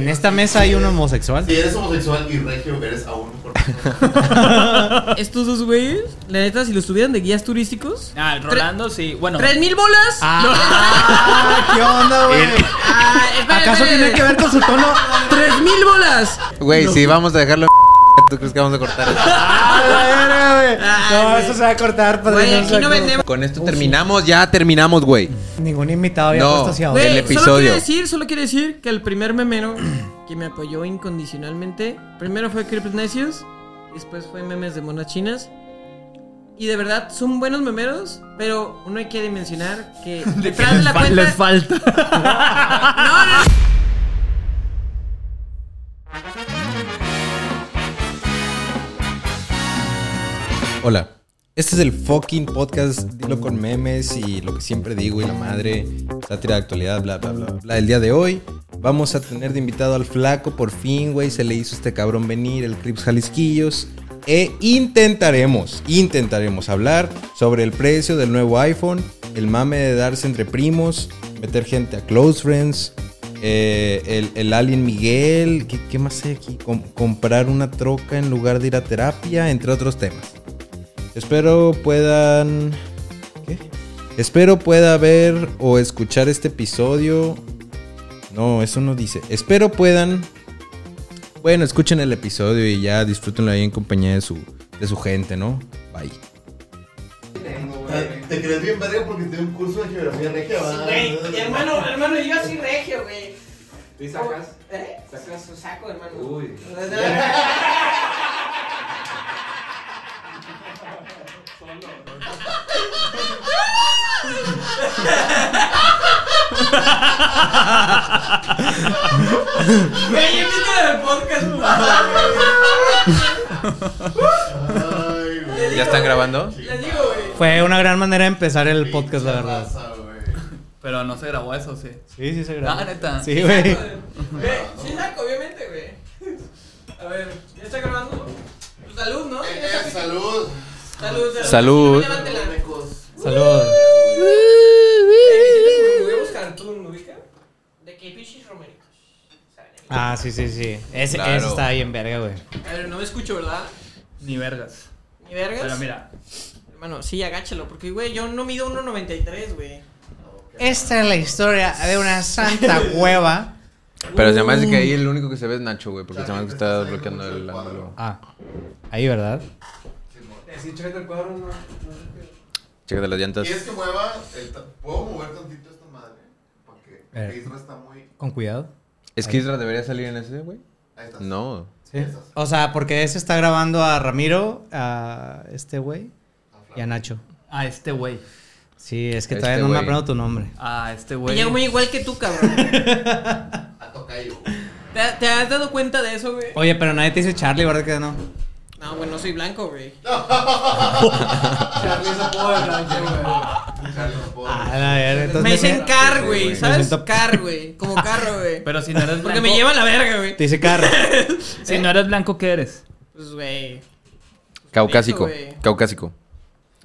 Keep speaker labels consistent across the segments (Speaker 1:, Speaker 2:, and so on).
Speaker 1: En esta mesa hay un homosexual.
Speaker 2: Si eres homosexual y regio, eres aún mejor.
Speaker 1: Ah,
Speaker 3: Estos dos güeyes, la neta, si los tuvieran de guías turísticos.
Speaker 4: Ah, el Rolando, sí. Bueno.
Speaker 3: ¡Tres mil bolas!
Speaker 1: Ah, ¿qué onda, güey?
Speaker 3: Ah, espera,
Speaker 1: ¿Acaso
Speaker 3: espera.
Speaker 1: tiene que ver con su tono?
Speaker 3: ¡Tres mil bolas!
Speaker 5: Güey, si vamos a dejarlo en ¿tú crees que vamos a cortar esto?
Speaker 1: Ah, la verga, güey. No,
Speaker 3: Ay,
Speaker 1: eso se va a cortar, padrino.
Speaker 3: Ah, Güey, aquí no
Speaker 1: Saco.
Speaker 3: vendemos.
Speaker 5: Con esto terminamos, ya terminamos, güey.
Speaker 1: Ningún invitado había
Speaker 5: No.
Speaker 1: puesto así ahora.
Speaker 3: Güey,
Speaker 5: Del
Speaker 3: Solo
Speaker 5: episodio.
Speaker 3: quiero decir, solo quiero decir que el primer memero que me apoyó incondicionalmente, primero fue Criptnecios, después fue memes de monas chinas. Y de verdad son buenos memeros, pero uno hay que dimensionar que detrás de la
Speaker 4: fa-
Speaker 3: cuenta.
Speaker 4: les falta.
Speaker 3: No, no, no.
Speaker 5: Hola. Este es el fucking podcast, dilo con memes y lo que siempre digo y la madre, sátira de actualidad, bla, bla, bla, bla. El día de hoy vamos a tener de invitado al flaco, por fin, güey, se le hizo este cabrón venir, el Crips Jalisquillos. E intentaremos, intentaremos hablar sobre el precio del nuevo iPhone, el mame de darse entre primos, meter gente a close friends, eh, el, el Alien Miguel, ¿qué, qué más hay aquí? Com- comprar una troca en lugar de ir a terapia, entre otros temas. Espero puedan. ¿Qué? Espero pueda ver o escuchar este episodio. No, eso no dice. Espero puedan. Bueno, escuchen el episodio y ya disfrútenlo ahí en compañía de su, de su gente, ¿no? Bye.
Speaker 2: Te- Te crees bien verga porque tiene un curso de geografía regia, ¿verdad?
Speaker 3: Güey, hermano, hermano, yo soy regio, güey.
Speaker 6: ¿Y sacas?
Speaker 3: ¿Eh?
Speaker 6: ¿Sacas?
Speaker 3: Su saco, hermano.
Speaker 6: Uy.
Speaker 3: Güey, invítame al podcast, por favor.
Speaker 2: Ay, güey.
Speaker 5: ¿Ya están grabando?
Speaker 3: Les digo, güey.
Speaker 1: Fue una gran manera de empezar el podcast, la verdad.
Speaker 2: Raza, güey. Eh,
Speaker 4: Pero no se grabó eso, sí.
Speaker 1: Sí, sí se grabó.
Speaker 4: Ah, neta.
Speaker 1: Sí, güey.
Speaker 3: Güey, sí saco, obviamente, güey. A ver, ¿ya está grabando? Pues salud, ¿no?
Speaker 2: Eh, eh, Salud.
Speaker 3: Salud.
Speaker 5: Salud.
Speaker 3: Levántela.
Speaker 1: Saludos.
Speaker 3: Juguemos Cartoon, ¿me ubica? De que pichis romeritos.
Speaker 1: Ah, sí, sí, sí. Ese,
Speaker 5: Claro.
Speaker 1: ese está bien verga, güey.
Speaker 3: A ver, no me escucho, ¿verdad?
Speaker 4: Ni vergas.
Speaker 3: Ni vergas.
Speaker 4: Pero mira.
Speaker 3: Hermano, sí, agáchalo, porque, güey, yo no mido 1.93, güey.
Speaker 1: Esta es la historia de una santa cueva.
Speaker 3: Uh.
Speaker 5: Pero se me hace que ahí el único que se ve es Nacho, güey, porque
Speaker 2: se me hace que está bloqueando el ángulo.
Speaker 1: Ah, ahí, ¿verdad?
Speaker 6: Si chécate el cuadro, no.
Speaker 5: Checa de las llantas.
Speaker 2: ¿Quieres que mueva? el ta- ¿Puedo mover tantito esta madre? Porque
Speaker 1: Eh.
Speaker 2: Isra está muy.
Speaker 1: Con cuidado.
Speaker 5: ¿Es que Isra debería salir en ese, güey?
Speaker 2: Ahí está.
Speaker 5: No.
Speaker 1: Sí. O sea, porque ese está grabando a Ramiro, a este güey y a Nacho.
Speaker 4: A este güey.
Speaker 1: Sí, es que
Speaker 5: Este
Speaker 1: todavía no me
Speaker 5: güey.
Speaker 1: aprendo tu nombre.
Speaker 4: A este
Speaker 3: Me
Speaker 4: güey.
Speaker 3: llevo muy igual que tú, cabrón.
Speaker 2: A tocayo.
Speaker 3: ¿Te, te has dado cuenta de eso, güey?
Speaker 1: Oye, pero nadie te dice Charlie, ¿verdad que no?
Speaker 3: No, güey, no soy blanco, güey.
Speaker 6: Charlie es apodo de blanco,
Speaker 2: Charlie, no
Speaker 5: Oh,
Speaker 2: puedo.
Speaker 1: Ah, la verga, entonces
Speaker 3: Me dicen
Speaker 1: siento-
Speaker 3: car, güey,
Speaker 2: Me
Speaker 3: ¿sabes?
Speaker 1: siento-
Speaker 3: Car, güey. Como carro, güey.
Speaker 4: Pero si no eres blanco.
Speaker 3: Porque me lleva ¿Eh? la verga, güey.
Speaker 1: Te dice Carro.
Speaker 4: Si no eres blanco, ¿qué eres?
Speaker 3: Pues, güey.
Speaker 5: Caucásico.
Speaker 3: Eso, güey.
Speaker 5: Caucásico.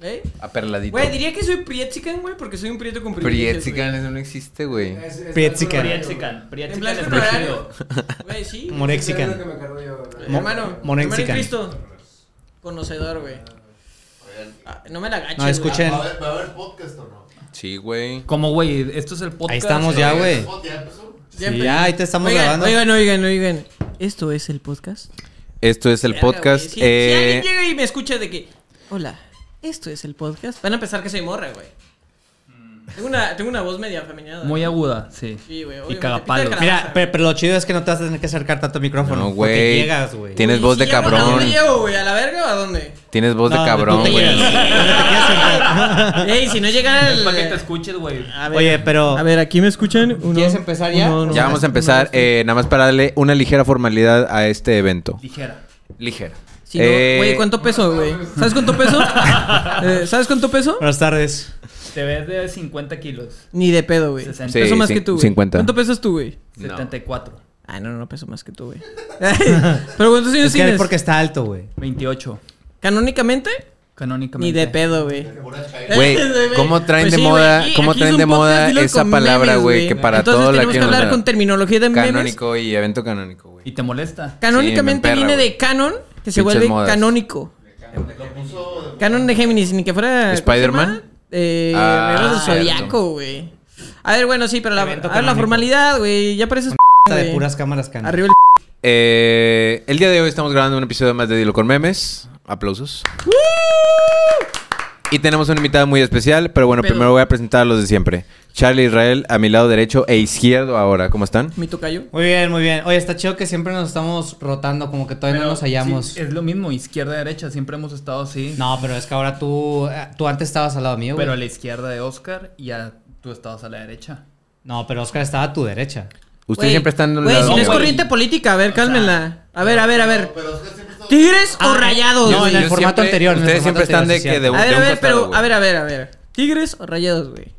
Speaker 3: ¿Eh?
Speaker 5: Aperladito.
Speaker 3: Güey, diría que soy Prietzican, güey, porque soy un prieto con privilegios.
Speaker 5: Prietzican, eso no existe, güey.
Speaker 6: güey. Es- es
Speaker 1: Prietzican.
Speaker 6: blanco y negro,
Speaker 4: Prietzican.
Speaker 3: güey. En
Speaker 4: Prietzican
Speaker 3: blanco
Speaker 4: es
Speaker 3: y horario.
Speaker 4: blanco.
Speaker 3: Güey, sí.
Speaker 6: güey.
Speaker 1: Morexican.
Speaker 6: Es lo que me cargo yo, güey.
Speaker 1: Mo-
Speaker 3: hermano.
Speaker 1: Morexican.
Speaker 3: Hermano en Cristo. Conocedor, güey. Ah, No me la agaches.
Speaker 1: No, escuchen.
Speaker 2: ¿Va a haber- va a haber podcast o no?
Speaker 5: Sí, güey.
Speaker 4: Como güey, esto es el podcast.
Speaker 1: Ahí estamos ya, güey.
Speaker 2: ¿El ¿Ya empezó?
Speaker 1: Sí, ya, ahí te estamos
Speaker 3: oigan,
Speaker 1: grabando.
Speaker 3: Oigan, oigan, oigan. ¿Esto es el podcast?
Speaker 5: Esto es el
Speaker 3: Verga, güey.
Speaker 5: podcast.
Speaker 3: Si, si
Speaker 5: eh,
Speaker 3: alguien llega y me escucha de que, hola, esto es el podcast, van a pensar que soy morra, güey.
Speaker 5: Mm.
Speaker 3: Tengo una, tengo una voz media afeminada.
Speaker 4: Muy aguda, sí.
Speaker 3: Sí, güey,
Speaker 4: Y
Speaker 3: obviamente.
Speaker 4: cagapalos.
Speaker 3: Pita de
Speaker 1: Mira, pe- pero, lo chido es que no te vas a tener que acercar tanto al micrófono.
Speaker 5: No,
Speaker 1: porque
Speaker 5: güey.
Speaker 1: llegas, güey.
Speaker 5: Tienes voz de
Speaker 3: ¿Y si llego, ¿A
Speaker 5: cabrón.
Speaker 3: dónde llevo, güey? ¿A la verga o a dónde?
Speaker 5: Tienes voz
Speaker 1: No, donde
Speaker 5: de cabrón,
Speaker 1: tú te
Speaker 5: güey.
Speaker 1: quieras- donde te quieras sentar.
Speaker 3: Ey, si no llega el...
Speaker 4: Para que te escuches, güey.
Speaker 3: A ver,
Speaker 1: Oye, pero.
Speaker 3: a ver, aquí me escuchan. Uno,
Speaker 1: ¿Quieres empezar ya?
Speaker 3: uno, uno,
Speaker 5: Ya vamos a empezar, eh, nada más para darle una ligera formalidad a este evento.
Speaker 4: Ligera.
Speaker 5: Ligera.
Speaker 3: Si no,
Speaker 5: Eh,
Speaker 3: güey, ¿cuánto peso, güey? ¿Sabes cuánto peso? Eh, ¿Sabes cuánto peso?
Speaker 1: Buenas tardes.
Speaker 4: Te ves de 50 kilos.
Speaker 3: Ni de pedo, güey.
Speaker 4: 60.
Speaker 5: Sí,
Speaker 3: peso más
Speaker 5: cin-
Speaker 3: que tú, güey.
Speaker 5: 50.
Speaker 3: ¿Cuánto pesas tú, güey?
Speaker 5: No.
Speaker 4: 74.
Speaker 3: Ah, no, no peso más que tú, güey. Pero ¿cuántos años
Speaker 1: Es que
Speaker 3: tienes?
Speaker 1: porque está alto, güey.
Speaker 4: 28.
Speaker 3: ¿Canónicamente?
Speaker 4: Canónicamente.
Speaker 3: Ni de pedo, güey. Pues
Speaker 2: Pura chaira.
Speaker 5: Güey, ¿cómo traen de moda- cómo traen de moda esa palabra, güey, que para
Speaker 3: todos
Speaker 5: todo la
Speaker 3: tenemos que
Speaker 5: quieren
Speaker 3: hablar
Speaker 5: usar?
Speaker 3: con terminología de memes.
Speaker 5: Canónico y evento canónico, güey.
Speaker 4: Y te molesta.
Speaker 3: Canónicamente
Speaker 5: Sí, me emperra,
Speaker 3: viene
Speaker 5: güey.
Speaker 3: de canon, que se
Speaker 5: Pinches
Speaker 3: vuelve
Speaker 5: modas.
Speaker 3: canónico. Canon de Géminis, ni que fuera. ¿cómo se
Speaker 5: ¿Spider-Man?
Speaker 3: llama? Eh,
Speaker 5: Ah,
Speaker 3: Guerreros del
Speaker 5: cierto.
Speaker 3: Zodiaco, güey. A ver, bueno, sí, pero la,
Speaker 1: Evento
Speaker 3: a ver, la
Speaker 1: canónico.
Speaker 3: formalidad, güey. Ya pareces.
Speaker 1: Está de
Speaker 3: güey.
Speaker 1: puras cámaras canas.
Speaker 3: Arriba el.
Speaker 5: Eh, el día de hoy estamos grabando un episodio más de Dilo con Memes. Aplausos. Y tenemos un invitado muy especial, pero bueno,
Speaker 3: Pero-
Speaker 5: primero voy a presentar a los de siempre. Charlie Israel, a mi lado derecho e izquierdo ahora. ¿Cómo están?
Speaker 3: Mi tocayo.
Speaker 1: Muy bien, muy bien. Oye, está chido que siempre nos estamos rotando, como que todavía
Speaker 4: Pero
Speaker 1: no nos hallamos.
Speaker 4: sí, es lo mismo, izquierda, derecha, siempre hemos estado así.
Speaker 1: No, pero es que ahora tú, eh, tú antes estabas al lado mío, güey.
Speaker 4: Pero a la izquierda de Oscar y a, tú estabas a la derecha.
Speaker 1: No, pero Oscar estaba a tu derecha.
Speaker 5: Ustedes
Speaker 3: Güey,
Speaker 5: siempre están del
Speaker 3: Güey,
Speaker 5: lado
Speaker 3: si no es
Speaker 5: mío.
Speaker 3: corriente política, a ver, cálmenla. A ver, a ver, a ver.
Speaker 2: Pero Oscar siempre está-
Speaker 3: ¿Tigres o
Speaker 1: Ah,
Speaker 3: rayados?
Speaker 1: no,
Speaker 3: güey?
Speaker 1: en el formato anterior, en el
Speaker 5: Ustedes
Speaker 1: formato
Speaker 5: siempre están de
Speaker 1: anterior,
Speaker 5: que
Speaker 1: sí,
Speaker 5: de,
Speaker 1: cierto.
Speaker 3: A ver,
Speaker 5: de
Speaker 3: a
Speaker 5: un
Speaker 3: ver,
Speaker 5: costado,
Speaker 3: pero.
Speaker 5: güey.
Speaker 3: A ver, a ver, a ver. ¿Tigres o rayados, güey?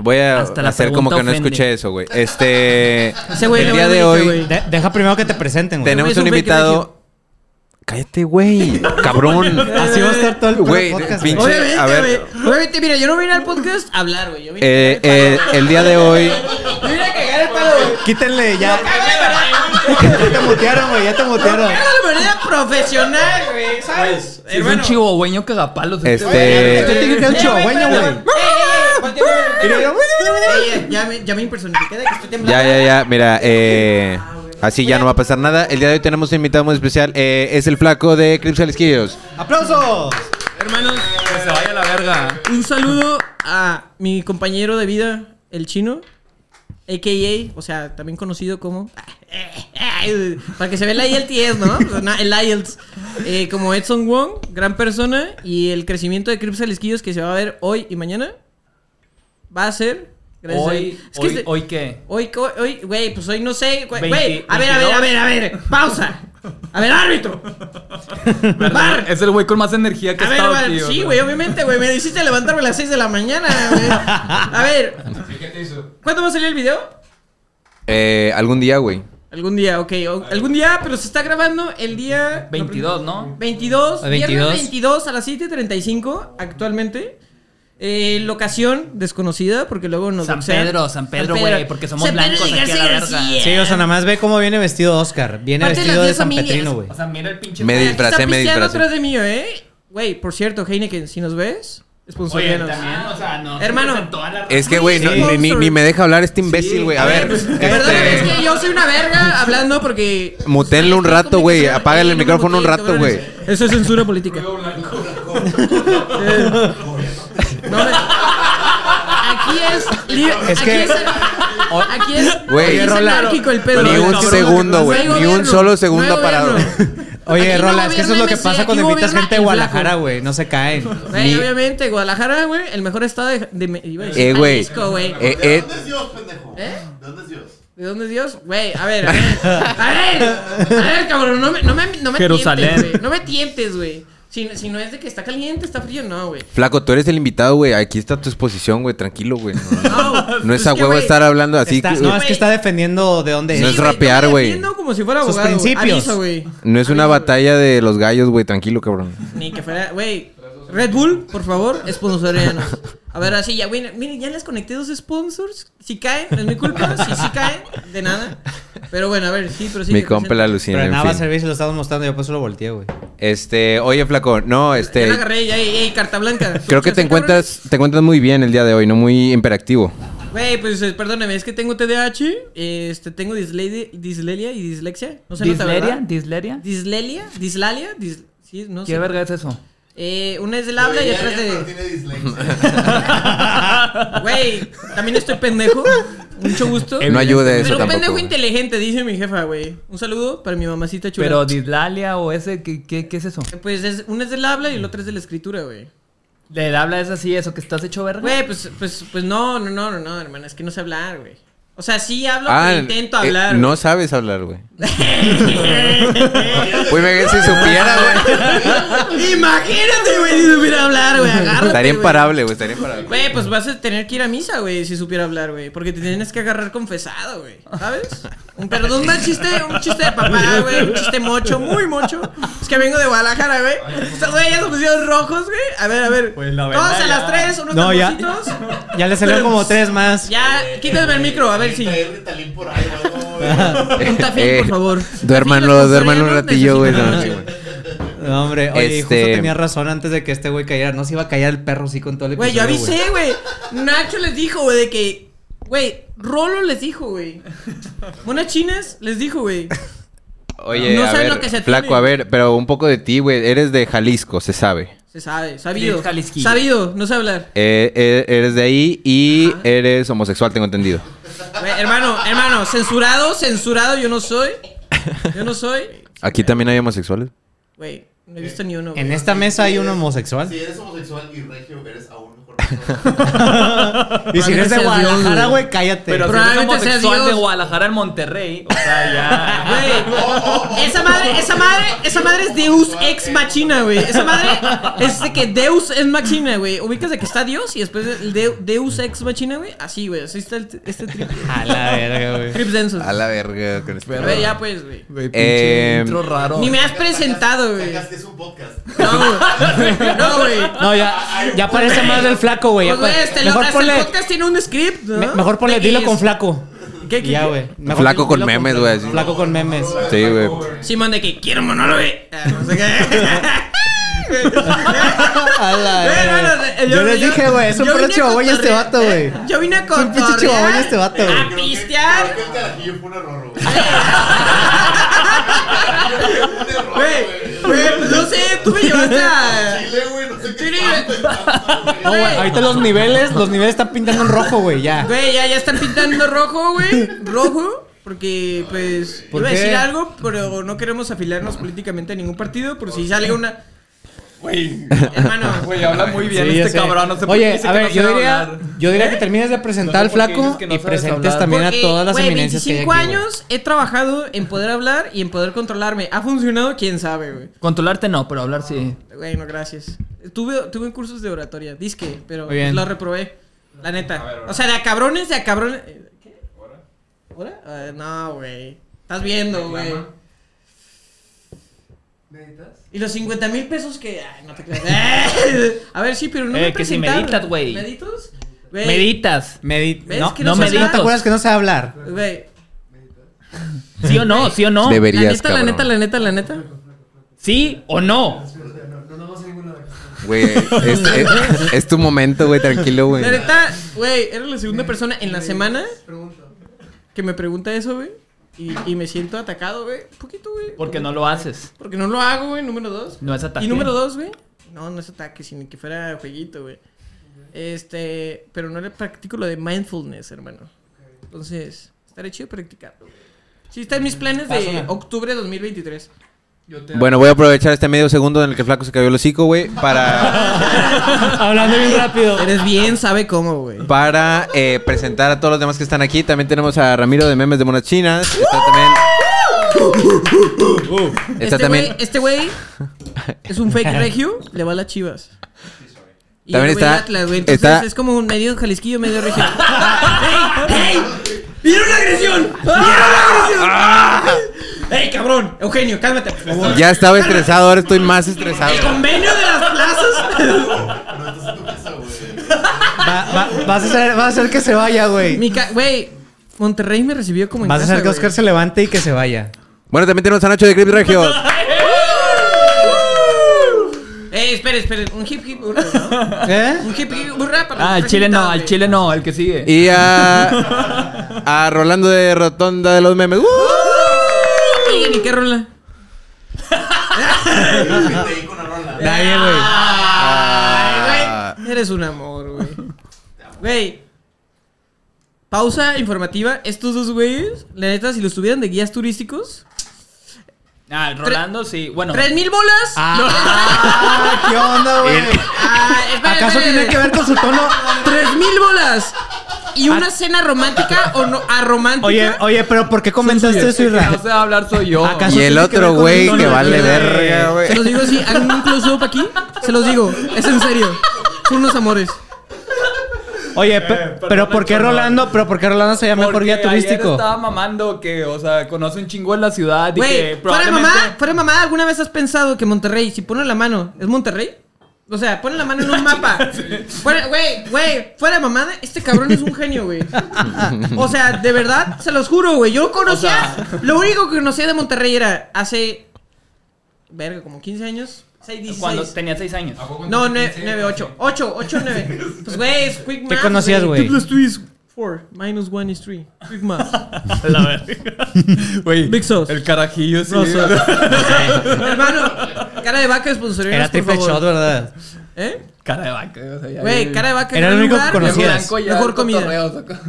Speaker 5: Voy a
Speaker 4: Hasta la
Speaker 5: hacer como que no
Speaker 4: pregunta ofende.
Speaker 5: escuché eso, güey. Este.
Speaker 3: Ese güey
Speaker 5: el
Speaker 3: le
Speaker 5: día
Speaker 3: vale
Speaker 5: de
Speaker 3: verga,
Speaker 5: hoy
Speaker 3: güey.
Speaker 1: De- deja primero que te presenten, güey.
Speaker 5: tenemos
Speaker 3: Ese
Speaker 5: un
Speaker 3: güey es un
Speaker 5: invitado. Cállate, güey. Cabrón.
Speaker 1: Así va a estar todo el puto
Speaker 5: Güey,
Speaker 1: podcast,
Speaker 5: pinche-
Speaker 1: güey.
Speaker 3: Obviamente,
Speaker 5: a ver.
Speaker 3: güey. Obviamente, mira, yo no vine al podcast a hablar, güey. Yo vine
Speaker 5: Eh,
Speaker 3: a cagar el
Speaker 5: eh,
Speaker 3: palo.
Speaker 5: el día de hoy.
Speaker 3: Yo vine a cagar el palo, güey.
Speaker 1: Quítenle ya. ya te mutearon, güey. Ya te mutearon.
Speaker 3: Hágalo de manera profesional, güey, ¿sabes?
Speaker 4: Si Pues, es un chihuahueño cagapalos.
Speaker 5: Este-
Speaker 4: güey.
Speaker 1: Este tiene que ser un
Speaker 3: Eh,
Speaker 1: chihuahueño,
Speaker 3: espérame.
Speaker 1: güey.
Speaker 3: Ey, ey, ey. Ey, Ya me, ya me impersonifiqué de que estoy temblando.
Speaker 5: Ya, ya, ya. Mira, eh, así ya no va a pasar nada. El día de hoy tenemos un invitado muy especial. eh, es el flaco de Crips Jalisquillos.
Speaker 1: ¡Aplausos!
Speaker 3: Hermanos,
Speaker 4: Que se vaya a la verga.
Speaker 3: un saludo a mi compañero de vida, el chino, a.k.a., o sea, también conocido como... Para que se vea el IELTS, ¿no? No, El IELTS. Eh, como Edson Wong, gran persona, y el crecimiento de Crips Jalisquillos que se va a ver hoy y mañana va a ser... gracias a
Speaker 4: Hoy,
Speaker 3: él. Es que
Speaker 4: hoy,
Speaker 3: se-
Speaker 4: hoy qué?
Speaker 3: Hoy, co- hoy, güey, pues hoy no sé, güey.
Speaker 4: Veinti-
Speaker 3: güey, a ver, a ver, a ver, a ver, pausa. A ver, árbitro. Bar.
Speaker 4: Es el güey con más energía que
Speaker 3: A
Speaker 4: ha
Speaker 3: ver,
Speaker 4: estado
Speaker 3: a ver,
Speaker 4: aquí,
Speaker 3: sí, güey, obviamente, güey, me hiciste levantarme a las 6 de la mañana, güey. A ver, ¿cuándo va a salir el video?
Speaker 5: Eh, algún día, güey.
Speaker 3: Algún día, ok, o- algún día, pero se está grabando el día
Speaker 4: 22, ¿no?
Speaker 3: 22,
Speaker 1: A
Speaker 3: viernes
Speaker 1: 22.
Speaker 3: 22 a las 7:35 actualmente. Eh, locación desconocida, porque luego nos
Speaker 4: San
Speaker 3: doxean.
Speaker 4: Pedro, San Pedro, güey, porque somos
Speaker 3: San Pedro
Speaker 4: blancos
Speaker 3: de
Speaker 4: aquí a la
Speaker 3: García
Speaker 4: verga.
Speaker 3: García.
Speaker 1: Sí, o sea, nada más ve cómo viene vestido Oscar. Viene
Speaker 3: Parte de
Speaker 1: vestido
Speaker 3: las
Speaker 1: de
Speaker 3: diez
Speaker 1: San
Speaker 3: amigas.
Speaker 1: Petrino, güey.
Speaker 4: O sea, mira el pinche.
Speaker 5: Me
Speaker 3: Oye, aquí
Speaker 5: disfracé,
Speaker 3: están
Speaker 5: me
Speaker 3: pisteando
Speaker 5: disfracé.
Speaker 3: atrás de mí, ¿eh? Güey, por cierto, Heineken, si nos ves,
Speaker 4: Oye,
Speaker 3: esponsoríanos.
Speaker 4: también, o sea, no.
Speaker 3: Hermano.
Speaker 4: en toda la
Speaker 5: Es que, güey, no-
Speaker 3: Sí.
Speaker 5: ni, ni- ni me deja hablar este imbécil, güey. A ver,
Speaker 3: Perdóname, es
Speaker 5: este,
Speaker 3: que yo soy una verga hablando porque...
Speaker 5: Mutenlo un rato, güey. Apágale el micrófono un rato, güey.
Speaker 3: Eso es censura política. Eh, no, me- Aquí es... li-
Speaker 1: Es
Speaker 3: aquí
Speaker 1: que-
Speaker 3: es- Aquí es...
Speaker 5: Güey,
Speaker 3: aquí es
Speaker 1: Rola,
Speaker 3: anárquico el pedo.
Speaker 5: ni
Speaker 3: güey,
Speaker 5: un
Speaker 3: cabrón.
Speaker 5: segundo,
Speaker 3: No
Speaker 5: güey,
Speaker 3: hay
Speaker 5: ni un
Speaker 3: gobierno,
Speaker 5: solo
Speaker 3: no hay
Speaker 5: segundo
Speaker 3: gobierno.
Speaker 5: parado.
Speaker 1: Oye,
Speaker 3: Aquí no
Speaker 1: Rola, es que eso es lo que
Speaker 3: gobierna
Speaker 1: pasa cuando
Speaker 3: MC, aquí
Speaker 1: invitas gente de
Speaker 3: gobierna el
Speaker 1: Guadalajara,
Speaker 3: flaco.
Speaker 1: güey. No se caen.
Speaker 3: Güey,
Speaker 1: Ni-
Speaker 3: obviamente, Guadalajara, güey, el mejor estado de... de, me- iba a decir
Speaker 5: Eh, güey.
Speaker 3: Jalisco, güey.
Speaker 5: Eh,
Speaker 2: ¿De
Speaker 5: eh,
Speaker 2: dónde es Dios, pendejo?
Speaker 3: ¿Eh?
Speaker 2: ¿De dónde es Dios?
Speaker 3: ¿De dónde es Dios? Güey, a ver, a ver. A ver, a ver, cabrón, no me, no me, no me
Speaker 4: Jerusalén.
Speaker 3: tientes, güey. No me tientes, güey. Si, si no es de que está caliente, está frío, no, güey.
Speaker 5: flaco, tú eres el invitado, güey. Aquí está tu exposición, güey. Tranquilo, güey. No, no,
Speaker 3: No, Pues
Speaker 5: no es a huevo
Speaker 3: güey,
Speaker 5: estar hablando así.
Speaker 1: está-
Speaker 5: que- eh,
Speaker 1: no, es que está defendiendo de dónde
Speaker 5: No
Speaker 1: es.
Speaker 5: es
Speaker 3: güey,
Speaker 5: rapear,
Speaker 3: no me
Speaker 5: güey.
Speaker 3: defiendo como si fuera
Speaker 1: Sus
Speaker 3: abogado. güey.
Speaker 1: principios.
Speaker 3: Aviso, güey.
Speaker 5: no es una
Speaker 3: Aviso,
Speaker 5: batalla de los gallos, güey. Tranquilo, cabrón.
Speaker 3: güey. Ni que fuera, güey. Red Bull, por favor, sponsoreanos. A ver, así ya, güey. Miren, ya les conecté dos sponsors. Si caen, no es mi culpa. Si sí caen, de nada. Pero bueno, a ver, sí, pues, pero sí.
Speaker 5: Mi compa la
Speaker 1: Pero
Speaker 5: alucina.
Speaker 1: nada
Speaker 5: en
Speaker 1: va a
Speaker 5: fin.
Speaker 1: servir si lo estamos mostrando. Yo por eso lo volteé, güey.
Speaker 5: Este, oye, flaco,
Speaker 3: Ya
Speaker 5: no,
Speaker 3: la
Speaker 5: este.
Speaker 3: agarré, ya, ey, ey, carta blanca.
Speaker 5: Creo que
Speaker 3: Escuchaste,
Speaker 5: te encuentras, te encuentras muy bien el día de hoy, no muy imperactivo.
Speaker 3: Güey, pues eh, perdóname, es que tengo TDAH, este, tengo disledi- dislelia y dislexia. No se nota,
Speaker 4: ¿Disleria?
Speaker 3: ¿verdad?
Speaker 4: ¿Disleria?
Speaker 3: Dislelia, dislalia, dis- sí, no
Speaker 4: ¿Qué
Speaker 3: sé.
Speaker 4: verga es eso?
Speaker 3: Eh, una es del habla y
Speaker 2: Debería,
Speaker 3: otra es
Speaker 2: pero
Speaker 3: de...
Speaker 2: tiene dislexia.
Speaker 3: Güey, también estoy pendejo, mucho gusto.
Speaker 5: No ayuda eso
Speaker 3: Pero
Speaker 5: tampoco.
Speaker 3: pendejo
Speaker 5: güey.
Speaker 3: inteligente, dice mi jefa, güey. Un saludo para mi mamacita chula.
Speaker 4: Pero dislalia o ese, ¿qué, qué, qué es eso?
Speaker 3: Pues es, una es del habla y el otro es de la escritura, güey.
Speaker 4: ¿Le habla es así, eso que estás hecho verga?
Speaker 3: Güey, pues, pues, pues no, no, no, no, no, hermano, es que no sé hablar, güey. O sea, sí hablo,
Speaker 5: Ah,
Speaker 3: pero intento
Speaker 5: eh,
Speaker 3: hablar.
Speaker 5: no
Speaker 3: güey.
Speaker 5: sabes hablar, güey. Uy, me si supiera, güey.
Speaker 3: Imagínate, güey, si supiera hablar, güey. Agárrate.
Speaker 5: Estaría
Speaker 3: güey.
Speaker 5: imparable, güey. Estaría imparable.
Speaker 3: Güey, pues vas a tener que ir a misa, güey, si supiera hablar, güey. Porque te tienes que agarrar confesado, güey. ¿Sabes? Un perdón, un mal chiste, un chiste de papá, güey. Un chiste mocho, muy mocho. Es que vengo de Guadalajara, güey. O sea, güey, ya se pusieron rojos, güey. A ver, a ver.
Speaker 4: Pues la verdad,
Speaker 3: Todos a las
Speaker 4: ya.
Speaker 3: tres, unos
Speaker 1: No, ya.
Speaker 3: tamborcitos.
Speaker 1: Ya le salieron como tres más.
Speaker 3: Ya, quítame el micro, a ver si.
Speaker 2: Traer Ritalin por ahí, güey.
Speaker 3: Un tafil, por favor.
Speaker 5: Eh, Duérmanlo,
Speaker 3: Tafil,
Speaker 5: duérmanlo un
Speaker 3: los
Speaker 5: ratillo, güey.
Speaker 3: coreanos
Speaker 5: no, sí,
Speaker 3: necesitan-
Speaker 5: güey.
Speaker 1: No, hombre, oye,
Speaker 5: Este-
Speaker 1: justo tenía razón antes de que este güey cayera. No se iba a callar el perro sí con todo el
Speaker 3: Güey, yo
Speaker 1: episodio,
Speaker 3: avisé, güey. Nacho les dijo, güey, de que. Güey, Rolo les dijo, güey. Monas chinas les dijo, güey.
Speaker 5: Oye,
Speaker 3: No
Speaker 5: a
Speaker 3: saben
Speaker 5: ver,
Speaker 3: lo que se
Speaker 5: flaco,
Speaker 3: tiene.
Speaker 5: a ver, pero un poco de ti, güey. Eres de Jalisco, se sabe.
Speaker 3: Se sabe, sabido.
Speaker 4: Del Jalisquillo.
Speaker 3: Sabido, no sé hablar.
Speaker 5: Eh, eh, eres de ahí y eres homosexual, tengo entendido.
Speaker 3: Güey, hermano, hermano, censurado, censurado, yo no soy. Yo no soy.
Speaker 5: Aquí también hay homosexuales.
Speaker 3: Güey, no he visto ni uno. güey.
Speaker 1: En esta mesa hay un homosexual.
Speaker 2: Si eres homosexual y regio, eres aún mejor. persona.
Speaker 1: Y si eres de
Speaker 3: Probablemente seas
Speaker 1: Guadalajara,
Speaker 3: Dios,
Speaker 1: güey, cállate.
Speaker 4: Pero si eres
Speaker 3: Probablemente sea
Speaker 4: homosexual
Speaker 3: Dios.
Speaker 4: de Guadalajara en Monterrey, o sea, ya.
Speaker 3: Güey, esa madre, esa madre, esa madre es Deus ex machina, güey. Esa madre es de que Deus ex machina, güey. Ubicas de que está Dios y después el Deu- Deus ex machina, güey. Así, güey. Así está el- este trip.
Speaker 1: A la verga, güey.
Speaker 3: Trips densos.
Speaker 5: A la verga con este.
Speaker 3: Güey, ya pues, güey.
Speaker 4: Güey,
Speaker 5: Eh,
Speaker 4: pinche intro raro.
Speaker 3: Ni me has presentado, güey.
Speaker 2: Sacas que es un podcast.
Speaker 3: No, güey. No, güey.
Speaker 1: No, ya, ya parece más del flaco, güey. ya
Speaker 3: Pues, güey,
Speaker 1: pa-
Speaker 3: este
Speaker 1: Mejor
Speaker 3: loco,
Speaker 1: ponle,
Speaker 3: el podcast tiene un script, ¿no?
Speaker 1: me- mejor ponle,
Speaker 3: De
Speaker 1: dilo
Speaker 3: que
Speaker 1: con
Speaker 3: es-
Speaker 1: flaco.
Speaker 3: ¿Qué, qué,
Speaker 1: Y ya,
Speaker 3: qué?
Speaker 1: güey. Mejor
Speaker 5: Flaco con
Speaker 1: dilo
Speaker 5: memes,
Speaker 1: flaco.
Speaker 5: güey, así.
Speaker 1: Flaco con memes.
Speaker 5: Sí, güey.
Speaker 3: Simón de que quiero monólogo. eh,
Speaker 1: Ah,
Speaker 3: No sé qué.
Speaker 1: A la
Speaker 3: Güey,
Speaker 1: verga,
Speaker 3: no, no,
Speaker 1: güey.
Speaker 3: eh,
Speaker 1: yo, les
Speaker 3: yo-
Speaker 1: dije, güey, es un
Speaker 3: yo
Speaker 1: perro
Speaker 3: vine a
Speaker 1: chihuahueño este
Speaker 3: cotorrear,
Speaker 1: vato, güey.
Speaker 3: eh, Yo vine a
Speaker 1: Es un
Speaker 3: cotorrear.
Speaker 1: pinche chihuahueño este vato, güey.
Speaker 3: A
Speaker 2: Creo
Speaker 3: pistear.
Speaker 2: que el carajillo fue un error, güey. Un error,
Speaker 3: Güey, güey, pues, no sé, tú me llevaste a...
Speaker 2: Chile, güey, no sé qué.
Speaker 3: Chile.
Speaker 2: estaba pensando, güey.
Speaker 1: No, güey, ahorita los niveles, los niveles están pintando en rojo, güey, ya.
Speaker 3: Güey, ya, ya están pintando rojo, güey. Rojo. Porque, pues,
Speaker 1: ¿Por
Speaker 3: iba a
Speaker 1: qué?
Speaker 3: decir algo, pero no queremos afiliarnos políticamente a ningún partido. Por si sale una...
Speaker 4: Güey,
Speaker 3: Hermano,
Speaker 4: güey, habla muy bien
Speaker 1: Sí, ya sé.
Speaker 4: este cabrón. No sé por qué
Speaker 1: Oye,
Speaker 4: dice
Speaker 1: a
Speaker 4: que
Speaker 1: ver,
Speaker 4: no
Speaker 1: yo,
Speaker 4: sabe
Speaker 1: diría,
Speaker 4: hablar.
Speaker 1: yo diría que termines de presentar al
Speaker 4: No sé por qué
Speaker 1: flaco
Speaker 4: dices que no
Speaker 1: y
Speaker 4: sabes
Speaker 1: presentes
Speaker 4: hablar.
Speaker 1: también a
Speaker 3: Porque,
Speaker 1: todas las
Speaker 3: güey,
Speaker 1: eminencias que hay
Speaker 3: 25
Speaker 1: aquí, güey.
Speaker 3: años he trabajado en poder hablar y en poder controlarme. ¿Ha funcionado? ¿Quién sabe, güey?
Speaker 4: Controlarte no, pero hablar sí.
Speaker 3: Güey, no, gracias. Tuve, tuve cursos de oratoria, disque, pero
Speaker 1: Muy bien.
Speaker 3: lo reprobé. La neta. o sea, de a cabrones, de a cabrones. eh, ¿Qué? ¿Hora? Eh, no, güey. Estás viendo, güey.
Speaker 7: ¿Meditas?
Speaker 3: Y los 50 mil pesos que. Ay, no te creas. Eh, a ver, sí, pero no
Speaker 4: Eh,
Speaker 3: me
Speaker 4: que si
Speaker 3: presentaron.
Speaker 4: meditas, güey.
Speaker 3: ¿Meditos? Güey,
Speaker 4: Eh, Meditas.
Speaker 1: Medi-
Speaker 3: ¿Ves
Speaker 1: no,
Speaker 3: que
Speaker 1: no,
Speaker 4: no
Speaker 1: me
Speaker 4: soy
Speaker 1: ¿No te
Speaker 4: gatos?
Speaker 1: acuerdas que no sé hablar?
Speaker 3: Güey.
Speaker 4: ¿Sí o no? ¿Sí o no?
Speaker 5: Debe-
Speaker 3: La
Speaker 5: Deberías,
Speaker 3: neta, la
Speaker 5: cabrón.
Speaker 3: neta, la neta, la neta.
Speaker 4: ¿Sí o no?
Speaker 7: No, no, no vamos a ninguna de las
Speaker 5: Güey, es, es- es tu momento, güey, tranquilo, güey.
Speaker 3: La neta, güey, eres la segunda persona en la semana
Speaker 7: preguntas.
Speaker 3: que me pregunta eso, güey. Y, y me siento atacado, güey. Un poquito, güey.
Speaker 4: Porque no lo haces.
Speaker 3: Porque no lo hago, güey, número dos.
Speaker 4: No es ataque.
Speaker 3: Y número dos, güey. No, no es ataque, sino que fuera jueguito, güey. Este, pero no le practico lo de mindfulness, hermano. Entonces, estaré chido practicarlo. güey. Sí, está en mis planes de octubre de 2023.
Speaker 5: Bueno, voy a aprovechar este medio segundo en el que el flaco se cayó el hocico, güey, para,
Speaker 1: Hablando bien rápido.
Speaker 3: Eres bien, sabe cómo, güey.
Speaker 5: para eh, presentar a todos los demás que están aquí. También tenemos a Ramiro de Memes de Monas Chinas. Está también. Está
Speaker 3: Este
Speaker 5: también.
Speaker 3: güey este güey es un fake regio, le va a las chivas. Y
Speaker 5: También
Speaker 3: yo le voy
Speaker 5: está-
Speaker 3: al Atlas, güey. Entonces
Speaker 5: está-
Speaker 3: es como un medio jalisquillo, medio regio. ¡Hey! ¡Hey! ¡Vieron la agresión! ¡Ah! ¡Vieron la agresión! ¡Ey, cabrón! Eugenio, cálmate, por favor.
Speaker 5: Ya estaba estresado, ahora estoy más estresado.
Speaker 3: El convenio de las plazas.
Speaker 2: No estás en tu casa, güey.
Speaker 1: Va- va- vas, a hacer, vas a hacer que se vaya, güey.
Speaker 3: Mi ca- Güey, Monterrey me recibió como en
Speaker 1: Vas a
Speaker 3: casa,
Speaker 1: hacer que
Speaker 3: güey.
Speaker 1: Oscar se levante y que se vaya.
Speaker 5: Bueno, también tenemos a Nacho de Grip Regios.
Speaker 3: Ey, esperen, esperen. Un hip hip burra, ¿no?
Speaker 1: ¿Eh?
Speaker 3: Un hip hip burra para los
Speaker 4: Ah, al chile no,
Speaker 3: regiomontanos,
Speaker 4: al
Speaker 3: güey.
Speaker 4: chile no, el que sigue.
Speaker 5: Y a. A Rolando de Rotonda de los Memes. ¡Uh!
Speaker 3: Oigan, ¿y qué rola?
Speaker 2: Yo te di con una rola.
Speaker 1: Nadie, güey.
Speaker 5: Ah.
Speaker 3: Ay, güey. Eres un amor, güey. Güey. Pausa informativa. Estos dos güeyes, la neta, si los tuvieran de guías turísticos,
Speaker 4: Ah, Rolando sí. Bueno,
Speaker 3: ¡tres mil bolas!
Speaker 1: Ah, ¿Qué onda, güey?
Speaker 3: Ah, espera,
Speaker 1: ¿Acaso
Speaker 3: espera.
Speaker 1: tiene que ver con su tono?
Speaker 3: ¡Tres mil bolas! y una cena romántica o no
Speaker 1: Ah.
Speaker 3: aromántica.
Speaker 1: Oye, oye, pero ¿por qué comentaste eso, Isra?
Speaker 4: No sé hablar soy yo.
Speaker 1: ¿Acaso
Speaker 5: Y el
Speaker 1: tiene que ver
Speaker 5: otro
Speaker 1: con
Speaker 5: güey
Speaker 1: el tono
Speaker 5: que
Speaker 1: de
Speaker 5: vale
Speaker 1: piel?
Speaker 5: verga,
Speaker 3: Se los
Speaker 5: güey.
Speaker 3: digo así, hagan un close-up aquí. Se los digo, es en serio. Son unos amores.
Speaker 1: Oye, pe- pero ¿por qué
Speaker 4: Eh, perdón.
Speaker 1: Rolando? Pero ¿por qué Rolando se llama por
Speaker 4: Porque
Speaker 1: guía
Speaker 4: ayer
Speaker 1: turístico?
Speaker 4: estaba mamando que, o sea, conoce un chingo de la ciudad y que
Speaker 3: Güey, fuera de
Speaker 4: probablemente...
Speaker 3: mamá, fuera de mamá, ¿alguna vez has pensado que Monterrey, si pone la mano, es Monterrey? O sea, pone la mano en un mapa. Fuera- Güey, güey, fuera de mamada, este cabrón es un genio, güey. O sea, de verdad, se los juro, güey. Yo conocía, lo único que conocía de Monterrey era hace, verga, como 15 años, 6, 16.
Speaker 4: Cuando tenía 6 años.
Speaker 3: No, 9, 8. 8, 8, 9. Pues, güey, es quick math.
Speaker 1: conocías, güey?
Speaker 3: 2 plus 2 is 4. Minus 1 is 3. Quick math.
Speaker 4: La verga. Güey,
Speaker 3: Big Sauce.
Speaker 4: el carajillo sí.
Speaker 3: Rosa. Hermano, cara de vaca sponsoreanos,
Speaker 1: Era
Speaker 3: por
Speaker 1: triple
Speaker 3: favor.
Speaker 1: shot, ¿verdad?
Speaker 3: ¿Eh?
Speaker 4: Cara de vaca. o sea, ya-
Speaker 3: Güey, cara de vaca.
Speaker 1: Era
Speaker 3: en
Speaker 1: el
Speaker 3: un
Speaker 1: único
Speaker 3: lugar,
Speaker 1: que conocías.
Speaker 4: blanco ya,
Speaker 3: Mejor comida.
Speaker 4: cotorreos acá.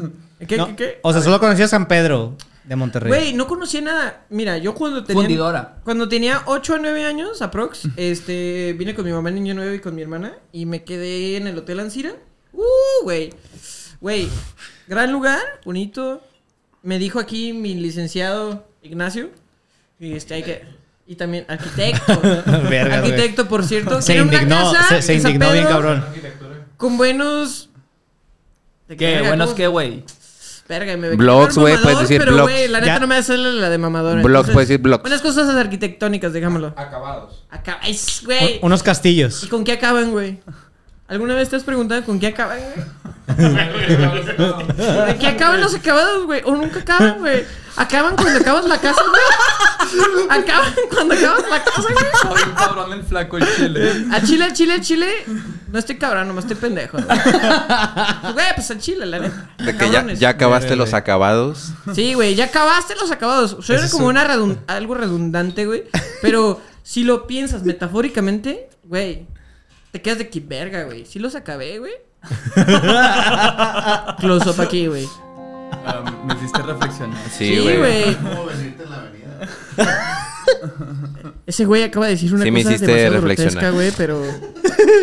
Speaker 3: ¿Qué,
Speaker 1: No,
Speaker 3: qué, qué?
Speaker 1: O sea, solo conocía San Pedro de Monterrey.
Speaker 3: Güey, no conocía nada. Mira, yo cuando tenía...
Speaker 4: Fundidora.
Speaker 3: Cuando tenía 8 o 9 años, aprox, este, vine con mi mamá en Niño Nuevo y con mi hermana y me quedé en el Hotel Ancira. Uh, güey. Güey, gran lugar, bonito. Me dijo aquí mi licenciado Ignacio. Y este, hay que... Y también arquitecto.
Speaker 1: Verga, güey.
Speaker 3: arquitecto, por cierto.
Speaker 1: se
Speaker 3: Era una
Speaker 1: indignó,
Speaker 3: casa
Speaker 1: se, se
Speaker 3: en San
Speaker 1: indignó bien
Speaker 3: Pedro
Speaker 1: cabrón.
Speaker 3: Con buenos...
Speaker 4: ¿Qué?
Speaker 3: Verga,
Speaker 4: Buenos
Speaker 3: ¿cómo-
Speaker 4: qué, güey.
Speaker 3: Verga, me
Speaker 5: Blogs,
Speaker 3: quiero ver
Speaker 5: güey,
Speaker 3: mamador,
Speaker 5: puedes decir
Speaker 3: pero,
Speaker 5: blogs.
Speaker 3: güey, la neta
Speaker 1: Ya.
Speaker 3: no me hace la de mamadora.
Speaker 5: Blogs,
Speaker 3: entonces,
Speaker 5: puedes decir blogs.
Speaker 3: Buenas cosas arquitectónicas, déjamelo.
Speaker 2: Acabados.
Speaker 3: Acá, es, güey.
Speaker 1: Un- unos
Speaker 3: ¿Y
Speaker 1: castillos.
Speaker 3: con qué acaban, güey? ¿Alguna vez te has preguntado con qué acaban, güey? ¿De qué acaban los acabados, güey? ¿O nunca acaban, güey? ¿Acaban cuando acabas la casa, güey? ¿Acaban cuando acabas la casa, güey?
Speaker 4: Soy un cabrón el flaco el chile.
Speaker 3: A Chile, a Chile, a Chile. No estoy cabrón, nomás estoy pendejo. Güey, Güey, pues a Chile, la neta.
Speaker 5: De que ya,
Speaker 3: Cabrones.
Speaker 5: ya acabaste los acabados.
Speaker 3: Sí, güey, ya acabaste los acabados. Suena como una redun- algo redundante, güey. Pero si lo piensas metafóricamente, güey, te quedas de que verga, güey. Si los acabé, güey. Close up aquí, güey.
Speaker 4: Ah, me hiciste reflexionar.
Speaker 5: Sí,
Speaker 3: Sí,
Speaker 5: güey.
Speaker 3: güey.
Speaker 2: ¿Cómo venirte en la avenida?
Speaker 3: Ese güey acaba de decir una
Speaker 5: Sí, me
Speaker 3: cosa
Speaker 5: hiciste
Speaker 3: demasiado grotesca,
Speaker 5: reflexionar.
Speaker 3: güey, pero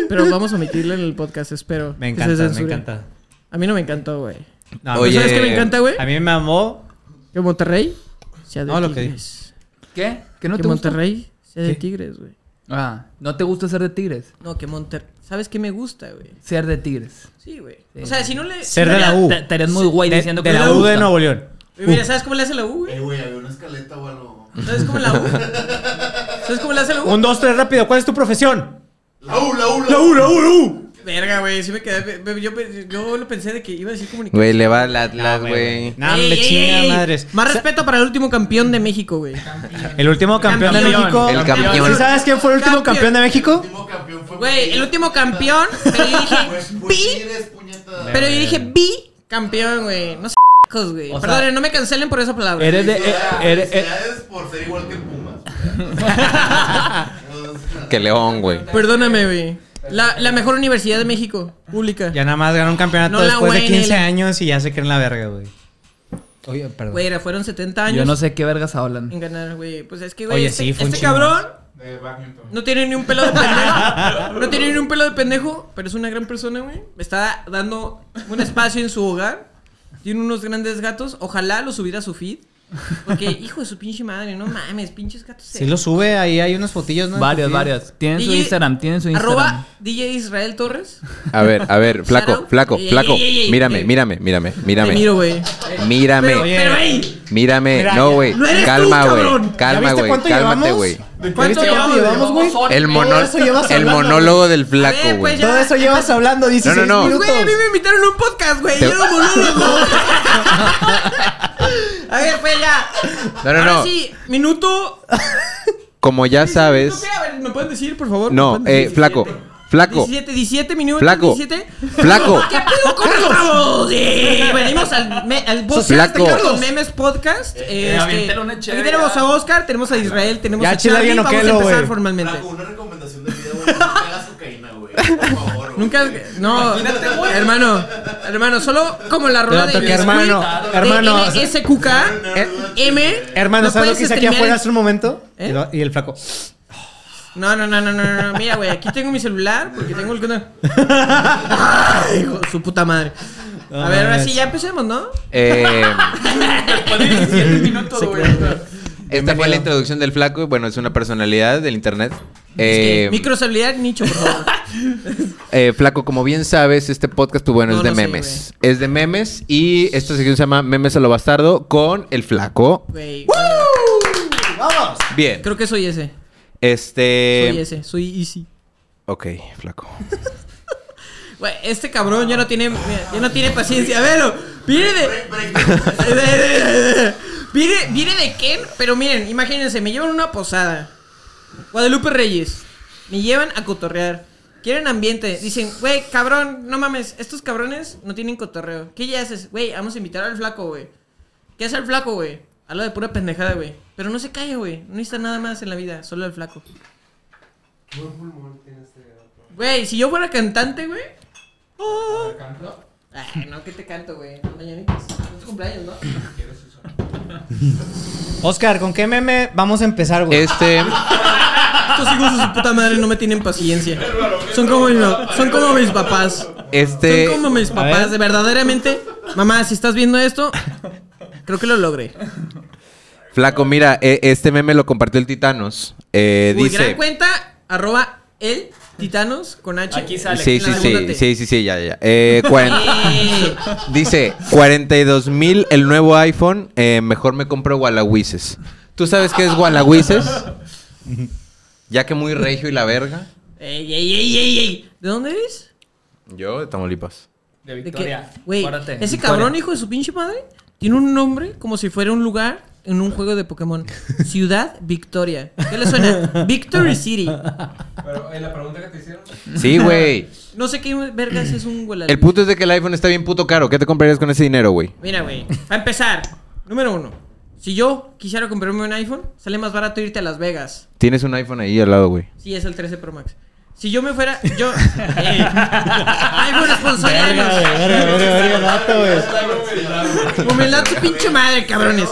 Speaker 3: pero vamos a omitirla en el podcast, espero.
Speaker 1: Me
Speaker 3: que se
Speaker 1: encanta, me
Speaker 3: censure.
Speaker 1: encanta.
Speaker 3: A mí no me encantó, güey.
Speaker 1: No, a mí-
Speaker 5: Oye.
Speaker 3: ¿Sabes qué me encanta, güey?
Speaker 1: A mí me amó.
Speaker 3: Que Monterrey sea de
Speaker 1: No, lo que
Speaker 3: Tigres.
Speaker 4: ¿Qué? ¿Que no
Speaker 3: que
Speaker 4: te gusta?
Speaker 3: Monterrey sea de
Speaker 1: ¿Qué?
Speaker 3: Tigres, güey.
Speaker 4: Ah, ¿no te gusta ser de tigres?
Speaker 3: No, que Monterrey. ¿Sabes qué me gusta, güey?
Speaker 4: Ser de tigres.
Speaker 3: Sí, güey.
Speaker 4: Sí.
Speaker 3: O sea, si no le.
Speaker 1: Ser de la U.
Speaker 4: Te- Estarías muy guay
Speaker 1: De,
Speaker 4: diciendo
Speaker 1: de
Speaker 4: que no
Speaker 1: la
Speaker 4: te
Speaker 1: U
Speaker 4: gusta.
Speaker 1: de Nuevo León.
Speaker 3: Güey, Mira, ¿sabes cómo le hace la U,
Speaker 2: Eh,
Speaker 3: güey?
Speaker 2: güey, había una escaleta o algo.
Speaker 3: ¿Sabes cómo la U? ¿Sabes cómo le hace la U?
Speaker 1: Un, dos, tres, rápido. ¿Cuál es tu profesión?
Speaker 2: La U, la U, la
Speaker 1: La
Speaker 2: U.
Speaker 1: U, la U, la U.
Speaker 3: Verga, güey. Sí me quedé. pe- pe- Yo, pe- yo lo pensé de que iba a decir comunicación.
Speaker 5: Güey, le va al Atlas, güey.
Speaker 1: Nah,
Speaker 3: Ey,
Speaker 1: me
Speaker 3: ey,
Speaker 1: chinga
Speaker 3: ey.
Speaker 1: madres.
Speaker 3: Más
Speaker 1: Sa-
Speaker 3: respeto para el último campeón de México, güey.
Speaker 1: El último campeón de
Speaker 3: Campeón.
Speaker 1: México.
Speaker 5: El campeón.
Speaker 1: ¿Sí sabes quién fue el último
Speaker 3: Campeón.
Speaker 1: campeón de México?
Speaker 2: El último campeón fue.
Speaker 3: Güey, el
Speaker 2: Tigres,
Speaker 3: último
Speaker 2: puñeta.
Speaker 3: campeón. Pero yo
Speaker 2: Pues,
Speaker 3: dije.
Speaker 2: fue
Speaker 3: ¡Bi!
Speaker 2: Tigres, puñeta.
Speaker 3: Pero yo dije, ¡Bi! Campeón, güey. No sé, güey.
Speaker 4: O sea,
Speaker 3: Perdonen, no me cancelen por esa palabra.
Speaker 4: eres de-
Speaker 2: Felicidades,
Speaker 4: eh, eres-
Speaker 2: felicidades por ser igual que el Pumas.
Speaker 5: Que León, güey.
Speaker 3: Perdóname, güey. La, la mejor universidad de México, pública.
Speaker 1: Ya nada más ganó un campeonato
Speaker 3: No la
Speaker 1: después de
Speaker 3: huelen.
Speaker 1: 15 años y ya se creen la verga, güey. Oye, perdón.
Speaker 3: Güey, era- fueron 70 años.
Speaker 4: Yo no sé qué vergas hablan.
Speaker 3: en ganar, güey. Pues es que, güey,
Speaker 1: Oye,
Speaker 3: este,
Speaker 1: sí, fue un
Speaker 3: este
Speaker 1: chingo.
Speaker 3: cabrón no tiene ni un pelo de pendejo. no tiene ni un pelo de pendejo, pero es una gran persona, güey. Me Está dando un espacio en su hogar. Tiene unos grandes gatos. Ojalá lo subiera a su feed. Porque, hijo de su pinche madre, no mames, pinches gatos.
Speaker 1: Si lo sube, ahí hay unos fotillos, ¿no?
Speaker 4: Varias,
Speaker 1: Sí.
Speaker 4: varias. Tienen su
Speaker 3: DJ
Speaker 4: Instagram, tienen su Instagram.
Speaker 3: Arroba DJ Israel Torres.
Speaker 5: A ver, a ver, flaco,
Speaker 3: Shout-out.
Speaker 5: flaco,
Speaker 3: Ey,
Speaker 5: flaco.
Speaker 3: ey, ey, ey,
Speaker 5: Mírame,
Speaker 3: ey.
Speaker 5: mírame, mírame,
Speaker 3: Te miro,
Speaker 5: mírame.
Speaker 3: güey. Pero,
Speaker 5: Mírame,
Speaker 3: pero, ey,
Speaker 5: mírame.
Speaker 1: Mira,
Speaker 5: No,
Speaker 1: ya-
Speaker 5: güey.
Speaker 3: no eres tú,
Speaker 5: Calma,
Speaker 3: cabrón.
Speaker 5: güey.
Speaker 1: ¿Ya
Speaker 5: Calma,
Speaker 1: viste
Speaker 5: güey.
Speaker 1: cuánto
Speaker 5: Cálmate,
Speaker 1: llevamos?
Speaker 5: güey.
Speaker 1: ¿Viste cuánto llevamos, güey?
Speaker 5: El, mono-
Speaker 1: todo eso llevas
Speaker 5: el
Speaker 1: hablando,
Speaker 5: monólogo del flaco,
Speaker 3: ver, pues
Speaker 5: güey.
Speaker 3: ya.
Speaker 1: Todo eso llevas hablando 16
Speaker 5: No, no, no.
Speaker 1: minutos.
Speaker 3: Pues, güey, a mí me invitaron a un podcast, güey.
Speaker 5: Te-
Speaker 3: Yo era monólogo. a ver, pues ya.
Speaker 5: No, no,
Speaker 3: Ahora
Speaker 5: no.
Speaker 3: sí, minuto.
Speaker 5: Como ya sabes.
Speaker 3: ¿Minuto qué? A ver, ¿Me pueden decir, por favor?
Speaker 5: No,
Speaker 3: ¿Me pueden
Speaker 5: eh,
Speaker 3: decir?
Speaker 5: flaco,
Speaker 3: 17.
Speaker 5: flaco.
Speaker 3: 17, 17 minutos.
Speaker 5: Flaco.
Speaker 3: 17.
Speaker 5: Flaco.
Speaker 3: ¿Qué pedo con los bravos? Eh, venimos al, me, al podcast
Speaker 5: Flaco.
Speaker 3: de Carlos Memes Podcast. Eh, este,
Speaker 4: aviéntale una
Speaker 3: aquí
Speaker 4: chévere,
Speaker 3: tenemos
Speaker 4: ya.
Speaker 3: a Oscar, tenemos a Israel, tenemos
Speaker 1: Ya,
Speaker 3: a
Speaker 1: chila
Speaker 3: Charlie.
Speaker 1: bien,
Speaker 3: Vamos a
Speaker 1: oquelo,
Speaker 3: empezar
Speaker 1: güey.
Speaker 3: formalmente.
Speaker 2: Flaco, una recomendación de vida, güey. No te hagas cocaína, güey. Por favor, güey.
Speaker 3: Nunca, no, hermano, hermano, solo como la rola
Speaker 1: Levanto
Speaker 3: de
Speaker 1: que hermano, hermano.
Speaker 3: SQK, M,
Speaker 1: Hermano,
Speaker 3: no
Speaker 1: ¿sabes lo
Speaker 3: puedes
Speaker 1: que hice aquí
Speaker 3: streamear
Speaker 1: afuera
Speaker 3: en-
Speaker 1: hace un momento?
Speaker 3: ¿Eh?
Speaker 1: Y lo- Y el flaco.
Speaker 3: No, no, no, no, no, no, no, mira, güey, aquí tengo mi celular porque tengo el... Ay, hijo de su puta madre.
Speaker 1: No
Speaker 3: a ver, ahora
Speaker 1: mames.
Speaker 3: sí, ya empecemos, ¿no?
Speaker 5: Eh,
Speaker 4: Después de 17 minutos, güey.
Speaker 3: Este
Speaker 5: esta fue la introducción del flaco. y Bueno, es una personalidad del internet. Eh,
Speaker 3: Microsabilidad, nicho, por favor.
Speaker 5: eh, flaco, como bien sabes, este podcast, pues bueno,
Speaker 3: No,
Speaker 5: es de
Speaker 3: no sé,
Speaker 5: memes. es de memes y esta sección se llama Memes a lo Bastardo con el flaco.
Speaker 3: Güey,
Speaker 1: ¡Vamos!
Speaker 5: Bien.
Speaker 3: Creo que soy ese.
Speaker 5: Este.
Speaker 3: Soy ese, soy Easy.
Speaker 5: Ok, flaco.
Speaker 3: Güey, este cabrón ya no tiene, mira, ya no tiene paciencia. A verlo, viene de. viene, viene de Ken, pero miren, imagínense, me llevan a una posada. Guadalupe Reyes. Me llevan a cotorrear. Quieren ambiente. Dicen, güey, cabrón, no mames, estos cabrones no tienen cotorreo. ¿Qué ya haces? Güey, vamos a invitar al flaco, güey. ¿Qué hace el flaco, güey? Habla de pura pendejada, güey. Pero no se calla, güey. No necesita nada más en la vida, solo el flaco.
Speaker 7: Buen pulmón tiene este gato.
Speaker 3: Güey, si yo fuera cantante, güey. ah,
Speaker 7: ¿Canto?
Speaker 3: Ay, no, que te canto, güey. Mañanitas. Es tu cumpleaños, ¿no?
Speaker 1: Oscar, ¿con qué meme vamos a empezar, güey?
Speaker 5: Este.
Speaker 3: Estos hijos de su puta madre no me tienen paciencia. Son como, mi- son como mis papás.
Speaker 5: Este.
Speaker 3: Son como mis papás.
Speaker 1: ver.
Speaker 3: De verdaderamente. Mamá, si estás viendo esto, creo que lo logré.
Speaker 5: Flaco, mira, e- este meme lo compartió el Titanos. Eh,
Speaker 3: Mi
Speaker 5: dice.
Speaker 3: gran cuenta, arroba el titanos con H.
Speaker 4: Aquí sale.
Speaker 5: Sí,
Speaker 3: En la
Speaker 5: sí,
Speaker 3: segunda
Speaker 5: sí,
Speaker 3: T.
Speaker 5: sí, sí, sí, ya, ya. ya. Eh, cuaren-
Speaker 3: Eh,
Speaker 5: dice, 42 mil el nuevo iPhone, eh, mejor me compro Gualahuises. ¿Tú sabes qué es Gualahuises? Ya que muy regio y la verga.
Speaker 3: Eh, Ey, ey, ey, ey, ey. ¿De dónde eres?
Speaker 5: Yo de Tamaulipas.
Speaker 4: De
Speaker 3: ¿De
Speaker 4: Victoria.
Speaker 3: qué? Güey,
Speaker 4: Párate,
Speaker 3: ese
Speaker 4: Victoria.
Speaker 3: cabrón, hijo de su pinche madre, tiene un nombre como si fuera un lugar en un juego de Pokémon. Ciudad Victoria. ¿Qué le suena? Victory City.
Speaker 7: Pero en la pregunta que te hicieron,
Speaker 5: Sí, güey.
Speaker 3: No sé qué vergas es un huela.
Speaker 5: El punto es de que el iPhone está bien puto caro. ¿Qué te comprarías con ese dinero, güey?
Speaker 3: Mira, güey. Para empezar, número uno. Si yo quisiera comprarme un iPhone, sale más barato irte a Las Vegas.
Speaker 5: Tienes un iPhone ahí al lado, güey.
Speaker 3: Sí, es el 13 Pro Max. Si yo me fuera, yo. Eh, iPhone sponsor.
Speaker 1: Verga, güey,
Speaker 3: iPhone.
Speaker 1: verga, verga, verga, el vato, güey.
Speaker 3: Humildad tu pinche madre, cabrones.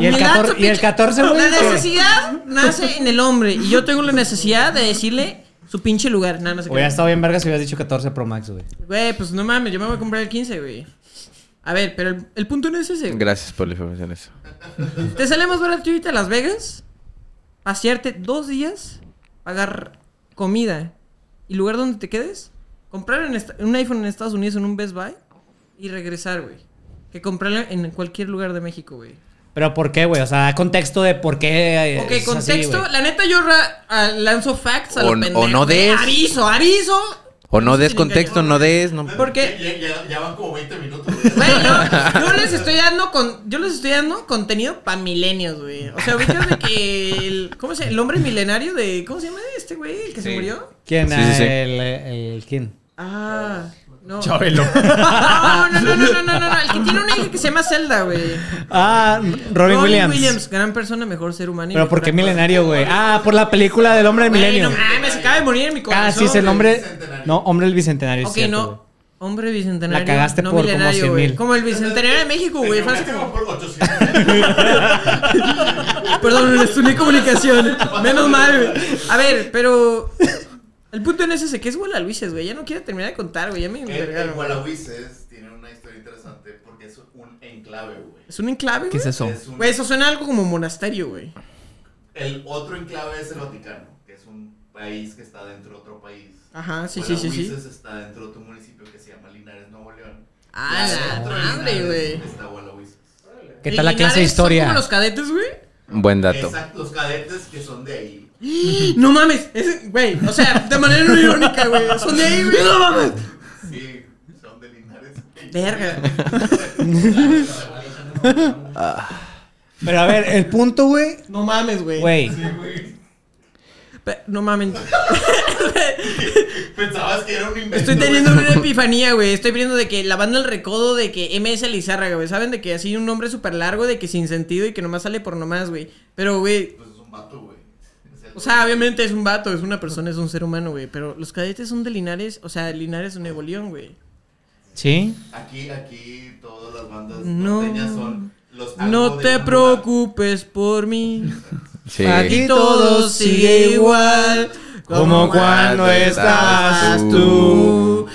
Speaker 1: Y el
Speaker 3: Humildad,
Speaker 1: 14,
Speaker 3: su
Speaker 1: y el
Speaker 3: pinche-
Speaker 1: 14 güey.
Speaker 3: La
Speaker 1: que-
Speaker 3: necesidad nace en el hombre. Y yo tengo la necesidad de decirle su pinche lugar. Nada, no sé
Speaker 1: Hubiera
Speaker 3: qué.
Speaker 1: estado bien verga si hubieras dicho 14 Pro Max, güey.
Speaker 3: Güey, pues no mames, yo me voy a comprar el 15, güey. A ver, pero el, el punto no es ese. güey.
Speaker 5: Gracias por la información eso.
Speaker 3: Te sale más barato irte a Las Vegas, pasearte dos días, pagar comida y lugar donde te quedes, comprar en esta- un iPhone en Estados Unidos en un Best Buy y regresar, güey. Que comprarlo en cualquier lugar de México, güey.
Speaker 1: Pero ¿por qué, güey? O sea, da contexto de por qué. eh,
Speaker 3: Ok,
Speaker 1: es
Speaker 3: contexto.
Speaker 1: así, güey.
Speaker 3: la neta, yo ra- ah, lanzo facts a
Speaker 5: O-
Speaker 3: lo
Speaker 5: o
Speaker 3: pendejo.
Speaker 5: no des.
Speaker 3: Aviso, aviso.
Speaker 5: O no des
Speaker 3: Sin
Speaker 5: contexto,
Speaker 3: engañar.
Speaker 5: no des, no.
Speaker 3: Porque-
Speaker 2: Ya, ya- ya van como 20 minutos. güey.
Speaker 3: Güey, yo, yo les estoy dando con, yo les estoy dando contenido para milenios, güey. O sea, ubicas de que el, ¿cómo se, el hombre milenario de cómo se llama este güey el que se
Speaker 5: Sí.
Speaker 3: murió?
Speaker 1: ¿Quién?
Speaker 5: Sí, sí, sí.
Speaker 1: El, el- ¿Quién?
Speaker 3: Ah, no.
Speaker 4: Chabelo.
Speaker 3: No, no, no, no, no, no, no, no, El que tiene una hija que se llama Zelda, güey.
Speaker 1: Ah, Robin Williams.
Speaker 3: gran persona, mejor ser humano. y
Speaker 1: Pero
Speaker 3: mejor
Speaker 1: ¿por qué
Speaker 3: actor.
Speaker 1: milenario, güey? Ah, por la película del hombre del
Speaker 3: Güey,
Speaker 1: milenio.
Speaker 3: No mames, se acaba de morir en mi corazón.
Speaker 1: Ah, sí, es el
Speaker 3: güey.
Speaker 1: hombre.
Speaker 2: Bicentenario.
Speaker 1: No, hombre del bicentenario. es
Speaker 3: Ok,
Speaker 1: cierto, güey.
Speaker 3: no. Hombre bicentenario.
Speaker 1: La cagaste
Speaker 3: no
Speaker 1: por como
Speaker 3: milenario,
Speaker 1: 100,000.
Speaker 3: güey. Como el bicentenario Pues, de México, güey.
Speaker 2: Yo me
Speaker 3: Falso
Speaker 2: tengo
Speaker 3: como-
Speaker 2: por 800.
Speaker 3: Perdón, les uní comunicación. Menos mal, güey. A ver, pero. El punto en es ese, que es Huela Luises, güey. Ya no quiero terminar de contar, güey. Ya me
Speaker 2: El, el
Speaker 3: envergaron, güey.
Speaker 2: Gualahuises tiene una historia interesante porque es un enclave, güey.
Speaker 3: ¿Es un enclave,
Speaker 4: ¿Qué
Speaker 3: güey?
Speaker 4: es eso?
Speaker 2: Es un-
Speaker 3: Güey, eso suena algo como monasterio, güey.
Speaker 2: El otro enclave es el Vaticano, que es un país que está dentro de otro país.
Speaker 3: Ajá, Ah, sí, sí, sí, sí.
Speaker 2: Gualahuises está dentro de otro municipio que se llama Linares, Nuevo León.
Speaker 3: Ah,
Speaker 2: Y
Speaker 3: la
Speaker 2: adentro de
Speaker 3: madre,
Speaker 2: Linares
Speaker 3: güey.
Speaker 2: Está Gualahuises.
Speaker 1: ¿Qué tal la
Speaker 3: Linares
Speaker 1: clase de
Speaker 3: Son como
Speaker 1: historia?
Speaker 3: los cadetes, güey.
Speaker 5: Buen dato.
Speaker 2: Exacto, los cadetes que son de ahí.
Speaker 3: No mames, ese- güey. O sea, de manera no irónica, güey. Son de ahí, güey. No mames.
Speaker 2: Sí, son de Linares.
Speaker 3: Verga.
Speaker 1: Pero a ver, el punto, güey.
Speaker 3: No mames, güey.
Speaker 1: Güey,
Speaker 3: Pe- No mames.
Speaker 2: Pensabas que era un invento.
Speaker 3: Estoy
Speaker 2: güey.
Speaker 3: teniendo una epifanía, güey. Estoy viendo de que lavando el recodo de que MS Lizárraga, güey. ¿Saben de que así un nombre súper largo de que sin sentido y que nomás sale por nomás, güey? Pero, güey.
Speaker 2: Pues es un vato, güey. Es el-
Speaker 3: O sea, obviamente es un vato, es una persona, es un ser humano, güey. Pero los cadetes son de Linares, o sea, Linares Nuevo León, güey.
Speaker 1: ¿sí?
Speaker 2: Aquí, aquí, todas las bandas
Speaker 3: No.
Speaker 2: norteñas son los algo
Speaker 3: No
Speaker 2: de
Speaker 3: te
Speaker 2: un
Speaker 3: preocupes por mí.
Speaker 5: Sí.
Speaker 1: Aquí-
Speaker 3: Y todo sigue igual.
Speaker 1: Como cuando estás tú.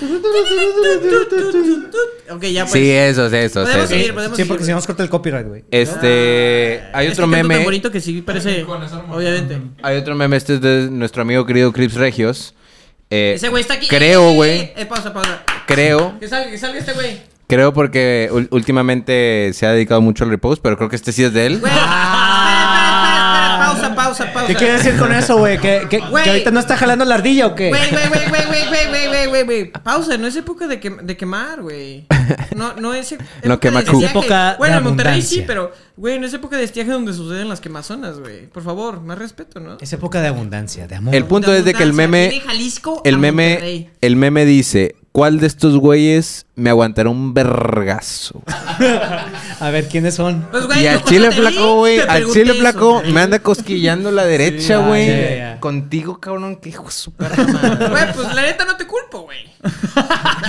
Speaker 3: Ok, ya pues.
Speaker 5: Sí, esos, esos,
Speaker 3: Podemos
Speaker 5: esos.
Speaker 3: seguir, podemos
Speaker 1: Sí, porque
Speaker 3: seguir.
Speaker 1: si no nos corta el copyright, güey.
Speaker 5: Este, hay
Speaker 3: Es
Speaker 5: otro
Speaker 3: que canto tan
Speaker 5: meme.
Speaker 3: bonito que sí parece.
Speaker 7: Con eso no me-
Speaker 3: Obviamente.
Speaker 5: Hay otro meme, este es de nuestro amigo querido Crips Regios. Eh,
Speaker 3: Ese güey está aquí.
Speaker 5: Creo,
Speaker 3: Eh,
Speaker 5: güey.
Speaker 3: Eh, pausa, pausa.
Speaker 5: Creo,
Speaker 3: Que salga, que salga este güey.
Speaker 5: creo porque ul- últimamente se ha dedicado mucho al repost, pero creo que este sí es de él.
Speaker 3: Güey.
Speaker 5: Ah.
Speaker 3: Espera, espera, espera, espera. Pausa, pausa, pausa.
Speaker 1: ¿Qué quieres decir con eso, güey? ¿Que, que, que
Speaker 3: Güey.
Speaker 1: ahorita no está jalando la ardilla o qué?
Speaker 3: Güey, güey, güey, güey, güey, güey, güey, güey, güey, güey. Pausa, no es época de, quem- de quemar, güey. No, no es e- época
Speaker 5: No quema
Speaker 3: de
Speaker 5: cu.
Speaker 3: estiaje.
Speaker 1: Época de
Speaker 3: Bueno, en Monterrey sí,
Speaker 1: abundancia.
Speaker 3: pero, güey, no es época de estiaje donde suceden las quemazonas, güey. Por favor, más respeto, ¿no?
Speaker 1: Es época de abundancia, de amor.
Speaker 5: El punto es de que el
Speaker 3: Abundancia,
Speaker 5: meme,
Speaker 3: viene Jalisco a
Speaker 5: el meme,
Speaker 3: Monterrey.
Speaker 5: el meme dice, ¿cuál de estos güeyes me aguantará un vergazo?
Speaker 1: A ver, ¿quiénes son?
Speaker 3: Pues, güey,
Speaker 5: y al
Speaker 3: cuando
Speaker 5: chile
Speaker 3: te vi,
Speaker 5: flaco, güey,
Speaker 3: te
Speaker 5: al
Speaker 3: pregunté
Speaker 5: chile
Speaker 3: eso,
Speaker 5: flaco
Speaker 3: güey.
Speaker 5: me anda cosquillando la derecha,
Speaker 1: ya,
Speaker 5: güey.
Speaker 1: ya, ya.
Speaker 5: Contigo, cabrón, que hijo de su perra madre.
Speaker 3: Güey, pues la neta no te culpo, güey.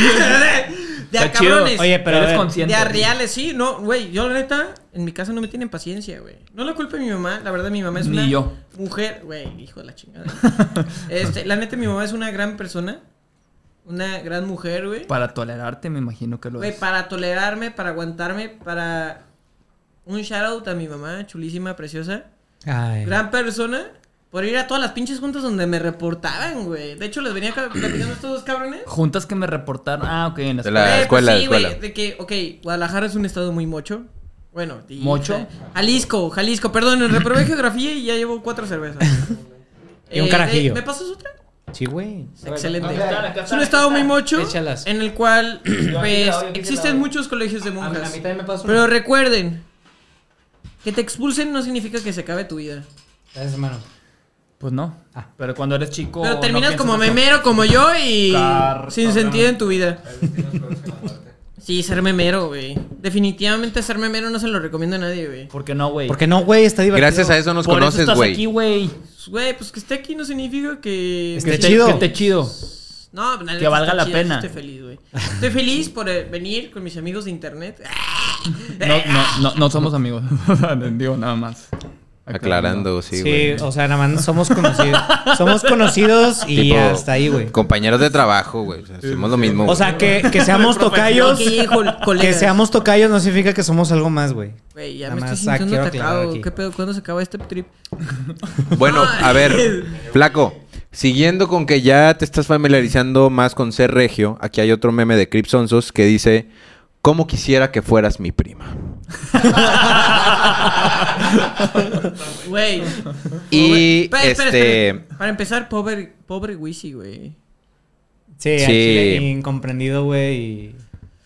Speaker 3: de a
Speaker 4: Está chido.
Speaker 3: cabrones.
Speaker 1: Oye, pero a
Speaker 4: Eres
Speaker 1: ver,
Speaker 4: consciente.
Speaker 3: De a reales, sí, no, güey, yo la neta, en mi casa no me tienen paciencia, güey. No la culpa de mi mamá, la verdad mi mamá es
Speaker 4: Ni
Speaker 3: una
Speaker 4: yo.
Speaker 3: mujer, güey, hijo de la chingada. este, la neta mi mamá es una gran persona, una gran mujer, güey.
Speaker 4: Para tolerarte, me imagino que lo
Speaker 3: Güey,
Speaker 4: es.
Speaker 3: para tolerarme, para aguantarme, para un shout out a mi mamá, chulísima, preciosa.
Speaker 1: Ay.
Speaker 3: Gran persona. Por ir a todas las pinches juntas donde me reportaban, güey. De hecho, les venía ca- platicando a estos dos cabrones.
Speaker 4: Juntas que me reportaron. Ah, ok, en la
Speaker 5: De la-
Speaker 4: escuela.
Speaker 3: Güey, pues
Speaker 5: escuela,
Speaker 3: sí, güey,
Speaker 5: escuela.
Speaker 3: de que, ok, Guadalajara es un estado muy mocho. Bueno, y-
Speaker 4: ¿Mocho?
Speaker 3: Jalisco, Jalisco, perdón, reprobé geografía y ya llevo cuatro cervezas.
Speaker 1: Y un
Speaker 3: Eh,
Speaker 1: carajillo.
Speaker 3: eh, ¿Me pasas otra?
Speaker 1: Sí, güey.
Speaker 3: Es Excelente.
Speaker 7: acá están,
Speaker 3: Es un estado muy mocho
Speaker 1: Échalas.
Speaker 3: en el cual pues,
Speaker 7: la doy, yo aquí la
Speaker 3: existen
Speaker 7: doy.
Speaker 3: muchos colegios de
Speaker 1: A mí- a mí
Speaker 3: monjas.
Speaker 1: también me pasa una.
Speaker 3: Pero recuerden, que te expulsen no significa que se acabe tu vida.
Speaker 1: Gracias, hermano.
Speaker 4: Pues no. Pero cuando eres chico.
Speaker 3: Pero
Speaker 4: no
Speaker 3: terminas
Speaker 4: piensas
Speaker 3: como
Speaker 4: eso.
Speaker 3: memero como yo y
Speaker 4: Car-
Speaker 3: sin
Speaker 4: cabrón.
Speaker 3: sentido en tu vida.
Speaker 7: Hay destinos peores que la muerte.
Speaker 3: Sí, ser memero, güey. Definitivamente ser memero no se lo recomiendo a nadie, güey.
Speaker 4: ¿Por qué no, güey?
Speaker 1: Porque no, güey, está divertido.
Speaker 5: Gracias a eso nos
Speaker 4: Por eso
Speaker 5: conoces,
Speaker 4: estás aquí,
Speaker 5: güey.
Speaker 4: güey.
Speaker 3: Güey, pues que esté aquí no significa que...
Speaker 1: Esté
Speaker 4: Que
Speaker 3: que-
Speaker 4: te-
Speaker 1: chido.
Speaker 4: Que te chido.
Speaker 3: No, la neta
Speaker 4: Que valga
Speaker 3: está
Speaker 4: la
Speaker 3: chido, sí
Speaker 4: pena.
Speaker 3: Estoy feliz, güey. Estoy feliz por eh, venir con mis amigos de internet.
Speaker 4: No, no, no, no somos amigos. Digo, nada más.
Speaker 5: Aclarando, sí,
Speaker 1: Sí,
Speaker 5: güey.
Speaker 1: o sea, nada más no somos conocidos. somos conocidos y
Speaker 5: Tipo-
Speaker 1: hasta ahí, güey.
Speaker 5: Compañeros de trabajo, güey. o sea, hacemos lo mismo.
Speaker 1: O sea, que, que seamos tocayos.
Speaker 3: Creo que, hijo,
Speaker 1: Que
Speaker 3: colegas.
Speaker 1: seamos tocayos no significa que somos algo más, güey.
Speaker 3: Güey, ya
Speaker 1: Nada
Speaker 3: me estoy
Speaker 1: más, ah,
Speaker 3: sintiendo
Speaker 1: quiero aclarar
Speaker 3: atacado.
Speaker 1: aquí.
Speaker 3: ¿Qué pedo? ¿Cuándo se acaba este trip?
Speaker 5: Bueno,
Speaker 3: Ay.
Speaker 5: a ver, flaco, siguiendo con que ya te estás familiarizando más con ser regio, aquí hay otro meme de Cripsonsos que dice, ¿cómo quisiera que fueras mi prima?
Speaker 3: Güey.
Speaker 5: Y
Speaker 3: Espera, espera,
Speaker 5: este,
Speaker 3: espera. Para empezar, pobre, pobre Wisi, güey.
Speaker 1: Sí, al
Speaker 5: Sí.
Speaker 1: chile incomprendido, güey. y-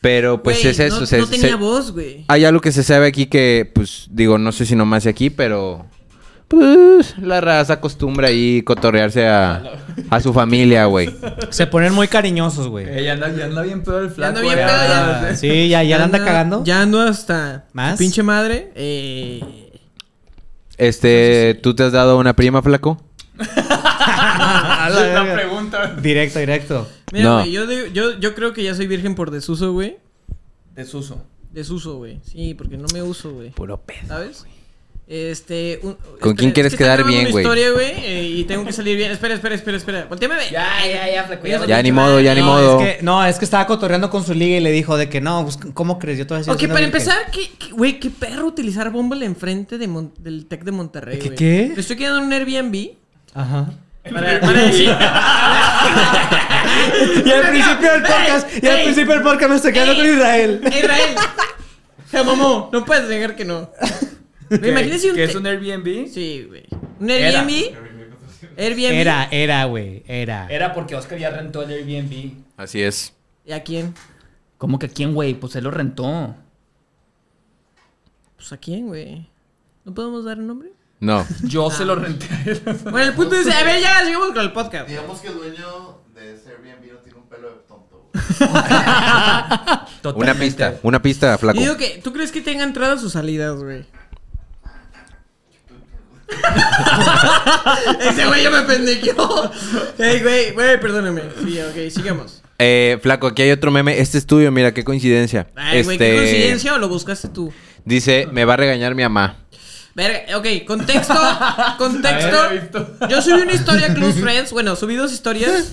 Speaker 5: pero pues
Speaker 3: Güey,
Speaker 5: es eso.
Speaker 3: No,
Speaker 5: se-
Speaker 3: no tenía
Speaker 5: se-
Speaker 3: voz, güey.
Speaker 5: Hay algo que se sabe aquí que, pues, digo, no sé si nomás aquí, pero... Pues la raza acostumbra ahí cotorrearse a, a su familia, güey.
Speaker 1: Se ponen muy cariñosos, güey.
Speaker 4: Ella anda, ya anda bien pedo el flaco.
Speaker 3: anda bien
Speaker 4: güey.
Speaker 3: pedo, ya.
Speaker 4: Ah, sí.
Speaker 1: Sí, ya, ya la anda cagando.
Speaker 3: Ya ando hasta.
Speaker 1: ¿Más?
Speaker 3: su Pinche madre. Eh.
Speaker 5: Este, ¿tú te has dado una prima, flaco?
Speaker 1: A la
Speaker 4: La
Speaker 1: verga.
Speaker 4: pregunta.
Speaker 1: Directo, directo.
Speaker 3: Mira,
Speaker 5: No.
Speaker 3: güey, yo, digo- yo, yo creo que ya soy virgen por desuso, güey.
Speaker 4: Desuso.
Speaker 3: Desuso, güey. Sí, porque no me uso, güey.
Speaker 5: Puro pedo.
Speaker 3: ¿Sabes? Este. un-
Speaker 5: ¿Con quién quieres
Speaker 3: es que
Speaker 5: quedar
Speaker 3: está grabando
Speaker 5: bien,
Speaker 3: una
Speaker 5: güey?
Speaker 3: historia, güey, eh, y tengo que salir bien. Espera, espera, espera, espera. Volteame a ver.
Speaker 4: Ya, ya, ya, flaco.
Speaker 3: ya.
Speaker 5: Ya ni modo, ya ni
Speaker 1: No,
Speaker 5: modo.
Speaker 1: Es que, no, es que estaba cotorreando con su liga y le dijo de que no, pues, ¿cómo crees? Yo todavía sigo
Speaker 3: Ok,
Speaker 1: siendo
Speaker 3: para
Speaker 1: virgen".
Speaker 3: empezar, ¿qué- qué- güey, qué, perro utilizar Bumble enfrente de Mon- del Tec de Monterrey,
Speaker 1: ¿Qué-
Speaker 3: güey.
Speaker 1: qué?
Speaker 3: Me estoy quedando en un Airbnb.
Speaker 1: Ajá.
Speaker 3: Para, para decir.
Speaker 1: Y al principio del podcast, y al
Speaker 3: ey,
Speaker 1: principio del podcast me estoy quedando con
Speaker 3: ey.
Speaker 1: Israel.
Speaker 3: Israel. Se mamó. No puedes negar que no. Me imaginas si un.
Speaker 4: ¿Que
Speaker 3: te-
Speaker 4: es un Airbnb?
Speaker 3: Sí, güey. Un
Speaker 4: Era.
Speaker 3: Airbnb. Airbnb.
Speaker 1: Era, era, güey, era.
Speaker 4: Era porque Oscar ya rentó el Airbnb.
Speaker 5: Así es.
Speaker 3: ¿Y a quién?
Speaker 4: ¿Cómo que quién, güey? Pues él lo rentó.
Speaker 3: Pues a quién, güey. ¿No podemos dar nombre?
Speaker 5: No.
Speaker 4: Yo se lo renté a él.
Speaker 3: Bueno, el punto es. A ver, ya sigamos con el podcast.
Speaker 2: Digamos que el dueño de ese Airbnb no tiene un pelo de tonto.
Speaker 5: Una pista, una pista, flaco.
Speaker 3: Yo digo que. ¿Tú crees que tenga entradas o salidas, güey? Ese güey ya me pendeció. Ey, güey, güey, perdóname. Sí, ok, sigamos.
Speaker 5: Eh, flaco, aquí hay otro meme. Este es tuyo, mira, qué coincidencia.
Speaker 3: Ay, güey,
Speaker 5: Este,
Speaker 3: ¿qué coincidencia o lo buscaste tú?
Speaker 5: Dice, me va a regañar mi mamá.
Speaker 3: Verga, ok, contexto, contexto. Yo subí una historia Close Friends, bueno, subí dos historias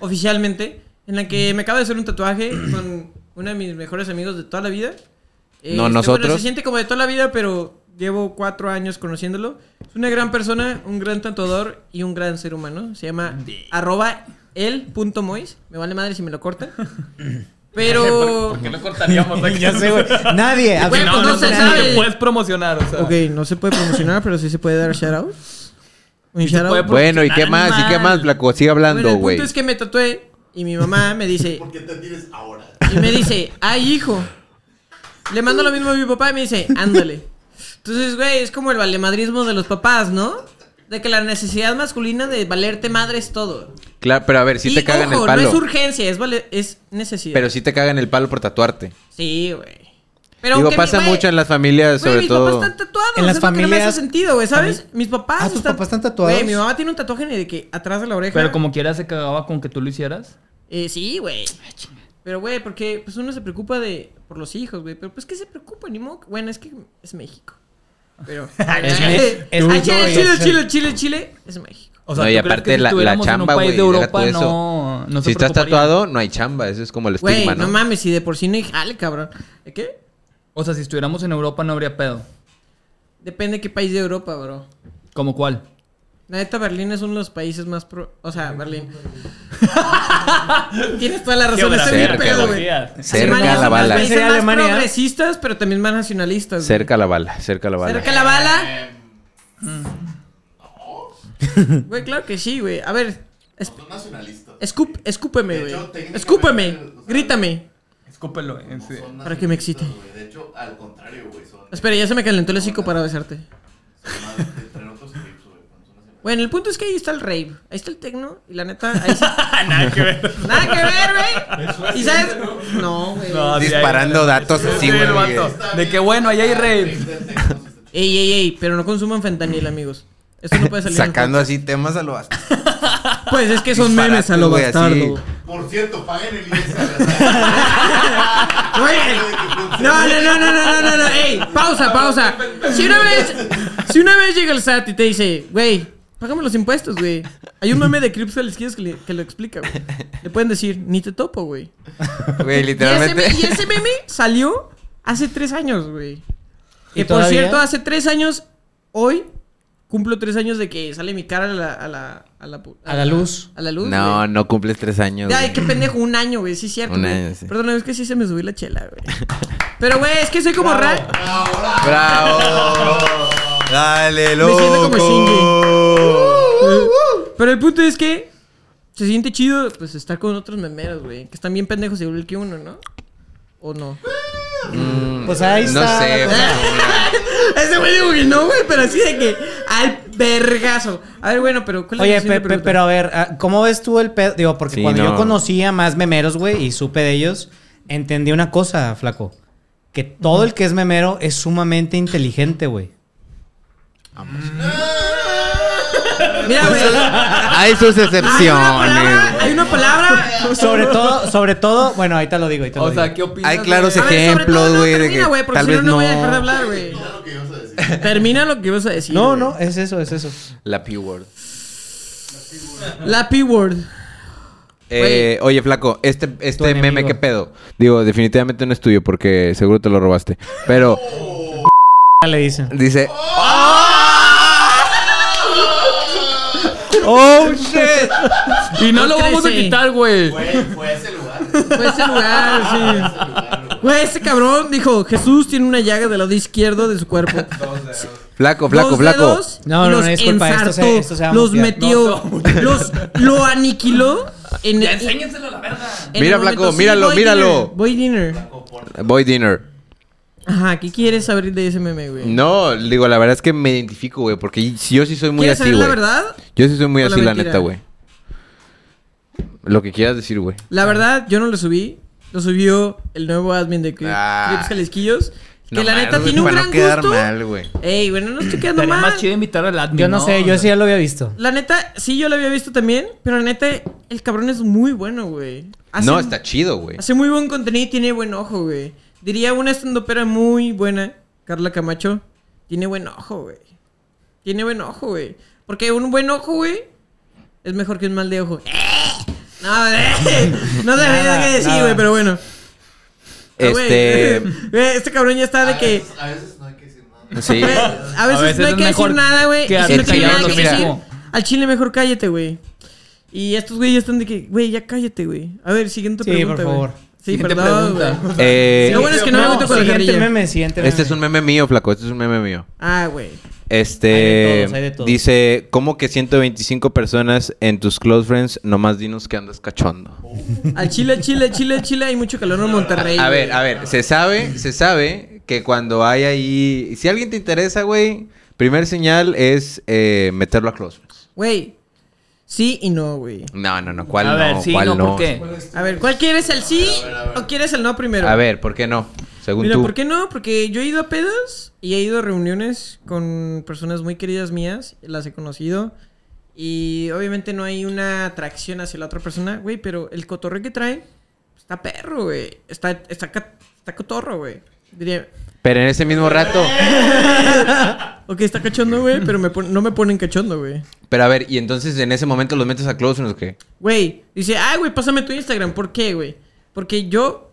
Speaker 3: oficialmente, en la que me acabo de hacer un tatuaje con uno de mis mejores amigos de toda la vida. Eh,
Speaker 5: No,
Speaker 3: este,
Speaker 5: nosotros.
Speaker 3: bueno, se siente como de toda la vida, pero llevo cuatro años conociéndolo. Es una gran persona, un gran tatuador y un gran ser humano. Se llama arroba el punto Mois. Me vale madre si me lo corta. Pero...
Speaker 4: ¿Por qué lo cortaríamos? aquí?
Speaker 1: ya sé, güey. Nadie,
Speaker 3: Bueno,
Speaker 4: No, no, no,
Speaker 3: pues se
Speaker 4: no,
Speaker 3: sabe.
Speaker 4: lo puedes promocionar, o sea.
Speaker 3: Ok, no se puede promocionar, pero sí se puede dar shout-out. Un
Speaker 4: Sí se puede
Speaker 3: shout-out.
Speaker 5: Bueno, ¿y qué más? ¿Y qué más, Flaco? Sigue
Speaker 3: Bueno,
Speaker 5: hablando,
Speaker 3: el
Speaker 5: güey.
Speaker 3: punto es que me tatué y mi mamá me dice,
Speaker 2: ¿Por qué te tienes ahora?
Speaker 3: y me dice, ay, hijo. Le mando lo mismo a mi papá y me dice, ándale. Entonces, güey, es como el valemadrismo de los papás, ¿no? De que la necesidad masculina de valerte madre es todo.
Speaker 5: Claro, pero a ver, si
Speaker 3: Y,
Speaker 5: te cagan
Speaker 3: ojo,
Speaker 5: el
Speaker 3: No
Speaker 5: palo.
Speaker 3: es urgencia, es, vale- es necesidad.
Speaker 5: Pero si te cagan el palo por tatuarte.
Speaker 3: sí, güey. Pero
Speaker 5: Digo,
Speaker 3: aunque mi-
Speaker 5: pasa
Speaker 3: güey,
Speaker 5: mucho en las familias,
Speaker 3: Güey,
Speaker 5: sobre
Speaker 3: mis
Speaker 5: todo.
Speaker 3: papás están tatuados.
Speaker 1: En las
Speaker 3: es lo que no me
Speaker 1: familias-
Speaker 3: hace sentido, güey, ¿sabes? Mis papás
Speaker 1: Ah, ¿tus papás están tatuados?
Speaker 3: Güey, mi mamá tiene un tatuaje de que atrás de la oreja.
Speaker 4: Pero como quiera se cagaba con que tú lo hicieras.
Speaker 3: Eh, sí, güey.
Speaker 5: Ah,
Speaker 3: Pero, güey, porque pues uno se preocupa de por los hijos, güey. Pero pues que se preocupa, ni modo. que- Bueno, es que es México. Pero.
Speaker 4: Es
Speaker 3: Eh,
Speaker 1: que-
Speaker 3: ah,
Speaker 1: es-
Speaker 3: Chile,
Speaker 1: es-
Speaker 3: Chile,
Speaker 1: es-
Speaker 3: Chile, Chile, Chile, es México.
Speaker 5: No, y
Speaker 4: ¿tú crees
Speaker 5: aparte
Speaker 4: que si
Speaker 5: la- la
Speaker 4: estuviéramos en un
Speaker 5: chamba,
Speaker 4: país
Speaker 5: güey,
Speaker 4: de
Speaker 5: deja
Speaker 4: Europa,
Speaker 5: tú eso.
Speaker 4: no, no se
Speaker 5: si estás
Speaker 4: preocuparía.
Speaker 5: tatuado, no hay chamba. Ese es como el
Speaker 3: Güey,
Speaker 5: estigma,
Speaker 3: no
Speaker 5: ¿no?
Speaker 3: mames, si de por sí no hay jale, cabrón. ¿De qué?
Speaker 4: O sea, si estuviéramos en Europa no habría pedo.
Speaker 3: Depende de qué país de Europa, bro.
Speaker 4: ¿Como cuál?
Speaker 3: La neta, Berlín es uno de los países más pro... O sea, Berlín. Tienes toda la razón. Está bien
Speaker 5: Geografía,
Speaker 3: pedo, güey.
Speaker 4: geografía.
Speaker 5: Cerca
Speaker 3: Alemania es uno de
Speaker 5: la
Speaker 3: los
Speaker 5: bala.
Speaker 3: países
Speaker 1: Sería
Speaker 3: más
Speaker 1: Alemania.
Speaker 3: progresistas, pero también más nacionalistas. güey.
Speaker 5: Cerca la bala, cerca la bala.
Speaker 3: Cerca la bala.
Speaker 2: Em,
Speaker 3: Güey, claro que sí, güey. A ver, es-
Speaker 2: No son nacionalistas.
Speaker 3: escup- escúpeme,
Speaker 2: De
Speaker 3: güey.
Speaker 2: hecho, técnicamente,
Speaker 3: Escúpeme,
Speaker 2: o sea,
Speaker 3: grítame.
Speaker 4: Escúpelo. en
Speaker 2: No
Speaker 4: sí.
Speaker 2: son
Speaker 3: Para que me
Speaker 2: nacionalistas,
Speaker 3: excite.
Speaker 2: güey. De hecho, al contrario, güey. Son,
Speaker 3: Espera, ya se me calentó el hocico para besarte.
Speaker 2: son más de traer otros trips, güey. No son nacionalistas.
Speaker 3: Bueno, el punto es que ahí está el rave, ahí está el tecno y la neta, ahí está... Nada que ver, güey. ¿Y sabes? No, güey.
Speaker 4: No, sí,
Speaker 5: Disparando
Speaker 4: ahí-
Speaker 5: datos así,
Speaker 4: Sí,
Speaker 5: güey.
Speaker 4: el vato. De que bueno, ahí hay rave.
Speaker 2: Trips del tecno, este sí está chido.
Speaker 3: Ey, ey, ey, pero no consuman fentanil, amigos. Esto no puede salir. en el
Speaker 5: Sacando así temas a lo bast-
Speaker 3: podcast. Pues es que son memes a lo
Speaker 5: disparates,
Speaker 3: bastardo.
Speaker 5: güey, así.
Speaker 2: Por cierto, paguen el IES. ¿verdad?
Speaker 3: Güey. No, no, no, no, no, no, no, no. Ey, pausa, pausa. Si una vez, si una vez llega el SAT y te dice, güey, págame los impuestos, güey. Hay un meme de Cripsal Skills que, le- que lo explica, güey. Le pueden decir, ni te topo, güey.
Speaker 5: Güey,
Speaker 3: Y ese,
Speaker 5: literalmente.
Speaker 3: me- y ese meme salió hace tres años, güey.
Speaker 1: ¿Y
Speaker 3: Que por
Speaker 1: todavía?
Speaker 3: cierto, hace tres años, hoy, cumplo tres años de que sale mi cara a la... A la, a la, pu-
Speaker 1: A la luz.
Speaker 3: A la luz,
Speaker 5: No,
Speaker 3: güey.
Speaker 5: no cumples tres años.
Speaker 3: Ay,
Speaker 5: güey.
Speaker 3: qué pendejo, un año, güey, sí es cierto.
Speaker 5: Un
Speaker 3: güey.
Speaker 5: año, sí.
Speaker 3: Perdón, es que sí se me subió la chela, güey. Pero, güey, es que soy como Ra...
Speaker 5: ¡Bravo! ¡Dale,
Speaker 3: Me siento
Speaker 5: loco!
Speaker 3: como Uh, Pero el punto es que se siente chido, pues, estar con otros memeros, güey. Que están bien pendejos igual que uno, ¿no? ¿O no?
Speaker 5: Mm,
Speaker 1: Pues ahí
Speaker 5: no
Speaker 1: está.
Speaker 5: sé,
Speaker 3: Ese güey dijo que no, güey, pero así de que al vergazo. A ver, bueno, pero ¿cuál es la
Speaker 1: Oye,
Speaker 3: siguiente
Speaker 1: Pepe,
Speaker 3: pregunta?
Speaker 1: pero a ver, ah, ¿cómo ves tú el pedo? Digo, porque
Speaker 5: Sí,
Speaker 1: cuando yo
Speaker 5: no.
Speaker 1: conocía más memeros, güey, y supe de ellos, entendí una cosa, flaco. Que todo el que es memero es sumamente inteligente, güey.
Speaker 3: Mira, güey.
Speaker 5: Hay sus
Speaker 3: Hay una
Speaker 5: excepciones.
Speaker 3: palabra, hay una palabra.
Speaker 1: Sobre todo, sobre todo, bueno, ahorita lo digo, ahorita lo
Speaker 4: O sea,
Speaker 1: digo.
Speaker 4: ¿qué opinas?
Speaker 5: Hay claros
Speaker 4: de-
Speaker 3: A ver, sobre
Speaker 5: ejemplos,
Speaker 3: todo, no,
Speaker 5: güey, de
Speaker 3: termina,
Speaker 5: que
Speaker 3: güey, porque
Speaker 5: tal
Speaker 3: si
Speaker 5: vez
Speaker 3: no, no voy a
Speaker 5: no.
Speaker 3: dejar de hablar, güey.
Speaker 2: Mira lo que ibas a decir.
Speaker 3: Termina lo que ibas a decir.
Speaker 1: No,
Speaker 3: güey.
Speaker 1: no, es eso, es eso.
Speaker 5: La P-word.
Speaker 3: La P-word.
Speaker 5: Eh, oye, flaco, este,
Speaker 1: Tu
Speaker 5: este
Speaker 1: enemigo.
Speaker 5: meme, ¿qué pedo? Digo, definitivamente no es tuyo porque seguro te lo robaste. Pero
Speaker 3: Ah,
Speaker 1: Le dicen.
Speaker 5: dice. ¡Oh, shit!
Speaker 4: Y no
Speaker 3: No
Speaker 4: lo vamos a
Speaker 3: crece.
Speaker 4: quitar, güey.
Speaker 2: Fue, fue ese lugar.
Speaker 3: Fue ese
Speaker 1: Ah,
Speaker 3: lugar, sí.
Speaker 2: Ese lugar, güey.
Speaker 3: Güey, ese cabrón dijo, Jesús tiene una llaga del lado izquierdo de su cuerpo.
Speaker 7: Dos dedos.
Speaker 5: Flaco, flaco,
Speaker 3: Dos
Speaker 5: flaco.
Speaker 3: dedos,
Speaker 1: No, no, no,
Speaker 3: los
Speaker 1: disculpa, esto se-
Speaker 3: ensartó,
Speaker 1: esto se va a
Speaker 3: los
Speaker 1: mutear.
Speaker 3: metió, los, lo aniquiló. En,
Speaker 4: Ya
Speaker 3: en-
Speaker 4: enséñenselo a la verga.
Speaker 3: en
Speaker 5: Mira,
Speaker 3: el momento.
Speaker 5: flaco, míralo,
Speaker 3: voy
Speaker 5: míralo.
Speaker 3: dinner, Voy dinner.
Speaker 5: Boy dinner.
Speaker 3: Ajá, ¿qué quieres saber de ese meme, güey?
Speaker 5: No, digo, la verdad es que me identifico, güey, porque yo sí soy muy
Speaker 3: ¿Quieres
Speaker 5: así,
Speaker 3: saber la
Speaker 5: güey.
Speaker 3: verdad?
Speaker 5: Yo sí soy muy
Speaker 3: o la
Speaker 5: así, la
Speaker 3: mentira?
Speaker 5: neta, güey. Lo que quieras decir, güey.
Speaker 3: La verdad, yo no lo subí. Lo subió el nuevo admin de Cri-
Speaker 5: Ah.
Speaker 3: Crips Jalisquillos. Que
Speaker 5: No
Speaker 3: la
Speaker 5: mames,
Speaker 3: neta
Speaker 5: güey,
Speaker 3: tiene un
Speaker 5: para
Speaker 3: gran
Speaker 5: no quedar
Speaker 3: gusto.
Speaker 5: mal, güey.
Speaker 3: Ey, bueno, no estoy quedando
Speaker 4: Estaría
Speaker 3: mal.
Speaker 4: más chido invitar al admin.
Speaker 1: Yo no sé, yo sí ya lo había visto.
Speaker 3: La neta, sí, yo lo había visto también, pero la neta, el cabrón es muy bueno, güey. Hace-
Speaker 5: No, está chido, güey.
Speaker 3: Hace muy buen contenido y tiene buen ojo, güey. Diría una estandopera muy buena, Carla Camacho. Tiene buen ojo, güey. Tiene buen ojo, güey. Porque un buen ojo, güey, es mejor que un mal de ojo. No, no sé
Speaker 1: Nada,
Speaker 3: qué decir,
Speaker 1: nada.
Speaker 3: güey, pero bueno. Ah, güey,
Speaker 5: Este.
Speaker 3: güey, este cabrón ya está de
Speaker 2: a,
Speaker 3: que.
Speaker 1: Ah,
Speaker 2: veces, a veces no hay que decir nada.
Speaker 5: Sí.
Speaker 3: Güey, a veces,
Speaker 4: A veces
Speaker 3: no hay
Speaker 4: es
Speaker 3: que decir
Speaker 4: mejor
Speaker 3: nada, güey. Y si no
Speaker 4: quedarte
Speaker 3: tienes nada
Speaker 5: callado,
Speaker 3: que
Speaker 5: mira.
Speaker 3: decir, al chile mejor cállate, güey. Y estos güeyes están de que, güey, ya cállate, güey. A ver, siguiente
Speaker 1: Sí,
Speaker 3: pregunta.
Speaker 1: por
Speaker 3: güey.
Speaker 1: favor.
Speaker 3: Sí,
Speaker 4: Siguiente
Speaker 3: perdón,
Speaker 4: pregunta.
Speaker 3: güey.
Speaker 5: Eh,
Speaker 3: Lo bueno es que no me meto con la
Speaker 1: Siguiente
Speaker 3: carrilla.
Speaker 1: meme, siguiente meme.
Speaker 5: este es un meme mío, flaco. Este es un meme mío.
Speaker 3: Ah, güey.
Speaker 5: Este.
Speaker 1: Hay de todos, hay de todos.
Speaker 5: Dice: ¿Cómo que 125 personas en tus close friends nomás dinos que andas cachondo?
Speaker 3: Al chile, al chile, al chile, al chile hay mucho calor en Monterrey.
Speaker 5: A ver,
Speaker 3: güey.
Speaker 5: a ver, se sabe, se sabe que cuando hay ahí. Si alguien te interesa, güey, primer señal es eh, meterlo a close friends.
Speaker 3: Güey, sí y no, güey.
Speaker 5: No, no, no, ¿cuál
Speaker 4: a
Speaker 5: no?
Speaker 4: ver, sí,
Speaker 5: ¿Cuál
Speaker 4: no,
Speaker 5: no?
Speaker 4: ¿por qué?
Speaker 3: A ver, ¿cuál quieres el sí
Speaker 2: A ver, a ver.
Speaker 3: o quieres el no primero?
Speaker 5: A ver, ¿por qué no? Según
Speaker 3: Mira,
Speaker 5: tú.
Speaker 3: ¿por qué no? Porque yo he ido a pedos y he ido a reuniones con personas muy queridas mías, las he conocido y obviamente no hay una atracción hacia la otra persona, güey, pero el cotorreo que traen pues, está perro, güey. Está, está, ca- está cotorro, güey. Diría,
Speaker 5: Pero en ese mismo rato.
Speaker 3: ok, está cachondo, güey, pero me pon- no me ponen cachondo, güey.
Speaker 5: Pero a ver, ¿y entonces en ese momento los metes a close friends o qué?
Speaker 3: Güey, dice, ay, güey, pásame tu Instagram. ¿Por qué, güey? Porque yo,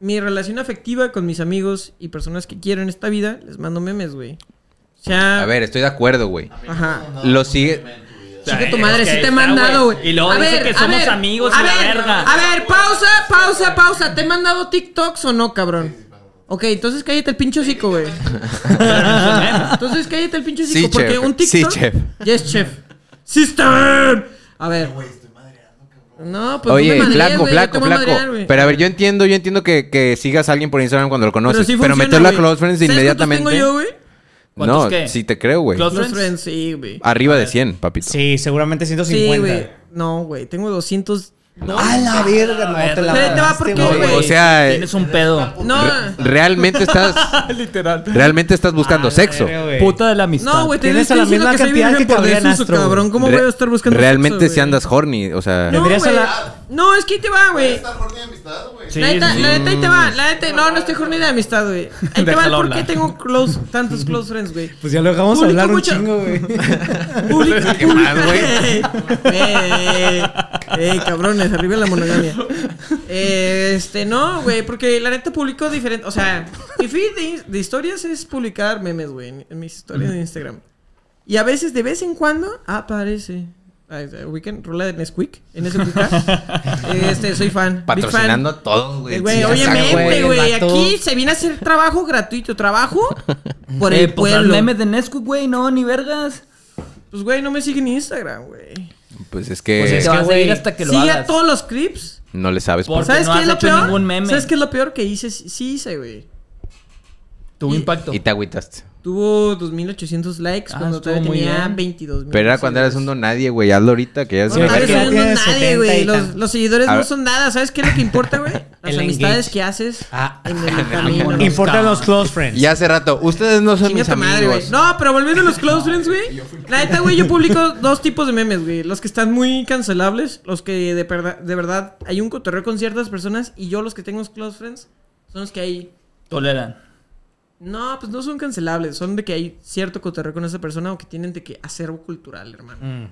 Speaker 3: mi relación afectiva con mis amigos y personas que quiero en esta vida, les mando memes, güey. O sea,
Speaker 5: A ver, estoy de acuerdo, güey.
Speaker 2: A mí
Speaker 3: Ajá.
Speaker 2: no,
Speaker 5: Lo
Speaker 2: un
Speaker 5: sigue-
Speaker 2: meme en tu vida.
Speaker 3: chica tu
Speaker 4: Es
Speaker 3: madre,
Speaker 4: que
Speaker 3: sí te he
Speaker 4: está,
Speaker 3: mandado,
Speaker 4: güey.
Speaker 3: güey.
Speaker 4: Y luego
Speaker 3: A
Speaker 4: dice
Speaker 3: ver,
Speaker 4: que
Speaker 3: a
Speaker 4: somos
Speaker 3: ver,
Speaker 4: amigos
Speaker 3: a
Speaker 4: y la
Speaker 3: ver,
Speaker 4: verga.
Speaker 3: A ver, pausa, pausa, pausa. ¿Te he mandado TikToks o no, cabrón? Ok, entonces cállate el pincho hocico, güey. Entonces cállate el pincho hocico,
Speaker 5: Sí,
Speaker 3: porque
Speaker 5: chef.
Speaker 3: un TikTok...
Speaker 5: Sí, chef.
Speaker 3: Yes, chef. System. A ver.
Speaker 2: Güey, estoy madreando, cabrón.
Speaker 3: No, pues
Speaker 5: Oye,
Speaker 3: no me madrees,
Speaker 5: flaco,
Speaker 3: güey, yo te
Speaker 5: flaco,
Speaker 3: voy a
Speaker 5: flaco.
Speaker 3: madrear, güey.
Speaker 5: pero a ver, yo entiendo, yo entiendo que, que sigas a alguien por Instagram cuando lo conoces. Pero,
Speaker 3: sí funciona,
Speaker 5: meterlo a
Speaker 3: güey.
Speaker 5: close friends
Speaker 3: ¿Sabes cuántos
Speaker 5: inmediatamente.
Speaker 3: tengo yo, güey?
Speaker 5: no,
Speaker 4: ¿Cuántos qué?
Speaker 5: sí te creo, güey.
Speaker 4: Close
Speaker 3: Los
Speaker 4: friends.
Speaker 3: friends, sí, güey.
Speaker 5: Arriba de 100, papito.
Speaker 1: Sí, seguramente
Speaker 3: Sí,
Speaker 1: 150.
Speaker 3: güey. No, güey, tengo 200. No,
Speaker 1: A la verga, no te la
Speaker 3: Pero ahí te va
Speaker 1: mamaste,
Speaker 3: por qué,
Speaker 5: No,
Speaker 1: güey.
Speaker 3: güey.
Speaker 5: o sea, eh,
Speaker 4: Tienes un pedo.
Speaker 3: no,
Speaker 5: re- realmente estás
Speaker 4: Literal.
Speaker 5: realmente estás buscando
Speaker 1: A Ah, la
Speaker 5: sexo.
Speaker 1: verga, güey.
Speaker 4: Puta de la amistad.
Speaker 3: no, güey, te
Speaker 1: Tienes
Speaker 3: estoy
Speaker 1: a la
Speaker 3: diciendo
Speaker 1: misma
Speaker 3: que soy
Speaker 1: cantidad
Speaker 3: virgen
Speaker 1: que
Speaker 3: por
Speaker 1: Gabriel
Speaker 3: dedazo,
Speaker 1: Astro,
Speaker 3: cabrón. ¿Cómo
Speaker 5: Re-
Speaker 3: voy a estar buscando
Speaker 5: Realmente
Speaker 3: sexo,
Speaker 5: si
Speaker 3: güey?
Speaker 5: andas horny, o sea,
Speaker 3: No,
Speaker 1: Tendrías a
Speaker 3: güey.
Speaker 1: la-
Speaker 3: No, es que ahí te va,
Speaker 2: Puede
Speaker 3: güey.
Speaker 2: estar Jordi de amistad, güey.
Speaker 4: Sí,
Speaker 3: la neta,
Speaker 4: sí, sí.
Speaker 3: la neta, ahí te va, la neta, no, no estoy jornada de amistad, güey. Ahí te va el
Speaker 4: Déjalo
Speaker 3: por qué
Speaker 4: hablar.
Speaker 3: tengo close, tantos close friends, güey.
Speaker 1: Pues ya lo dejamos
Speaker 3: Publico
Speaker 1: hablar un
Speaker 3: mucho.
Speaker 1: chingo, güey.
Speaker 3: Publica,
Speaker 5: ¿Qué más, güey?
Speaker 3: Eh, eh, eh, cabrones, arriba la monogamia. Eh, este, no, güey, porque la neta publico diferente. O sea, mi feed de, ins- de historias es publicar memes, güey, en, en mis historias de Instagram. Y a veces, de vez en cuando, aparece. Ay, Weekend, rola de Nesquik, en ese Este, soy fan. big fan.
Speaker 5: patrocinando a todos, güey.
Speaker 3: Eh, Güey,
Speaker 5: Sí,
Speaker 1: güey,
Speaker 3: obviamente,
Speaker 1: el
Speaker 3: güey.
Speaker 1: vato.
Speaker 3: Aquí se viene a hacer trabajo gratuito, trabajo por
Speaker 4: Eh,
Speaker 3: el
Speaker 4: pues, haz
Speaker 3: pueblo.
Speaker 4: memes de Nesquik, güey, no, ni vergas.
Speaker 3: Pues, güey, no me siguen en Instagram, güey.
Speaker 5: Pues es que
Speaker 1: Pues es
Speaker 4: te
Speaker 1: que,
Speaker 4: vas a seguir
Speaker 1: güey,
Speaker 4: hasta que lo
Speaker 3: Sigue a
Speaker 4: hagas.
Speaker 3: todos los clips.
Speaker 5: no le sabes por
Speaker 4: Porque
Speaker 3: ¿Sabes
Speaker 4: no
Speaker 3: qué
Speaker 4: has
Speaker 3: es lo
Speaker 4: hecho
Speaker 3: peor?
Speaker 4: ningún meme.
Speaker 3: ¿Sabes qué es lo peor que hice? Sí hice, güey.
Speaker 4: Tuvo
Speaker 3: Y-
Speaker 4: impacto.
Speaker 5: y te agüitaste.
Speaker 1: Pues
Speaker 3: Tuvo 2800 likes
Speaker 4: Ah,
Speaker 3: cuando
Speaker 4: estuvo
Speaker 3: todavía
Speaker 4: muy
Speaker 3: tenía
Speaker 4: bien.
Speaker 3: 22
Speaker 5: Pero era cuando eras un don nadie, güey. Hazlo ahorita que ya
Speaker 1: Sí,
Speaker 5: se
Speaker 1: Bueno,
Speaker 3: Ahora
Speaker 1: ahorita
Speaker 3: soy
Speaker 1: que ya
Speaker 3: un
Speaker 1: tienes
Speaker 3: nadie,
Speaker 1: 70
Speaker 3: güey.
Speaker 1: y
Speaker 3: Los,
Speaker 1: tanto.
Speaker 3: los seguidores
Speaker 5: A
Speaker 3: no
Speaker 5: ver.
Speaker 3: son nada. ¿Sabes qué es lo que importa, güey? Las
Speaker 1: El
Speaker 3: amistades
Speaker 1: engage.
Speaker 3: que haces
Speaker 1: Ah,
Speaker 3: en el camino.
Speaker 4: vámonos.
Speaker 1: Importan los close friends.
Speaker 5: Y hace rato, ustedes no son
Speaker 3: Chinga
Speaker 5: mis
Speaker 3: tu madre, güey.
Speaker 5: amigos.
Speaker 3: No, pero volviendo a los close friends, güey. La neta, güey, yo publico dos tipos de memes, güey. Los que están muy cancelables, los que de, perda- de verdad hay un cotorreo con ciertas personas y yo los que tengo close friends son los que hay...
Speaker 4: Toleran.
Speaker 3: No, pues no son cancelables, son de que hay cierto cotorreo con esa persona o que tienen de que acervo cultural, hermano.
Speaker 1: Mm.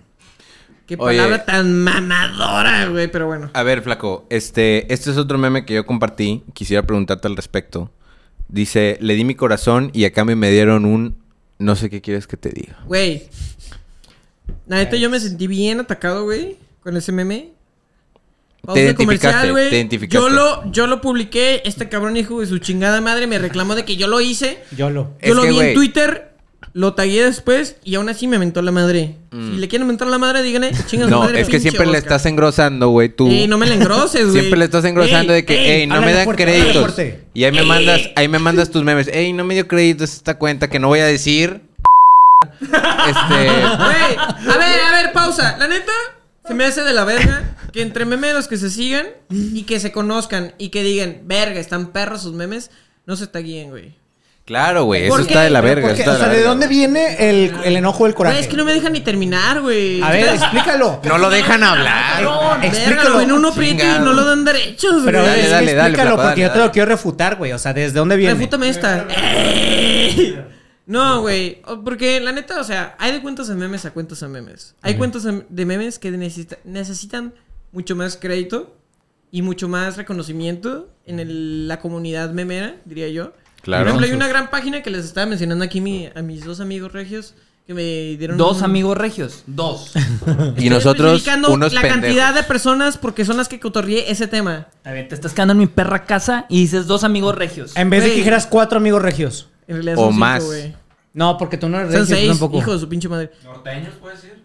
Speaker 3: Qué
Speaker 5: Oye.
Speaker 3: palabra tan mamadora, güey, pero bueno.
Speaker 5: A ver, flaco, este, este es otro meme que yo compartí. Quisiera preguntarte al respecto. Dice, le di mi corazón y a cambio me dieron un no sé qué quieres que te diga.
Speaker 3: Güey. La neta, yo me sentí bien atacado, güey, con ese meme. Pausa
Speaker 5: Te identificaste,
Speaker 3: comercial, güey.
Speaker 5: te identificaste.
Speaker 3: Yo lo, yo lo publiqué, este cabrón hijo de su chingada madre me reclamó de que yo lo hice.
Speaker 1: Yolo.
Speaker 5: Es
Speaker 3: Yo lo
Speaker 5: que,
Speaker 3: vi
Speaker 5: güey.
Speaker 3: en Twitter, lo tagué después y aún así me mentó la madre. Si le quieren mentar la madre, díganle, chingas
Speaker 5: Mm. No,
Speaker 3: madre.
Speaker 5: es que
Speaker 3: pinche
Speaker 5: siempre le
Speaker 3: Oscar".
Speaker 5: estás engrosando, güey, tú.
Speaker 3: Ey, no me la engroses, güey.
Speaker 5: Siempre le estás engrosando
Speaker 3: Ey,
Speaker 5: de que,
Speaker 3: ey,
Speaker 5: ey, no me
Speaker 1: háblale
Speaker 5: dan
Speaker 1: fuerte, háblale
Speaker 5: créditos.
Speaker 1: fuerte.
Speaker 5: Y ahí me mandas, ahí me mandas tus memes. Ey, no me dio créditos esta cuenta que no voy a decir. Este,
Speaker 3: Güey, a ver, a ver, pausa. La neta, se me hace de la verga que entre memes los que se sigan y que se conozcan y que digan, verga, están perros sus memes, no se taguíen, güey.
Speaker 5: claro, güey, eso
Speaker 3: ¿Por
Speaker 5: está
Speaker 3: qué?
Speaker 5: de la verga.
Speaker 1: Porque,
Speaker 5: eso está
Speaker 1: o sea,
Speaker 5: de la
Speaker 1: ¿de
Speaker 5: verga.
Speaker 1: dónde viene el, el enojo del coraje?
Speaker 3: Güey, es que no me dejan ni terminar, güey.
Speaker 1: A ver, explícalo.
Speaker 5: No lo dejan hablar.
Speaker 3: Verga,
Speaker 1: explícalo.
Speaker 3: lo ven uno prieto y
Speaker 5: Chingado.
Speaker 3: no lo dan derechos,
Speaker 1: Pero
Speaker 3: güey.
Speaker 1: es que
Speaker 5: dale, dale,
Speaker 1: explícalo
Speaker 5: flaco,
Speaker 1: porque
Speaker 5: dale,
Speaker 1: yo te
Speaker 5: dale.
Speaker 1: lo quiero refutar, güey. O sea, ¿desde dónde viene?
Speaker 3: Refútame esta. Ey. No, güey. o- Porque la neta, o sea, hay de cuentos de memes a cuentos de memes. Hay cuentos de de memes que necesita- necesitan mucho más crédito y mucho más reconocimiento en el- la comunidad memera, diría yo. Por
Speaker 5: Claro.
Speaker 3: ejemplo, hay una gran página que les estaba mencionando aquí mi- a mis dos amigos regios que me dieron.
Speaker 4: Dos
Speaker 3: un-
Speaker 4: amigos regios. Dos.
Speaker 5: Y
Speaker 3: Estoy
Speaker 5: nosotros,
Speaker 3: especificando
Speaker 5: unos
Speaker 3: la
Speaker 5: pendejos.
Speaker 3: cantidad de personas porque son las que cotorrié ese tema.
Speaker 4: A ver, te estás quedando en mi perra casa y dices dos amigos regios.
Speaker 1: En vez de que
Speaker 3: Güey.
Speaker 1: dijeras cuatro amigos regios.
Speaker 3: En realidad
Speaker 5: O
Speaker 3: son cinco,
Speaker 5: más.
Speaker 3: güey.
Speaker 1: No, porque tú no eres
Speaker 3: Son
Speaker 1: regio, tú
Speaker 3: seis,
Speaker 1: tampoco.
Speaker 3: hijo de su pinche madre.
Speaker 7: ¿Norteños puede decir?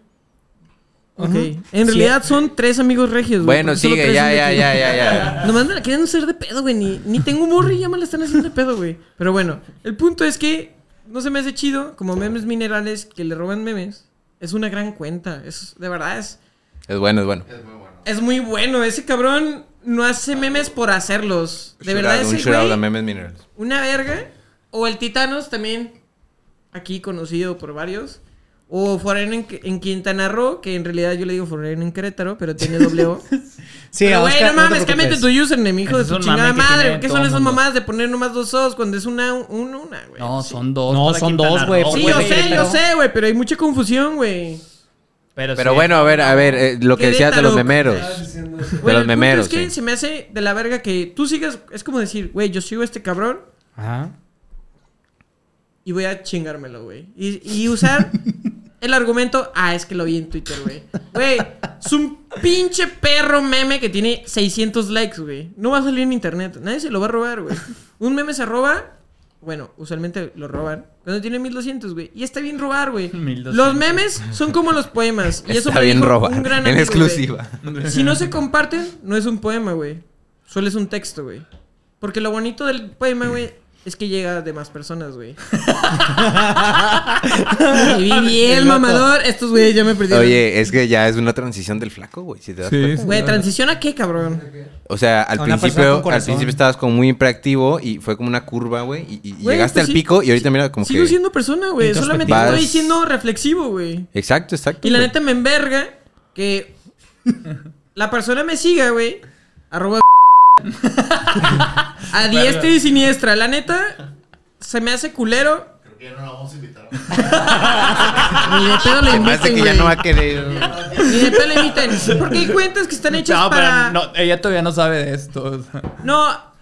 Speaker 3: Ok.
Speaker 1: Sí.
Speaker 3: En realidad son tres amigos regios, güey.
Speaker 5: Bueno,
Speaker 3: porque solo
Speaker 5: sigue,
Speaker 3: tres
Speaker 5: ya,
Speaker 3: son de
Speaker 5: ya,
Speaker 3: aquí.
Speaker 5: ya, ya, ya.
Speaker 3: Nomás me la quieren hacer de pedo, güey. Ni, ni tengo morri y ya me la están haciendo de pedo, güey. Pero bueno, el punto es que no se me hace chido como memes minerales que le roban memes. Es una gran cuenta. Es, de verdad, es,
Speaker 5: Es bueno, es bueno.
Speaker 2: Es muy bueno.
Speaker 3: es muy bueno. Ese cabrón no hace memes por hacerlos. De verdad,
Speaker 5: Shootout, un
Speaker 3: ese
Speaker 5: shootout
Speaker 3: güey,
Speaker 5: de memes minerales.
Speaker 3: una verga. O el Titanos también, aquí conocido por varios. O Foreign en, en Quintana Roo, que en realidad yo le digo Foreign en Querétaro, pero tiene doble O.
Speaker 1: Sí,
Speaker 3: pero güey,
Speaker 1: Oscar,
Speaker 3: no mames,
Speaker 1: te
Speaker 3: cámbiate
Speaker 1: preocupes.
Speaker 3: tu username, hijo de
Speaker 4: Ese
Speaker 3: tu
Speaker 4: es un mame
Speaker 3: chingada
Speaker 4: que tiene
Speaker 3: madre. ¿Qué
Speaker 4: todo
Speaker 3: son esas
Speaker 4: mundo.
Speaker 3: mamadas de poner nomás dos O's cuando es una, un- una, güey?
Speaker 4: No, son dos.
Speaker 1: No,
Speaker 4: para
Speaker 1: son
Speaker 4: Quintana
Speaker 1: dos, güey,
Speaker 4: Roo,
Speaker 3: Sí,
Speaker 1: güey,
Speaker 3: yo sé, yo
Speaker 4: Querétaro.
Speaker 3: sé, güey, pero hay mucha confusión, güey.
Speaker 4: Pero,
Speaker 5: Pero
Speaker 4: sí.
Speaker 5: bueno, a ver, a ver, eh, lo que decías de los
Speaker 3: Querétaro.
Speaker 5: memeros.
Speaker 7: Estabas diciendo
Speaker 5: De
Speaker 3: Güey,
Speaker 5: los
Speaker 3: el punto
Speaker 5: memeros,
Speaker 3: es que
Speaker 5: sí.
Speaker 3: se me hace de la verga que tú sigas, es como decir, güey, yo sigo a este cabrón
Speaker 1: Ajá.
Speaker 3: y voy a chingármelo, güey. Y, y usar el argumento, ah, es que lo vi en Twitter, güey. Güey, es un pinche perro meme que tiene 600 likes, güey. No va a salir en internet, nadie se lo va a robar, güey. Un meme se roba, bueno, usualmente lo roban, cuando tiene 1200, güey. Y está bien robar, güey.
Speaker 4: 1200.
Speaker 3: Los memes son como los poemas. Y eso
Speaker 5: Está
Speaker 3: me
Speaker 5: bien
Speaker 3: dijo
Speaker 5: robar.
Speaker 3: un gran
Speaker 5: en
Speaker 3: amigo, güey.
Speaker 5: exclusiva.
Speaker 3: Si no se comparten, no es un poema, güey. Solo es un texto, güey. Porque lo bonito del poema, güey, es que llega de más personas, güey. y vi bien, mamador. Estos güeyes ya me perdieron.
Speaker 5: Oye, es que ya es una transición del flaco, güey. Si te das cuenta.
Speaker 3: Güey, ¿transición a qué, cabrón?
Speaker 5: O sea, al
Speaker 1: A una persona con
Speaker 5: principio, al
Speaker 1: corazón.
Speaker 5: principio estabas como muy impreactivo y fue como una curva, güey. Y, y
Speaker 3: Güey,
Speaker 5: llegaste
Speaker 3: pues
Speaker 5: al
Speaker 3: sí,
Speaker 5: pico y ahorita mira como
Speaker 3: Sigo
Speaker 5: que.
Speaker 3: siendo persona, güey. Solamente
Speaker 5: Vas-
Speaker 3: estoy siendo reflexivo, güey.
Speaker 5: Exacto, exacto.
Speaker 3: Y la
Speaker 5: güey.
Speaker 3: neta me enverga que la persona me siga, güey. Arroba a diestra y siniestra. La neta se me hace culero
Speaker 2: Creo que ya no la vamos a invitar.
Speaker 3: Ni de pedo le
Speaker 5: Se me hace
Speaker 3: inviten,
Speaker 5: que ya
Speaker 3: güey.
Speaker 5: no va a querer.
Speaker 3: Ni de pedo le inviten. Porque hay cuentas que están hechas
Speaker 4: No,
Speaker 3: para...
Speaker 4: pero
Speaker 3: No.
Speaker 4: no, ella todavía no sabe de esto. o sea.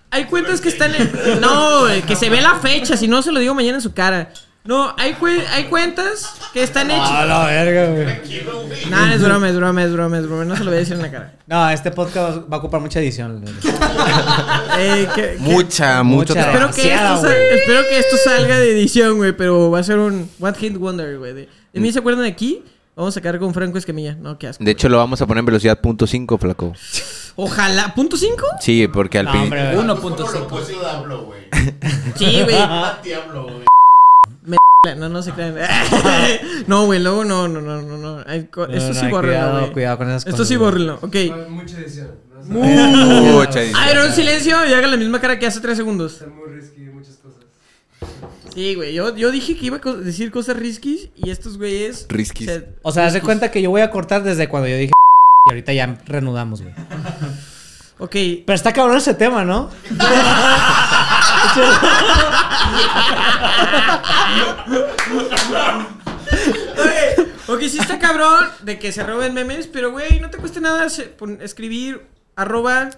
Speaker 3: hay cuentas que están... No, güey, que se ve la fecha. Si no, se lo digo mañana en su cara. No, hay, cue- hay cuentas que están hechas...
Speaker 1: la verga, güey.
Speaker 3: No, es broma, es broma, es broma, es broma. No se lo voy a decir en la cara.
Speaker 1: No, este podcast va a ocupar mucha edición.
Speaker 3: Eh, que- que-
Speaker 5: Mucha,
Speaker 1: Mucha.
Speaker 5: mucho trabajo.
Speaker 3: Espero que,
Speaker 1: Demasiado,
Speaker 3: esto sa- espero que esto salga de edición, güey. Pero va a ser un One Hit Wonder, güey. De, de mí se acuerdan de aquí. Vamos a sacar con Franco Escamilla. No, qué asco.
Speaker 5: De hecho, lo vamos a poner en velocidad punto .5, flaco.
Speaker 3: Ojalá. ¿Punto cinco?
Speaker 5: Sí, porque al
Speaker 1: No,
Speaker 5: fin...
Speaker 1: hombre, güey.
Speaker 4: 1.5.
Speaker 2: Pues yo hablo, güey.
Speaker 3: Sí, güey.
Speaker 2: Diablo, güey.
Speaker 3: No, no se crean. no, güey, luego no, no, no, no, no. Ay, co-
Speaker 1: No,
Speaker 3: Esto
Speaker 1: no,
Speaker 3: sí
Speaker 1: hay
Speaker 3: borrenlo,
Speaker 1: cuidado,
Speaker 3: güey.
Speaker 1: cuidado con esas
Speaker 3: Esto
Speaker 1: cosas,
Speaker 3: sí
Speaker 1: güey.
Speaker 3: borrenlo, ok.
Speaker 7: Fue Mucha edición. ¿no? Está-
Speaker 5: Mucha edición.
Speaker 3: Iron, silencio y haga la misma cara que hace tres segundos.
Speaker 7: Está muy risky muchas cosas.
Speaker 3: Sí, güey, yo, yo dije que iba a co- decir cosas risquis y estos güeyes...
Speaker 5: Risquis.
Speaker 3: se-
Speaker 1: O sea, haz de cuenta que yo voy a cortar desde cuando yo dije. Y ahorita ya reanudamos, güey.
Speaker 3: Ok,
Speaker 1: Pero está cabrón ese tema, ¿no?
Speaker 3: Oye, Ok, sí está cabrón de que se roben memes, pero güey, no te cuesta nada se- pon- escribir arroba...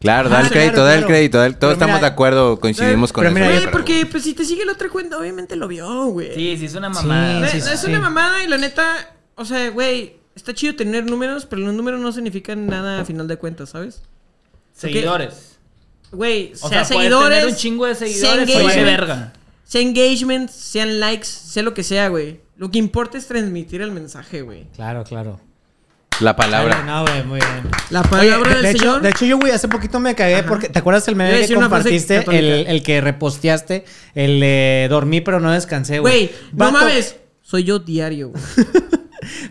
Speaker 5: Claro, da
Speaker 1: Ah,
Speaker 5: el crédito,
Speaker 1: claro,
Speaker 5: da el
Speaker 1: claro.
Speaker 5: crédito. da el-
Speaker 1: Pero
Speaker 5: Todos estamos
Speaker 1: mira,
Speaker 5: de
Speaker 3: eh,
Speaker 5: acuerdo, coincidimos con
Speaker 1: pero
Speaker 5: eso.
Speaker 1: mira,
Speaker 3: Güey,
Speaker 1: yo-
Speaker 3: porque pues si te sigue la otra cuenta, obviamente lo vio, güey.
Speaker 4: Sí, sí, es una mamada.
Speaker 3: No,
Speaker 1: Sí,
Speaker 3: no, es
Speaker 1: sí.
Speaker 3: una mamada y la neta, o sea, güey, está chido tener números, pero los números no significan nada a final de cuentas, ¿sabes?
Speaker 4: Seguidores.
Speaker 3: Güey, sea,
Speaker 4: O sea, puedes
Speaker 3: seguidores,
Speaker 4: tener un chingo de seguidores.
Speaker 3: sea
Speaker 4: Oye,
Speaker 3: engagement,
Speaker 4: verga.
Speaker 3: sea engagement, sean likes, sea lo que sea, güey. Lo que importa es transmitir el mensaje, güey.
Speaker 1: Claro, claro.
Speaker 5: La palabra.
Speaker 1: No, güey, muy bien.
Speaker 3: La
Speaker 1: Oye,
Speaker 3: palabra
Speaker 1: de,
Speaker 3: del
Speaker 1: hecho,
Speaker 3: señor.
Speaker 1: de hecho, yo, güey, hace poquito me cagué porque. ¿Te acuerdas el
Speaker 3: Iba a
Speaker 1: meme que
Speaker 3: decir una frase
Speaker 1: compartiste?
Speaker 3: católica.
Speaker 1: El, el que reposteaste. El de dormí, pero no descansé, güey.
Speaker 3: güey, no
Speaker 1: Vato-
Speaker 3: mames, soy yo diario, güey.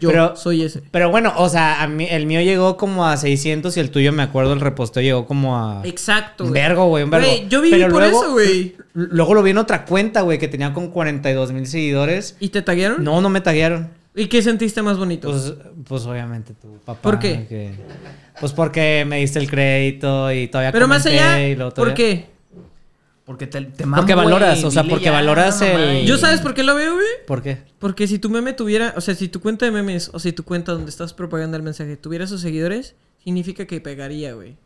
Speaker 3: Yo
Speaker 1: Pero-
Speaker 3: soy ese.
Speaker 1: Pero bueno, o sea, a mí- el mío llegó como a 600 y el tuyo, me acuerdo, el reposteo llegó como a.
Speaker 3: Exacto,
Speaker 1: Un
Speaker 3: güey.
Speaker 1: vergo, güey, un vergo.
Speaker 3: Güey, yo viví
Speaker 1: Pero
Speaker 3: por
Speaker 1: luego-
Speaker 3: eso, güey.
Speaker 1: L- Luego lo vi en otra cuenta, güey, que tenía con 42 mil seguidores.
Speaker 3: ¿Y te taguearon?
Speaker 1: No, no me taguearon.
Speaker 3: ¿Y qué sentiste más bonito?
Speaker 1: Pues, pues obviamente tu papá.
Speaker 3: ¿Por qué?
Speaker 1: que- pues porque me diste el crédito y todavía
Speaker 3: pero más
Speaker 1: comenté
Speaker 3: allá,
Speaker 1: y luego
Speaker 3: ¿por
Speaker 1: todavía-
Speaker 3: qué?
Speaker 4: Porque te, te mamo,
Speaker 1: Porque
Speaker 4: güey,
Speaker 1: valoras, o sea,
Speaker 4: dile
Speaker 1: porque valoras
Speaker 4: mamá,
Speaker 1: el-
Speaker 4: y-
Speaker 3: ¿Yo sabes por qué lo veo, güey?
Speaker 1: ¿Por qué?
Speaker 3: Porque si tu meme tuviera, o sea, si tu cuenta de memes, o si tu cuenta donde estás propagando el mensaje tuviera sus seguidores, significa que pegaría, güey.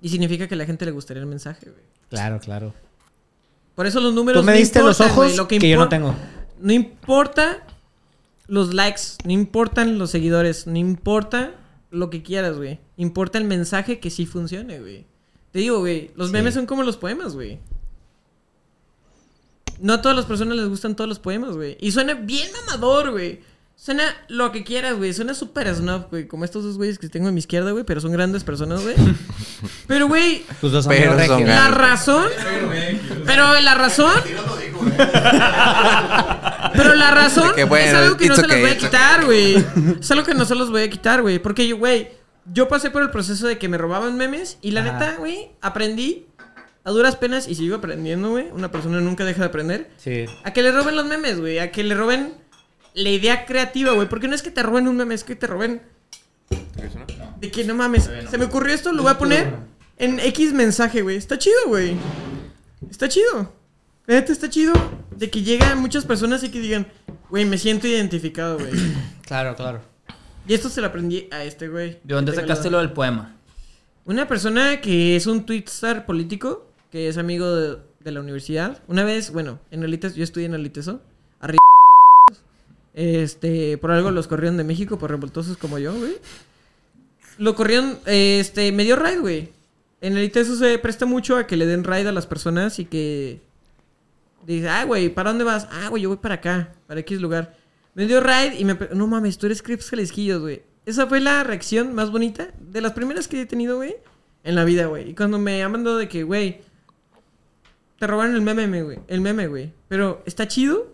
Speaker 3: Y significa que a la gente le gustaría el mensaje, güey.
Speaker 1: Claro, claro.
Speaker 3: Por eso los números.
Speaker 1: Tú me
Speaker 3: no
Speaker 1: diste los
Speaker 3: importan,
Speaker 1: ojos
Speaker 3: güey, lo
Speaker 1: que,
Speaker 3: que
Speaker 1: yo no
Speaker 3: impor-
Speaker 1: tengo.
Speaker 3: No importa los likes, no importan los seguidores, no importa lo que quieras, güey. Importa el mensaje que sí funcione, güey. Te digo, güey, los memes son como los poemas, güey. No a todas las personas les gustan todos los poemas, güey. Y suena bien mamador, güey. Suena lo que quieras, güey. Suena súper snob, güey. Como estos dos güeyes que tengo a mi izquierda, güey. Pero son grandes personas, güey. Pero, güey,
Speaker 1: Tus dos
Speaker 5: Pero
Speaker 1: Pues, amigos
Speaker 5: son
Speaker 1: regios.
Speaker 3: la
Speaker 5: Claro.
Speaker 3: razón. Pero la razón.
Speaker 2: Sí, no lo digo, güey.
Speaker 3: Pero la razón
Speaker 5: De que, bueno,
Speaker 3: es algo que no se
Speaker 5: it's
Speaker 3: los
Speaker 5: okay,
Speaker 3: voy a
Speaker 5: it's
Speaker 3: quitar, güey. Es algo que no se los voy a quitar, güey. Porque, yo, güey, yo pasé por el proceso de que me robaban memes y la neta, güey, aprendí a duras penas y sigo aprendiendo, güey. Una persona nunca deja de aprender.
Speaker 1: Sí.
Speaker 3: A que le roben los memes, güey. A que le roben la idea creativa, güey. Porque no es que te roben un meme, es que te roben. De que no mames. Se me ocurrió esto, lo voy a poner en X mensaje, güey. Está chido, güey. Está chido. La neta está chido de que lleguen muchas personas y que digan, güey, me siento identificado, güey.
Speaker 1: Claro, claro.
Speaker 3: y esto se lo aprendí a este, güey.
Speaker 4: ¿De dónde
Speaker 3: Que tengo
Speaker 4: sacaste
Speaker 3: la-
Speaker 4: lo del poema?
Speaker 3: una persona que es un twitstar político, que es amigo de, de la universidad. Una vez, bueno, en el ITES, yo estudié en el ITESO. Arriba. Este, por algo los corrieron de México, por revoltosos como yo, güey. Lo corrieron, eh, este, me dio raid, güey. En el ITESO se presta mucho a que le den raid a las personas y que... Dice, ah, güey, ¿para dónde vas? Ah, güey, yo voy para acá, para X lugar. Me dio raid y me... pre- No mames, tú eres Crips Jalisquillos, güey. Esa fue la reacción más bonita de las primeras que he tenido, güey, en la vida, güey. Y cuando me han mandado de que, güey, te robaron el meme, me- güey. El meme, güey. Pero está chido.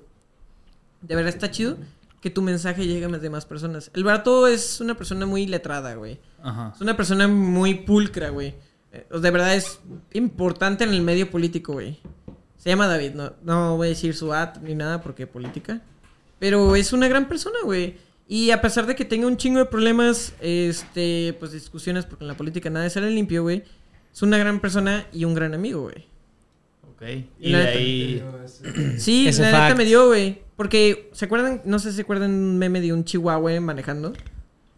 Speaker 3: De verdad está chido que tu mensaje llegue a las demás personas. El barato es una persona muy letrada, güey.
Speaker 4: Ajá.
Speaker 3: Es una persona muy pulcra, güey. Eh, De verdad es importante en el medio político, güey. Se llama David, no, no voy a decir su ad ni nada porque política. Pero es una gran persona, güey. Y a pesar de que tenga un chingo de problemas, este, pues discusiones, porque en la política nada sale limpio, güey. Es una gran persona y un gran amigo, güey.
Speaker 4: Ok.
Speaker 3: Y
Speaker 4: Y de
Speaker 3: la-
Speaker 4: ahí.
Speaker 3: Sí,
Speaker 1: Ese
Speaker 3: la neta
Speaker 1: fact.
Speaker 3: me dio, güey. Porque, ¿se acuerdan? No sé si se acuerdan un meme de un chihuahua güey, manejando.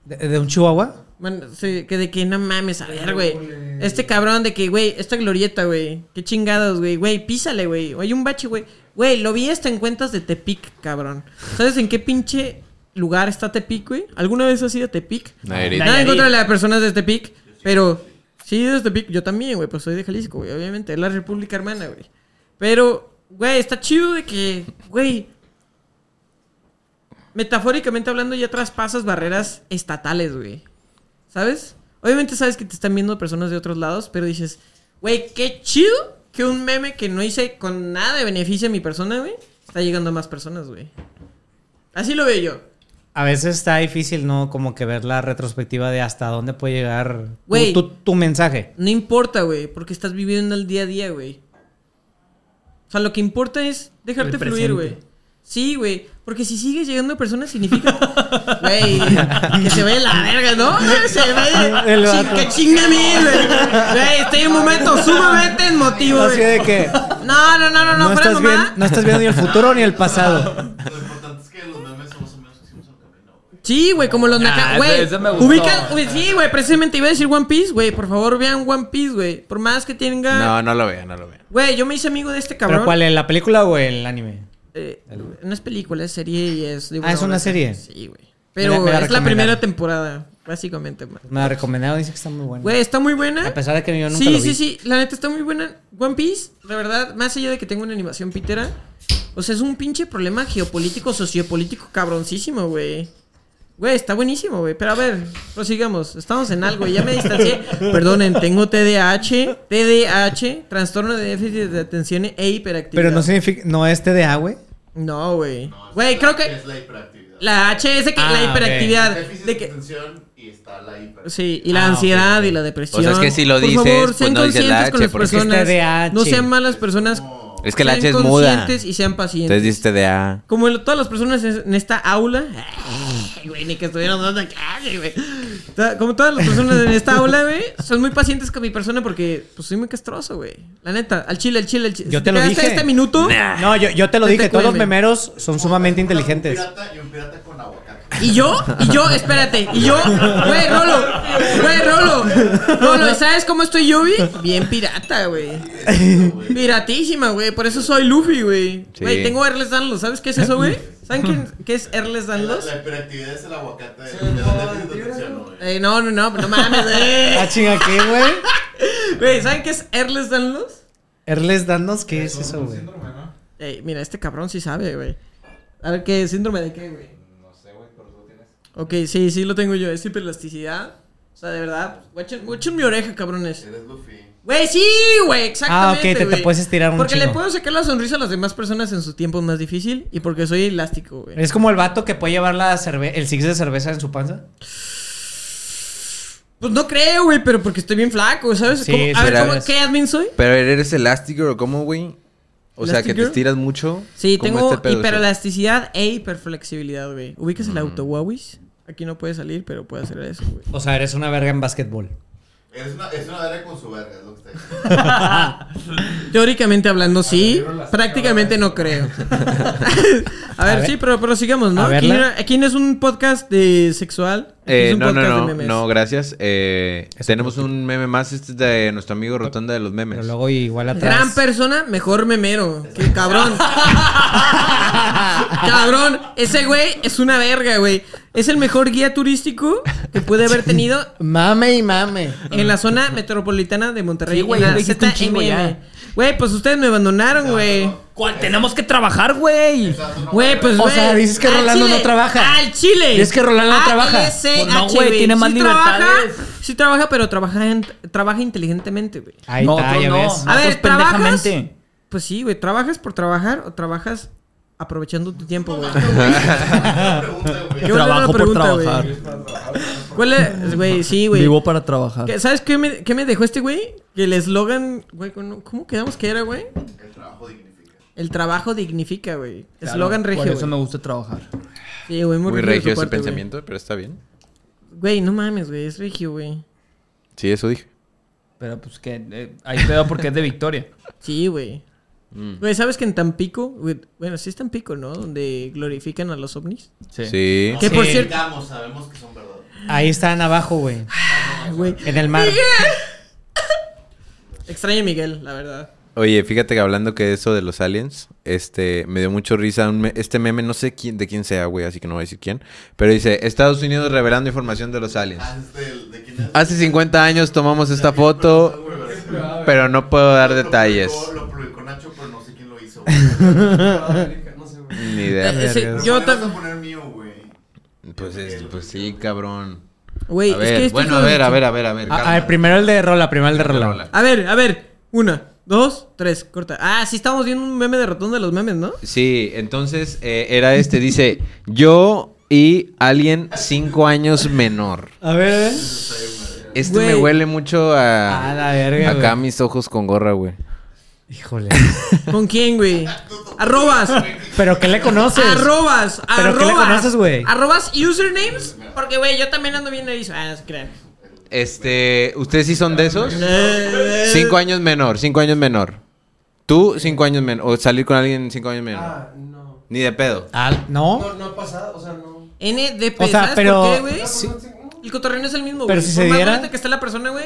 Speaker 1: ¿De, de un chihuahua?
Speaker 3: Bueno, sí, que de que no mames, a ver, güey. Este cabrón de que, güey, esta glorieta, güey. Qué chingados, güey. Güey, písale, güey. Hay un bache, güey. Güey, lo vi hasta en cuentas de Tepic, cabrón. ¿Sabes en qué pinche lugar está Tepic, güey? ¿Alguna vez has ido a Tepic?
Speaker 5: Nayarit.
Speaker 3: Nada en
Speaker 4: Nayarit.
Speaker 3: contra de las personas de Tepic, pero sí de Tepic, yo también, güey, pues soy de Jalisco, güey, obviamente, es la República Hermana, güey. Pero, güey, está chido de que, güey, metafóricamente hablando ya traspasas barreras estatales, güey. ¿Sabes? Obviamente sabes que te están viendo personas de otros lados, pero dices, güey, qué chido que un meme que no hice con nada de beneficio a mi persona, güey, está llegando a más personas, güey. Así lo veo yo.
Speaker 1: A veces está difícil, ¿no? Como que ver la retrospectiva de hasta dónde puede llegar tu-
Speaker 3: Güey.
Speaker 1: tu, tu mensaje.
Speaker 3: No importa, güey, porque estás viviendo el día a día, güey. O sea, lo que importa es dejarte
Speaker 4: El
Speaker 3: fluir, güey.
Speaker 4: presente.
Speaker 3: Sí, güey. Porque si sigues llegando a personas significa... Güey, que se vaya la verga, ¿no? Se vaya...
Speaker 1: El
Speaker 3: Sí,
Speaker 1: vato.
Speaker 3: que chinga a mí, güey. Güey, estoy en un momento sumamente emotivo,
Speaker 1: Así
Speaker 3: güey.
Speaker 1: de que
Speaker 3: No, no, no, no, no,
Speaker 1: no,
Speaker 3: fuera
Speaker 1: estás
Speaker 3: mamá.
Speaker 1: viendo, no estás viendo ni el futuro ni el pasado.
Speaker 2: Lo importante es que los memes son los memes que hicimos al camino, güey.
Speaker 3: Sí, güey, como los
Speaker 4: Ah,
Speaker 3: Naka.
Speaker 4: ese-
Speaker 3: Güey,
Speaker 4: ese me gustó.
Speaker 3: ubican. ubi- Sí, güey, precisamente iba a decir One Piece, güey. Por favor, vean One Piece, güey. Por más que tenga.
Speaker 5: No, no lo vean, no lo vean.
Speaker 3: Güey, yo me hice amigo de este cabrón.
Speaker 1: ¿Pero cuál? ¿En la película o en el anime?
Speaker 3: Eh, no es película, es serie y es. de
Speaker 1: Ah, ¿es
Speaker 3: hora.
Speaker 1: una serie?
Speaker 3: Sí, güey. Pero
Speaker 1: Me la- me la
Speaker 3: es la
Speaker 1: recomendaron.
Speaker 3: primera temporada, básicamente. man.
Speaker 1: Me la recomendaron, dice que está muy buena.
Speaker 3: Güey, está muy buena.
Speaker 1: A pesar de que yo nunca lo
Speaker 3: sí,
Speaker 1: vi.
Speaker 3: sí, sí. La neta está muy buena. One Piece, la verdad, más allá de que tengo una animación pitera, o sea, es un pinche problema geopolítico, sociopolítico cabroncísimo, güey. Güey, está buenísimo, güey. Pero a ver, prosigamos. Estamos en algo. Ya me distancié. Perdonen, tengo TDAH, TDAH, trastorno de déficit de atención e hiperactividad.
Speaker 1: Pero no significa, no es TDA, güey.
Speaker 3: No, güey.
Speaker 2: No, es
Speaker 3: Güey,
Speaker 2: la-
Speaker 3: creo que
Speaker 2: Es la hiperactividad.
Speaker 3: la H es de que
Speaker 1: Ah,
Speaker 3: la
Speaker 1: ok.
Speaker 3: hiperactividad.
Speaker 2: Déficit
Speaker 3: De
Speaker 2: de
Speaker 3: que,
Speaker 2: atención y está la hiperactividad.
Speaker 3: Sí, y la
Speaker 1: Ah, ok,
Speaker 3: ansiedad
Speaker 1: ok.
Speaker 3: y la depresión.
Speaker 5: O sea, es que si lo
Speaker 3: Por
Speaker 5: dices,
Speaker 3: favor,
Speaker 5: pues
Speaker 3: sean
Speaker 5: no dices
Speaker 3: conscientes
Speaker 5: la
Speaker 3: con
Speaker 5: H,
Speaker 3: las
Speaker 5: porque es
Speaker 3: personas.
Speaker 1: TDAH.
Speaker 3: No sean malas personas.
Speaker 5: Es que la H
Speaker 3: sean
Speaker 5: es muda.
Speaker 3: conscientes y sean pacientes.
Speaker 5: Entonces dice TDA.
Speaker 3: Como el- todas las personas es- en esta aula. Ay, güey, ni que estuvieran dando clase, güey. Ta- Como todas las personas en esta aula, güey, son muy pacientes con mi persona porque pues soy muy castroso, güey. La neta, al chile, al chile, al chile.
Speaker 1: Yo
Speaker 3: Si
Speaker 1: te lo
Speaker 3: quedaste
Speaker 1: dije.
Speaker 3: este minuto
Speaker 1: Ah. No, yo, yo te lo
Speaker 3: Vete,
Speaker 1: dije, todos los
Speaker 3: cuélame.
Speaker 1: memeros son sumamente inteligentes.
Speaker 2: Un pirata y un pirata con aguacate.
Speaker 3: y yo, y yo, espérate, y yo, güey, Rolo, güey, Rolo, Rolo, ¿sabes cómo estoy yo, güey? Bien pirata, güey. Piratísima, güey, por eso soy Luffy, güey.
Speaker 5: Sí.
Speaker 3: Güey, tengo Erles Danlos, ¿sabes qué es eso, güey? ¿Saben quién- qué es Erles
Speaker 2: La,
Speaker 3: Danlos?
Speaker 2: la hiperactividad es el aguacate de,
Speaker 7: Sí,
Speaker 2: de
Speaker 7: no,
Speaker 2: déficit de
Speaker 7: yo-
Speaker 2: atención, güey.
Speaker 3: Eh, no, no, no, no mames, güey.
Speaker 1: Ah, chinga, ¿qué, güey?
Speaker 3: Güey, ¿saben qué es Erles Danlos?
Speaker 1: Erles Danos, ¿qué es eso,
Speaker 7: un
Speaker 1: güey?
Speaker 7: síndrome, ¿no?
Speaker 3: Ey, mira, este cabrón sí sabe, güey. A ver, ¿qué? ¿Síndrome de qué, güey?
Speaker 7: No sé, güey, pero tú lo tienes.
Speaker 3: Ok, sí, sí lo tengo yo. Es hiperelasticidad. O sea, de verdad. Guachen, guachen mi oreja, cabrones.
Speaker 2: Eres Luffy.
Speaker 3: Güey, sí, güey, exactamente.
Speaker 1: Ah, ok, te- te
Speaker 3: güey.
Speaker 1: puedes estirar un
Speaker 3: Porque le
Speaker 1: chingo.
Speaker 3: puedo sacar la sonrisa a las demás personas en su tiempo más difícil y porque soy elástico, güey.
Speaker 1: Es como el vato que puede llevar la cerve- el six de cerveza en su panza.
Speaker 3: Pues no creo, güey, pero porque estoy bien flaco, ¿sabes?
Speaker 1: Sí,
Speaker 3: ¿Cómo- A
Speaker 5: sí,
Speaker 3: ver, ¿cómo-
Speaker 1: eres.
Speaker 3: ¿qué admin soy?
Speaker 5: Pero eres elástico o cómo, güey? O sea, que te
Speaker 3: ¿Elástico?
Speaker 5: estiras mucho.
Speaker 3: Sí,
Speaker 5: ¿Cómo
Speaker 3: tengo
Speaker 5: este pedo, o sea?
Speaker 3: hiperelasticidad e hiperflexibilidad, güey. ¿Ubicas el auto, Huawei's? Aquí no puede salir, pero puede hacer eso, güey.
Speaker 1: O sea, eres una verga en básquetbol.
Speaker 2: Eres una, es una verga con su verga, es lo que está diciendo.
Speaker 3: Teóricamente hablando, sí.
Speaker 7: yo las-
Speaker 3: Prácticamente no creo. a ver,
Speaker 1: A ver.
Speaker 3: sí, pero, pero sigamos, ¿no?
Speaker 1: A
Speaker 3: Aquí,
Speaker 1: verla.
Speaker 3: no- aquí no es un podcast de sexual. Aquí
Speaker 5: Eh,
Speaker 3: es un
Speaker 5: no, no,
Speaker 3: podcast
Speaker 5: no,
Speaker 3: de memes.
Speaker 5: no, gracias. Eh,
Speaker 1: Es
Speaker 5: tenemos un meme más, este es de nuestro amigo Rotonda de los
Speaker 1: Pero
Speaker 5: Memes.
Speaker 1: luego igual atrás.
Speaker 3: Gran persona, mejor memero. Que cabrón. cabrón, ese güey es una verga, güey. Es el mejor guía turístico que puede haber tenido
Speaker 1: Mame y mame.
Speaker 3: en la zona metropolitana de Monterrey.
Speaker 4: Sí, güey,
Speaker 3: en
Speaker 4: ya
Speaker 3: la
Speaker 4: lo dijiste un chingo
Speaker 3: ZMM.
Speaker 4: ya.
Speaker 3: Güey, pues ustedes me abandonaron, güey.
Speaker 4: ¿Cuál? Tenemos que trabajar, güey.
Speaker 2: Exacto, no
Speaker 3: Güey, pues,
Speaker 1: O
Speaker 3: güey.
Speaker 1: sea, dices que
Speaker 3: al
Speaker 1: Rolando
Speaker 3: chile,
Speaker 1: no trabaja.
Speaker 3: Al chile.
Speaker 1: Dices que Rolando no trabaja.
Speaker 3: ALCH,
Speaker 4: Pues no, güey, tiene más
Speaker 3: sí
Speaker 4: libertades.
Speaker 3: Trabaja, sí trabaja, pero trabaja, en- trabaja inteligentemente, güey.
Speaker 1: Ahí está,
Speaker 4: Nosotros
Speaker 1: ya
Speaker 4: no,
Speaker 1: ves.
Speaker 3: A ver,
Speaker 4: nosotros pendejamente.
Speaker 3: ¿trabajas? Pues sí, güey. ¿Trabajas por trabajar o trabajas aprovechando tu tiempo, güey?
Speaker 2: Una pregunta, güey.
Speaker 3: Yo le hago
Speaker 4: Trabajo
Speaker 3: una
Speaker 4: por
Speaker 3: güey.
Speaker 4: trabajar.
Speaker 3: ¿Cuál es, güey? Sí, güey.
Speaker 4: Vivo para trabajar.
Speaker 3: ¿Qué- ¿Sabes qué me, qué me dejó este güey? Que el eslogan, güey, ¿cómo cómo quedamos que era, güey?
Speaker 2: El trabajo dignifica.
Speaker 3: El trabajo dignifica, güey.
Speaker 4: Claro,
Speaker 3: Eslogan
Speaker 4: Por
Speaker 3: regio,
Speaker 4: eso me
Speaker 3: güey.
Speaker 4: gusta trabajar.
Speaker 3: Sí, güey, muy,
Speaker 5: Muy
Speaker 3: de tu
Speaker 5: regio ese
Speaker 3: parte, güey.
Speaker 5: pensamiento, pero está bien.
Speaker 3: Güey, no mames, güey, es regio, güey.
Speaker 5: Sí, eso dije.
Speaker 4: Pero pues que eh, hay pedo porque es de Victoria.
Speaker 3: Sí, güey.
Speaker 5: Mm.
Speaker 3: Güey, ¿sabes que en Tampico, güey, bueno, sí es Tampico, ¿no? Donde glorifican a los ovnis.
Speaker 4: Sí.
Speaker 5: Sí.
Speaker 3: Que por
Speaker 1: Sí.
Speaker 3: cierto,
Speaker 2: Digamos, sabemos que son verdad.
Speaker 1: Ahí están abajo, güey.
Speaker 3: Ay, güey.
Speaker 1: En el mar.
Speaker 3: Extraño a Miguel, la verdad.
Speaker 5: Oye, fíjate que hablando que eso de los aliens, este, me dio mucho risa un me- este meme, no sé quién, de quién sea, güey, así que no voy a decir quién, pero dice, Estados Unidos revelando información de los aliens.
Speaker 2: Ah, es del- ¿De quién es?
Speaker 5: Hace 50 años tomamos esta foto, pero no puedo dar detalles.
Speaker 2: Lo publicó, lo publicó Nacho, pero no sé quién lo hizo. güey.
Speaker 7: No sé, güey.
Speaker 5: Ni idea.
Speaker 3: Eh, sí,
Speaker 2: Pero
Speaker 3: yo
Speaker 2: ¿por qué vas a
Speaker 3: también.
Speaker 2: poner mío, güey.
Speaker 5: Pues, es- pues sí, cabrón.
Speaker 3: Güey,
Speaker 5: a
Speaker 3: es
Speaker 5: ver,
Speaker 3: que esto
Speaker 5: bueno,
Speaker 3: es
Speaker 5: a
Speaker 3: lo
Speaker 5: ver,
Speaker 3: de-
Speaker 5: a ver, a ver, a ver.
Speaker 1: A, a
Speaker 5: calma.
Speaker 1: ver, Ah, primero el de Rola, primero el de Rola.
Speaker 3: A ver, a ver. Una, dos, tres, corta. Ah, sí, estamos viendo un meme de ratón de los memes, ¿no?
Speaker 5: Sí, entonces eh, era este, dice, yo y alguien 5 años menor.
Speaker 1: A ver.
Speaker 5: Este me
Speaker 3: Güey.
Speaker 5: huele mucho a...
Speaker 1: A la verga,
Speaker 5: Ah, Acá
Speaker 1: güey.
Speaker 5: mis ojos con gorra, güey.
Speaker 1: Híjole.
Speaker 3: ¿Con quién, güey? Arrobas.
Speaker 1: ¿Pero qué le conoces?
Speaker 3: Arrobas,
Speaker 1: ¿Pero
Speaker 3: arrobas.
Speaker 1: qué le conoces, güey?
Speaker 3: Arrobas usernames. Porque, güey, yo también ando bien erizo. Ah, no se crean.
Speaker 5: Este, ¿ustedes sí son de esos?
Speaker 3: Eh,
Speaker 5: Cinco años menor, cinco años menor. Tú, cinco años menor. O salir con alguien cinco años menor.
Speaker 7: Ah, no.
Speaker 5: Ni de pedo.
Speaker 1: Ah, no.
Speaker 7: No, no ha pasado, o sea, no.
Speaker 3: NDP.
Speaker 1: O sea,
Speaker 3: ¿sabes
Speaker 1: pero-
Speaker 3: por qué, güey?
Speaker 1: Sí.
Speaker 3: El cotorreo es el mismo, güey.
Speaker 1: Pero si
Speaker 3: Por
Speaker 1: se
Speaker 3: más
Speaker 1: diera-
Speaker 3: bonita que está la persona, güey.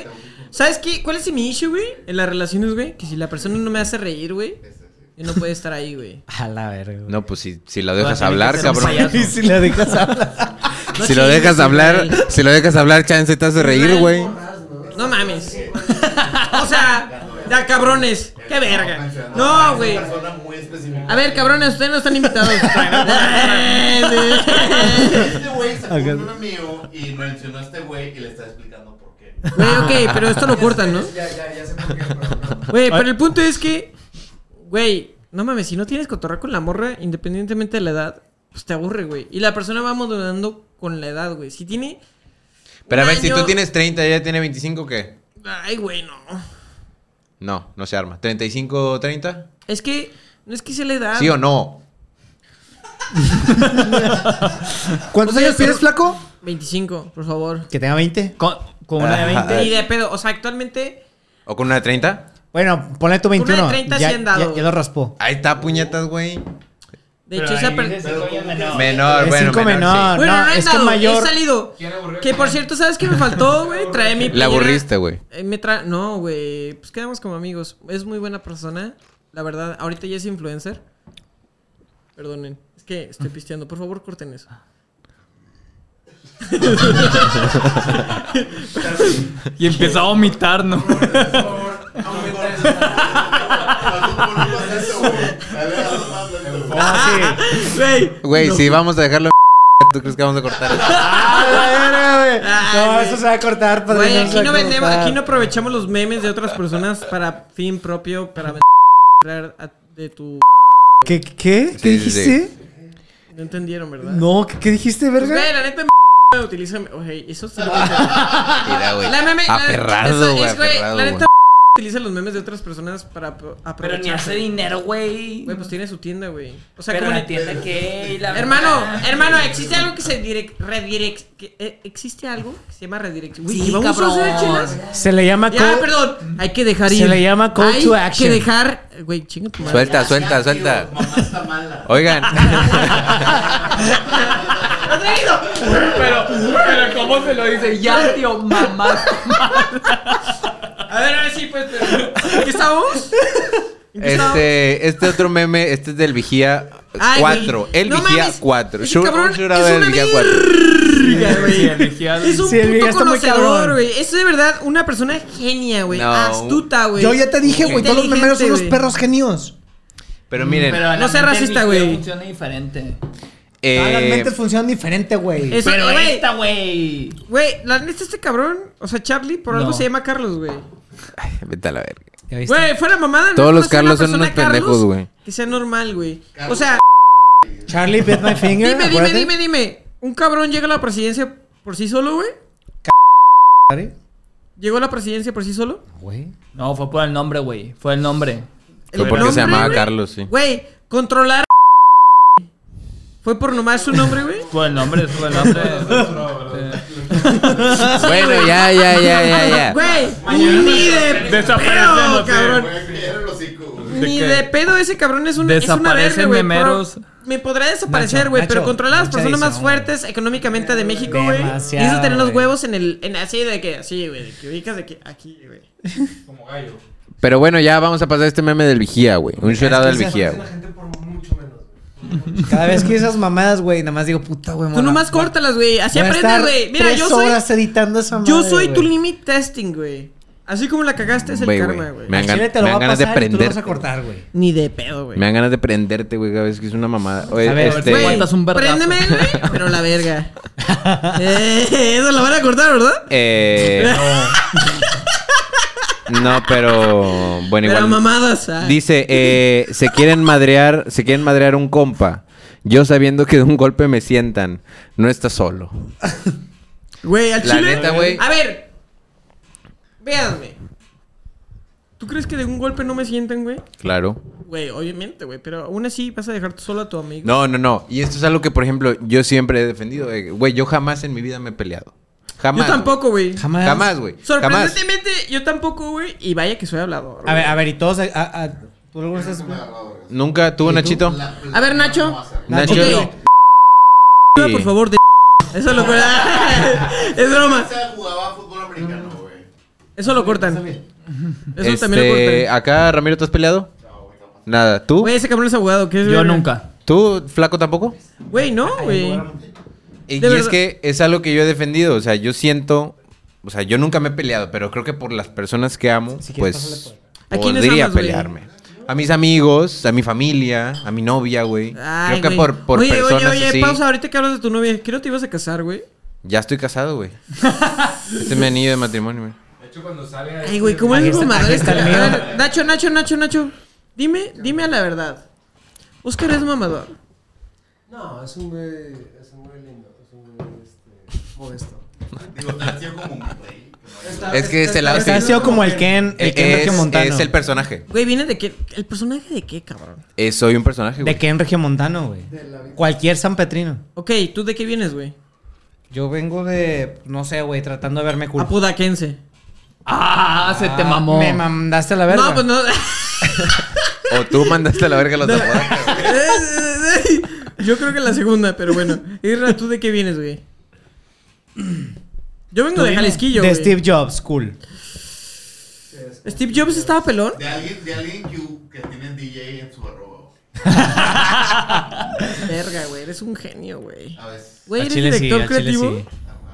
Speaker 3: ¿Sabes qué? ¿Cuál es mi issue, güey? En las relaciones, güey. Que si la persona no me hace reír, güey. Yo no puedo estar ahí, güey.
Speaker 1: A la verga. güey.
Speaker 5: No, pues si, si la
Speaker 4: tiene
Speaker 5: dejas
Speaker 4: que
Speaker 5: hablar,
Speaker 4: ser un
Speaker 5: cabrón.
Speaker 4: payaso.
Speaker 1: Y si la dejas hablar.
Speaker 3: No
Speaker 5: Si lo
Speaker 3: chingues,
Speaker 5: dejas hablar,
Speaker 3: güey.
Speaker 5: si lo dejas hablar, chance te hace reír, güey.
Speaker 3: No mames. O sea, ya cabrones. Qué verga. No, güey.
Speaker 2: Es una persona muy específica.
Speaker 3: A ver, cabrones, ustedes no están invitados.
Speaker 2: Este güey sacó
Speaker 1: Acá.
Speaker 2: un amigo y mencionó a este güey y le está explicando por qué.
Speaker 3: Güey, ok, pero esto lo cortan, ¿no?
Speaker 7: Ya, ya, ya sé por qué, pero no.
Speaker 3: Güey, pero el punto es que, güey, no mames, si no tienes cotorra con la morra, independientemente de la edad, pues te aburre, güey. Y la persona va modulando con la edad, güey. Si tiene.
Speaker 5: Pero a
Speaker 3: un
Speaker 5: ver, si tú
Speaker 3: año-
Speaker 5: tienes 30 y ella tiene 25, ¿qué?
Speaker 3: Ay, güey, no.
Speaker 5: No, no se arma. ¿35, 30?
Speaker 3: Es que. No es que sea la edad.
Speaker 5: ¿Sí o no?
Speaker 1: ¿Cuántos
Speaker 3: Oye,
Speaker 1: años
Speaker 3: Pues pero-
Speaker 1: tienes, flaco?
Speaker 3: 25, por favor.
Speaker 1: Que tenga 20. Con, con una de
Speaker 5: Ajá.
Speaker 1: 20.
Speaker 3: Ni de pedo. O sea, actualmente.
Speaker 5: ¿O con una de 30?
Speaker 1: Bueno, ponle tu 21.
Speaker 3: de 30
Speaker 1: ya,
Speaker 3: sí han dado.
Speaker 1: ya- ya lo raspó.
Speaker 5: Ahí está, puñetas, güey.
Speaker 3: De hecho, esa per-
Speaker 5: Menor,
Speaker 3: Eh,
Speaker 1: Es
Speaker 5: bueno,
Speaker 1: cinco menor.
Speaker 5: menor.
Speaker 3: Bueno,
Speaker 1: no,
Speaker 3: no, he
Speaker 1: es que
Speaker 3: dado,
Speaker 1: mayor-
Speaker 3: he salido.
Speaker 7: ¿Quién aburrió?
Speaker 3: Que por cierto, ¿sabes qué me faltó, güey? Trae mi
Speaker 5: sí. La
Speaker 3: playera.
Speaker 5: aburriste, güey.
Speaker 3: Eh, me tra- no, güey. Pues quedamos como amigos. Es muy buena persona. La verdad, ahorita ya es influencer. Perdonen. Es que estoy pisteando. Por favor, corten eso.
Speaker 4: Y empezó a vomitar, ¿no?
Speaker 1: Ah, sí.
Speaker 3: Güey.
Speaker 5: Güey, si vamos a dejarlo en ¿tú crees que vamos a cortar?
Speaker 1: Ah, la verga, güey.
Speaker 3: Ay,
Speaker 1: No,
Speaker 3: güey.
Speaker 1: eso se va a cortar, padre.
Speaker 3: Ah, Güey,
Speaker 1: se va
Speaker 3: aquí
Speaker 1: a
Speaker 3: no vendemos,
Speaker 1: cortar.
Speaker 3: aquí no aprovechamos los memes de otras personas para fin propio, para vender a- de tu.
Speaker 1: ¿Qué? ¿Qué, qué
Speaker 5: sí,
Speaker 1: dijiste?
Speaker 3: No entendieron, ¿verdad?
Speaker 1: No, ¿qué, qué dijiste,
Speaker 3: Pues,
Speaker 1: verga?
Speaker 3: güey, la neta me utiliza. Oye, eso sí lo
Speaker 5: Mira, Ah, güey.
Speaker 3: La meme. la-
Speaker 5: Aferrado,
Speaker 3: eso
Speaker 5: güey.
Speaker 3: es, güey,
Speaker 5: aferrado,
Speaker 3: La
Speaker 5: güey.
Speaker 3: neta utiliza los memes de otras personas para apro-
Speaker 8: Pero
Speaker 3: aprovechar.
Speaker 8: ni hace dinero, güey.
Speaker 3: Güey, pues tiene su tienda, güey. O sea,
Speaker 8: Pero
Speaker 3: como
Speaker 8: la
Speaker 3: ni-
Speaker 8: tienda que. y la-
Speaker 3: Hermano, hermano,
Speaker 4: eh.
Speaker 3: existe algo que se direct, redirect, que, eh, existe algo que se llama redirección. Güey,
Speaker 8: Sí,
Speaker 3: ¿y vamos a hacer
Speaker 8: cabrón.
Speaker 3: chelas?
Speaker 1: Se le llama
Speaker 3: Ya,
Speaker 1: co-
Speaker 3: perdón. Hay que dejar ir.
Speaker 1: Se le llama call
Speaker 3: Hay
Speaker 1: to action.
Speaker 3: que dejar... Güey, chinga tu madre.
Speaker 5: Suelta, suelta, suelta.
Speaker 2: Mamá está mala.
Speaker 5: Oigan.
Speaker 4: Pero, pero ¿cómo se lo dice? Ya, tío, mamá.
Speaker 3: A ver, ahora sí, pues, pero... ¿en ¿Qué estábamos? ¿En qué estábamos?
Speaker 5: Este, este otro meme, este es del Vigía
Speaker 3: Ay,
Speaker 5: 4.
Speaker 3: güey.
Speaker 5: El
Speaker 3: No
Speaker 5: Vigía
Speaker 3: mames.
Speaker 5: 4.
Speaker 3: Ese
Speaker 5: Shur-
Speaker 3: cabrón
Speaker 5: un jurado
Speaker 3: es
Speaker 5: del
Speaker 3: una
Speaker 5: Vigía
Speaker 3: mierda.
Speaker 5: 4.
Speaker 3: Es un
Speaker 1: Sí, el
Speaker 3: puto
Speaker 1: Viga está muy
Speaker 3: conocedor,
Speaker 1: cabrón.
Speaker 3: güey. Es de verdad una persona genia, güey.
Speaker 5: No.
Speaker 3: Astuta, güey.
Speaker 1: Yo ya te dije, güey, todos los
Speaker 3: Inteligente,
Speaker 1: memeros son los
Speaker 3: güey.
Speaker 1: perros genios.
Speaker 5: Pero miren,
Speaker 3: No sea racista, güey.
Speaker 4: Funciona diferente.
Speaker 5: eh,
Speaker 1: Todas las mentes funcionan diferente, güey.
Speaker 3: Es-
Speaker 8: Pero
Speaker 3: eh, güey,
Speaker 8: esta, güey.
Speaker 3: Güey, la neta, este cabrón, o sea, Charlie, por algo
Speaker 4: No.
Speaker 3: se llama Carlos, güey.
Speaker 5: vete a la verga.
Speaker 1: Ya viste.
Speaker 3: Güey, fuera mamada. no
Speaker 5: Todos los
Speaker 3: conocí a
Speaker 5: Carlos
Speaker 3: una
Speaker 5: son unos
Speaker 3: persona, Carlos,
Speaker 5: pendejos, güey.
Speaker 3: Que sea normal, güey. O
Speaker 2: Carlos.
Speaker 3: sea,
Speaker 1: Charlie bit my finger.
Speaker 3: dime, dime,
Speaker 1: acuérdate.
Speaker 3: dime, dime. Un cabrón llega a la presidencia por sí solo, güey.
Speaker 1: Charlie,
Speaker 3: Llegó a la presidencia por sí solo.
Speaker 1: Güey.
Speaker 4: No, fue por el nombre, güey. Fue el nombre.
Speaker 5: Fue
Speaker 3: El
Speaker 5: porque se
Speaker 3: nombre,
Speaker 5: llamaba
Speaker 3: güey.
Speaker 5: Carlos, sí.
Speaker 3: Güey, controlar. Fue por nomás su nombre, güey.
Speaker 4: Por el nombre, fue el nombre.
Speaker 5: Bueno, ya,
Speaker 1: Ah,
Speaker 5: ya, ya, ya, ya.
Speaker 3: Güey, ni de pedo,
Speaker 4: Desaparecemos, eh,
Speaker 3: cabrón.
Speaker 2: Era el hocico, güey.
Speaker 3: Ni
Speaker 4: qué?
Speaker 3: de pedo ese cabrón es un es una verga,
Speaker 4: Desaparecen
Speaker 3: güey.
Speaker 4: memeros.
Speaker 3: Pro- Me podrá desaparecer, güey,
Speaker 1: Nacho,
Speaker 3: pero controlar a las
Speaker 1: mucha
Speaker 3: personas más
Speaker 1: edición.
Speaker 3: fuertes económicamente de México, güey. Y
Speaker 1: Demasiado,
Speaker 3: eso tener los
Speaker 1: güey.
Speaker 3: huevos en el en así de que así, güey, de que ubicas de que aquí, güey.
Speaker 7: Como gallo.
Speaker 5: Pero bueno, ya vamos a pasar este meme del Vigía, güey. Un jurado del Vigía,
Speaker 7: la
Speaker 5: güey.
Speaker 7: gente por mucho menos.
Speaker 1: Cada vez que esas mamadas, güey, nada más digo, puta, güey,
Speaker 3: Tú nomás córtalas, güey. Así aprendes, güey. Mira, yo soy
Speaker 1: horas editando esa
Speaker 3: yo
Speaker 1: madre,
Speaker 3: soy tu
Speaker 1: güey.
Speaker 3: limit testing, güey. Así como la cagaste es el
Speaker 5: Güey,
Speaker 3: karma,
Speaker 5: güey.
Speaker 3: güey.
Speaker 5: Me
Speaker 1: Al
Speaker 5: han
Speaker 1: chile
Speaker 5: gan-
Speaker 1: te lo
Speaker 5: me
Speaker 1: va
Speaker 5: dan
Speaker 1: a
Speaker 5: ganas de
Speaker 1: pasar y tú lo
Speaker 5: prender.
Speaker 1: vas a cortar, güey.
Speaker 3: Ni de pedo, güey.
Speaker 5: Me dan ganas de prenderte, güey, cada vez que es una mamada. Oye,
Speaker 1: A ver,
Speaker 5: este,
Speaker 3: Güey,
Speaker 4: Aguantas un vergazo.
Speaker 3: préndeme, güey, pero la verga. Eh, eso lo van a cortar, ¿verdad?
Speaker 5: eh, no, pero bueno,
Speaker 3: pero
Speaker 5: igual.
Speaker 3: mamadas. ah.
Speaker 5: Dice, eh, se quieren madrear, se quieren madrear un compa. Yo sabiendo que de un golpe me sientan, no está solo.
Speaker 3: Güey, al
Speaker 5: La
Speaker 3: chile.
Speaker 5: neta, güey.
Speaker 3: A ver. Véanme. ¿Tú crees que de un golpe no me sientan, güey?
Speaker 5: Claro.
Speaker 3: Güey, obviamente, güey. Pero aún así vas a dejar tú solo a tu amigo.
Speaker 5: No, no, no. Y esto es algo que, por ejemplo, yo siempre he defendido. eh, Güey, yo jamás en mi vida me he peleado. Jamás.
Speaker 3: yo tampoco, güey.
Speaker 1: Jamás.
Speaker 5: güey. Jamás, güey. Jamás.
Speaker 3: Sorprendentemente, yo tampoco, güey. Y vaya que soy hablador.
Speaker 1: A ver,
Speaker 3: güey.
Speaker 1: a ver, y todos. A, a- a- ¿Tú alguna vez has-
Speaker 5: Nunca tuvo Nachito.
Speaker 3: A ver, Nacho.
Speaker 5: Nacho.
Speaker 3: Ok.
Speaker 5: Sí.
Speaker 3: Por favor, de. Eso lo cortan. es broma.
Speaker 2: Se jugaba fútbol americano,
Speaker 3: Mm.
Speaker 2: güey.
Speaker 3: Eso lo cortan. Eso también lo
Speaker 5: Este,
Speaker 3: cortan.
Speaker 5: acá, Ramiro, ¿te has peleado? Nada. ¿Tú?
Speaker 3: Güey, ese cabrón es abogado. ¿qué es
Speaker 4: Yo
Speaker 3: verga?
Speaker 4: nunca.
Speaker 5: ¿Tú, flaco, tampoco?
Speaker 3: Güey, no, güey.
Speaker 5: Y,
Speaker 3: De
Speaker 5: y es
Speaker 3: verdad.
Speaker 5: que es algo que yo he defendido. O sea, yo siento. O sea, yo nunca me he peleado, pero creo que por las personas que amo,
Speaker 1: Si quieres,
Speaker 5: pues.
Speaker 1: pásale
Speaker 3: ¿A quiénes
Speaker 5: podría
Speaker 3: amas, güey?
Speaker 5: pelearme. A mis amigos, a mi familia, a mi novia, güey.
Speaker 3: Ay,
Speaker 5: Creo que
Speaker 3: güey.
Speaker 5: por, por
Speaker 3: oye,
Speaker 5: personas
Speaker 3: Oye, oye,
Speaker 5: así.
Speaker 3: pausa, ahorita que hablas de tu novia, creo que te ibas a casar, güey.
Speaker 5: Ya estoy casado, güey. este es mi anillo de matrimonio, güey.
Speaker 7: De hecho, cuando sale.
Speaker 3: Ay, güey, ¿cómo
Speaker 1: Ahí
Speaker 3: eres
Speaker 1: está-
Speaker 3: mamador
Speaker 1: ahí
Speaker 3: este?
Speaker 1: está el
Speaker 3: A
Speaker 1: mío.
Speaker 3: ver, Nacho, Nacho, Nacho, Nacho. Dime, dime a la verdad. Oscar es mamador.
Speaker 7: No, es un güey. Es un güey lindo. Es un güey este, modesto.
Speaker 2: Digo, nació como un güey.
Speaker 7: Está-
Speaker 5: Es que este
Speaker 7: está-
Speaker 5: lado- Eh,
Speaker 7: está-
Speaker 1: Ha sido como el Ken, el Ken
Speaker 5: es,
Speaker 1: Regio Montano.
Speaker 5: es el personaje.
Speaker 3: Güey, viene de qué. ¿El personaje de qué, cabrón?
Speaker 5: Eh, soy un personaje,
Speaker 1: De
Speaker 5: güey.
Speaker 1: Ken Regio Montano, güey.
Speaker 7: de la vida.
Speaker 1: Cualquier San Petrino.
Speaker 3: Ok, ¿tú de qué vienes, güey?
Speaker 1: Yo vengo de, no sé, güey, tratando de verme cool.
Speaker 3: Apodaquense.
Speaker 4: Ah, se te
Speaker 1: Ah,
Speaker 4: mamó.
Speaker 1: Me mandaste a la verga.
Speaker 3: pues, No, pues no.
Speaker 5: O tú mandaste a la verga a los Pues de Apodaca.
Speaker 3: Yo creo que la segunda, pero bueno. Irra, ¿tú de qué vienes, güey? Yo vengo de Jalisquillo,
Speaker 1: De
Speaker 3: güey.
Speaker 1: Steve Jobs, cool.
Speaker 3: Steve Jobs estaba pelón.
Speaker 2: De alguien, de alguien que, que tiene DJ en su arroba.
Speaker 3: Verga, güey, eres un genio, güey.
Speaker 2: A veces.
Speaker 3: Güey,
Speaker 1: A
Speaker 3: eres
Speaker 1: Chile sí,
Speaker 3: director
Speaker 1: a Chile
Speaker 3: creativo.
Speaker 1: sí.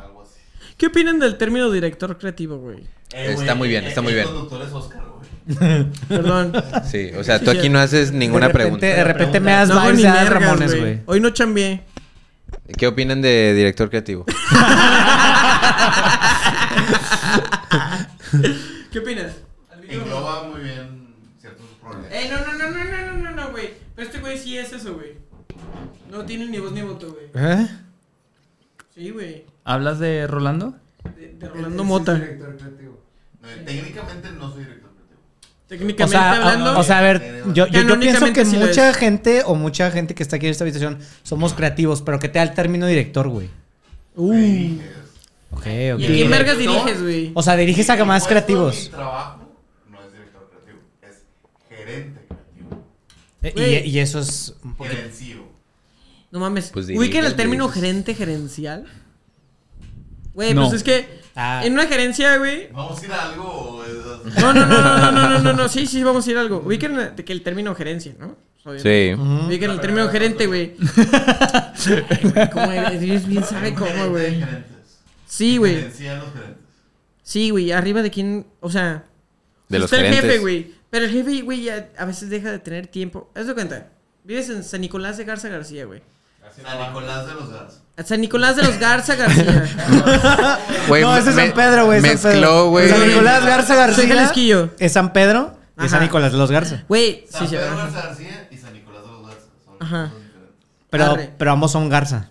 Speaker 2: Algo así.
Speaker 3: ¿Qué opinan del término director creativo, güey?
Speaker 5: Está
Speaker 2: Eh, güey,
Speaker 5: muy bien,
Speaker 2: el-
Speaker 5: está muy
Speaker 2: el
Speaker 5: bien.
Speaker 2: conductor es Oscar, güey.
Speaker 3: Perdón.
Speaker 5: Sí, o sea, tú aquí no haces ninguna
Speaker 1: de repente,
Speaker 5: pregunta.
Speaker 1: De repente me das
Speaker 3: No hago
Speaker 1: vibes
Speaker 3: ni
Speaker 1: de Adal
Speaker 3: vergas,
Speaker 1: Ramones, güey.
Speaker 3: Hoy no chambié.
Speaker 5: ¿Qué opinan de director creativo?
Speaker 3: ¿Qué opinas?
Speaker 2: Engloba muy bien ciertos problemas.
Speaker 3: Eh, no, no, no, no, no, no, no, no, güey. Pero este güey sí es eso, güey. No tiene ni voz ni voto, güey.
Speaker 1: ¿Eh?
Speaker 3: Sí, güey.
Speaker 4: ¿Hablas de Rolando?
Speaker 3: De, de
Speaker 7: Él- él sí
Speaker 3: Rolando
Speaker 7: es
Speaker 3: Mota.
Speaker 7: director creativo.
Speaker 2: No, Técnicamente no soy director creativo.
Speaker 1: O
Speaker 3: Técnicamente
Speaker 1: sea,
Speaker 3: hablando. eh,
Speaker 1: a, o sea, a ver, yo, yo- yo pienso que
Speaker 3: Canónicamente sí lo
Speaker 1: mucha
Speaker 3: es.
Speaker 1: gente o mucha gente que está aquí en esta habitación somos creativos, pero ¿qué te da el término director, güey?
Speaker 3: Uh.
Speaker 1: Ok, ok.
Speaker 3: ¿Y a quién vergas diriges, güey?
Speaker 1: O sea, diriges a más
Speaker 2: Mi puesto, Mi
Speaker 1: creativos.
Speaker 2: trabajo no es director creativo, es gerente creativo,
Speaker 1: Eh,
Speaker 3: Güey.
Speaker 1: Y, y eso es un poquito.
Speaker 2: gerencio.
Speaker 3: No mames.
Speaker 5: Pues dirige,
Speaker 3: Ubiquen el término
Speaker 5: diriges.
Speaker 3: gerente gerencial. Güey,
Speaker 4: No.
Speaker 3: pues es que
Speaker 1: Ah.
Speaker 3: en una gerencia, güey.
Speaker 2: Vamos a ir a algo. o es-
Speaker 3: No, no, no, no, no, no, no, no, no, sí, sí, vamos a ir a algo. Ubiquen el- que el término gerencia, ¿no? Pues, Obviamente.
Speaker 5: Sí.
Speaker 3: Ubiquen el término gerente, güey. Ay, güey, ¿Cómo eres? Dios bien sabe cómo,
Speaker 2: Gerente de
Speaker 3: güey.
Speaker 2: gerentes.
Speaker 3: Sí, güey.
Speaker 2: Gerencia de los gerentes.
Speaker 3: Sí, güey. Arriba de quién. O sea.
Speaker 5: De
Speaker 3: sí
Speaker 5: los
Speaker 3: está el jefe,
Speaker 5: gerentes.
Speaker 3: güey. Pero el jefe, güey, ya a veces deja de tener tiempo. Haz de cuenta. Vives en San Nicolás de Garza García, güey.
Speaker 2: San Nicolás de los Garza.
Speaker 3: San Nicolás de los Garza García.
Speaker 5: Güey,
Speaker 1: no, ese es
Speaker 5: me-
Speaker 1: San Pedro, güey. San Pedro.
Speaker 5: Mezcló, güey.
Speaker 1: San Nicolás Garza
Speaker 3: Soy
Speaker 1: García.
Speaker 3: Jalisquillo.
Speaker 1: Es San Pedro y es San
Speaker 3: Ajá.
Speaker 1: Nicolás de los Garza.
Speaker 3: Güey,
Speaker 2: San
Speaker 3: sí, sí.
Speaker 2: Pedro
Speaker 3: ajá.
Speaker 2: Garza García y San Nicolás de los Garza. Son
Speaker 3: Ajá.
Speaker 2: dos diferentes.
Speaker 1: Pero,
Speaker 3: Arre.
Speaker 1: pero ambos son Garza.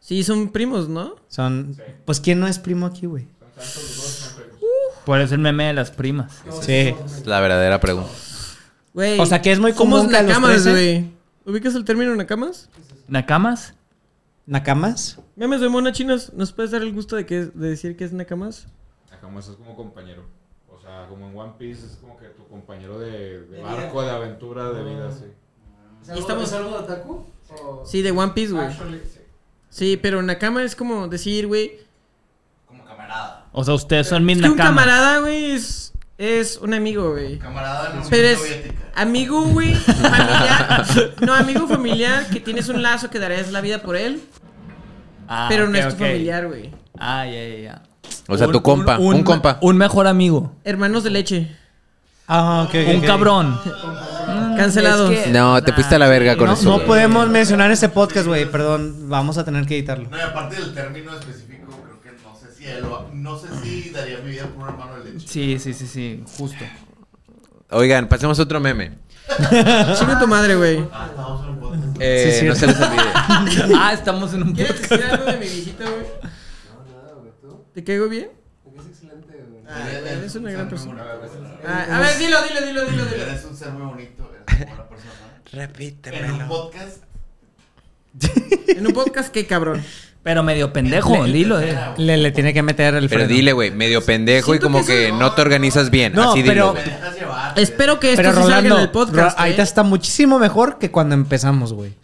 Speaker 3: Sí, son primos, ¿no?
Speaker 1: Son. Pues quién no es primo aquí, güey.
Speaker 4: Por eso el meme de las primas.
Speaker 1: Sí.
Speaker 5: La verdadera pregunta.
Speaker 3: Güey.
Speaker 1: O sea, que es muy común
Speaker 3: Somos
Speaker 1: que a los
Speaker 3: nakamas,
Speaker 1: 13.
Speaker 3: güey. ¿Ubicas el término nakamas?
Speaker 4: ¿Nakamas?
Speaker 1: ¿Nakamas?
Speaker 3: Memes de mona chinas, ¿nos puedes dar el gusto de, que, de decir que es nakamas?
Speaker 9: Nakamas es como compañero. O sea, como en One Piece es como que tu compañero de, de Ah. barco, de aventura, de vida, sí.
Speaker 7: ¿Es algo-
Speaker 3: estamos-
Speaker 7: ¿Es algo de Otaku? ¿O-
Speaker 3: Sí, de One Piece, güey.
Speaker 7: Actually, sí.
Speaker 3: Sí, pero nakama es como decir, güey,
Speaker 2: Como camarada.
Speaker 4: O sea, ustedes son mis
Speaker 3: Es que un
Speaker 4: nakamas.
Speaker 3: camarada, güey, es, es un amigo, güey.
Speaker 2: Camarada en la
Speaker 3: Pero
Speaker 2: Unión
Speaker 3: es
Speaker 2: Soviética.
Speaker 3: amigo, güey, familiar. No, amigo familiar que tienes un lazo que darías la vida por él,
Speaker 4: Ah,
Speaker 3: pero no
Speaker 4: ok,
Speaker 3: es tu
Speaker 4: ok.
Speaker 3: familiar, güey.
Speaker 4: Ah, ya, ya, ya.
Speaker 5: O sea, tu compa, un compa.
Speaker 4: Un mejor amigo.
Speaker 3: Hermanos de leche.
Speaker 1: Ah, ok, ok,
Speaker 4: Un
Speaker 1: ok.
Speaker 4: cabrón.
Speaker 3: Cancelados.
Speaker 8: es que-
Speaker 5: No, te fuiste a la verga con
Speaker 1: No,
Speaker 5: eso.
Speaker 1: no
Speaker 5: güey.
Speaker 1: podemos mencionar ese podcast, güey. Perdón, vamos a tener que editarlo.
Speaker 2: No, y aparte del término específico, creo que no sé si él lo- No sé si daría mi vida por un hermano de leche.
Speaker 4: Sí, sí, sí, sí. Justo.
Speaker 5: Oigan, pasemos a otro meme.
Speaker 3: Chinga tu madre, güey.
Speaker 2: Ah, estamos en un podcast.
Speaker 5: Eh,
Speaker 1: Sí, sí.
Speaker 5: no se les olvide.
Speaker 4: ah, estamos en un
Speaker 3: ¿Quieres decir algo de mi viejita, güey?
Speaker 7: No, nada, güey, tú. Eh,
Speaker 3: ¿Te caigo bien?
Speaker 7: Es excelente, güey.
Speaker 2: Ah,
Speaker 3: eres una gran persona.
Speaker 2: Eres
Speaker 3: Ah, a ver, dilo, dilo, dilo, dilo, dilo.
Speaker 2: un ser muy bonito, eres una buena persona. En un
Speaker 5: Repítemelo.
Speaker 2: podcast.
Speaker 3: En un podcast, qué cabrón.
Speaker 4: Pero medio pendejo, dilo, eh.
Speaker 1: Le, le tiene que meter el
Speaker 5: Pero
Speaker 1: freno.
Speaker 5: dile, güey, medio pendejo y
Speaker 3: Siento
Speaker 5: como
Speaker 3: que
Speaker 5: que
Speaker 3: eso-
Speaker 5: no te organizas bien.
Speaker 1: No,
Speaker 5: Así
Speaker 1: pero-
Speaker 5: dilo.
Speaker 2: Me dejas llevar.
Speaker 3: Espero que esto
Speaker 1: Pero
Speaker 3: sí salga
Speaker 1: Rolando,
Speaker 3: en el podcast.
Speaker 1: Ro- ahorita
Speaker 3: ¿eh?
Speaker 1: está muchísimo mejor que cuando empezamos, güey.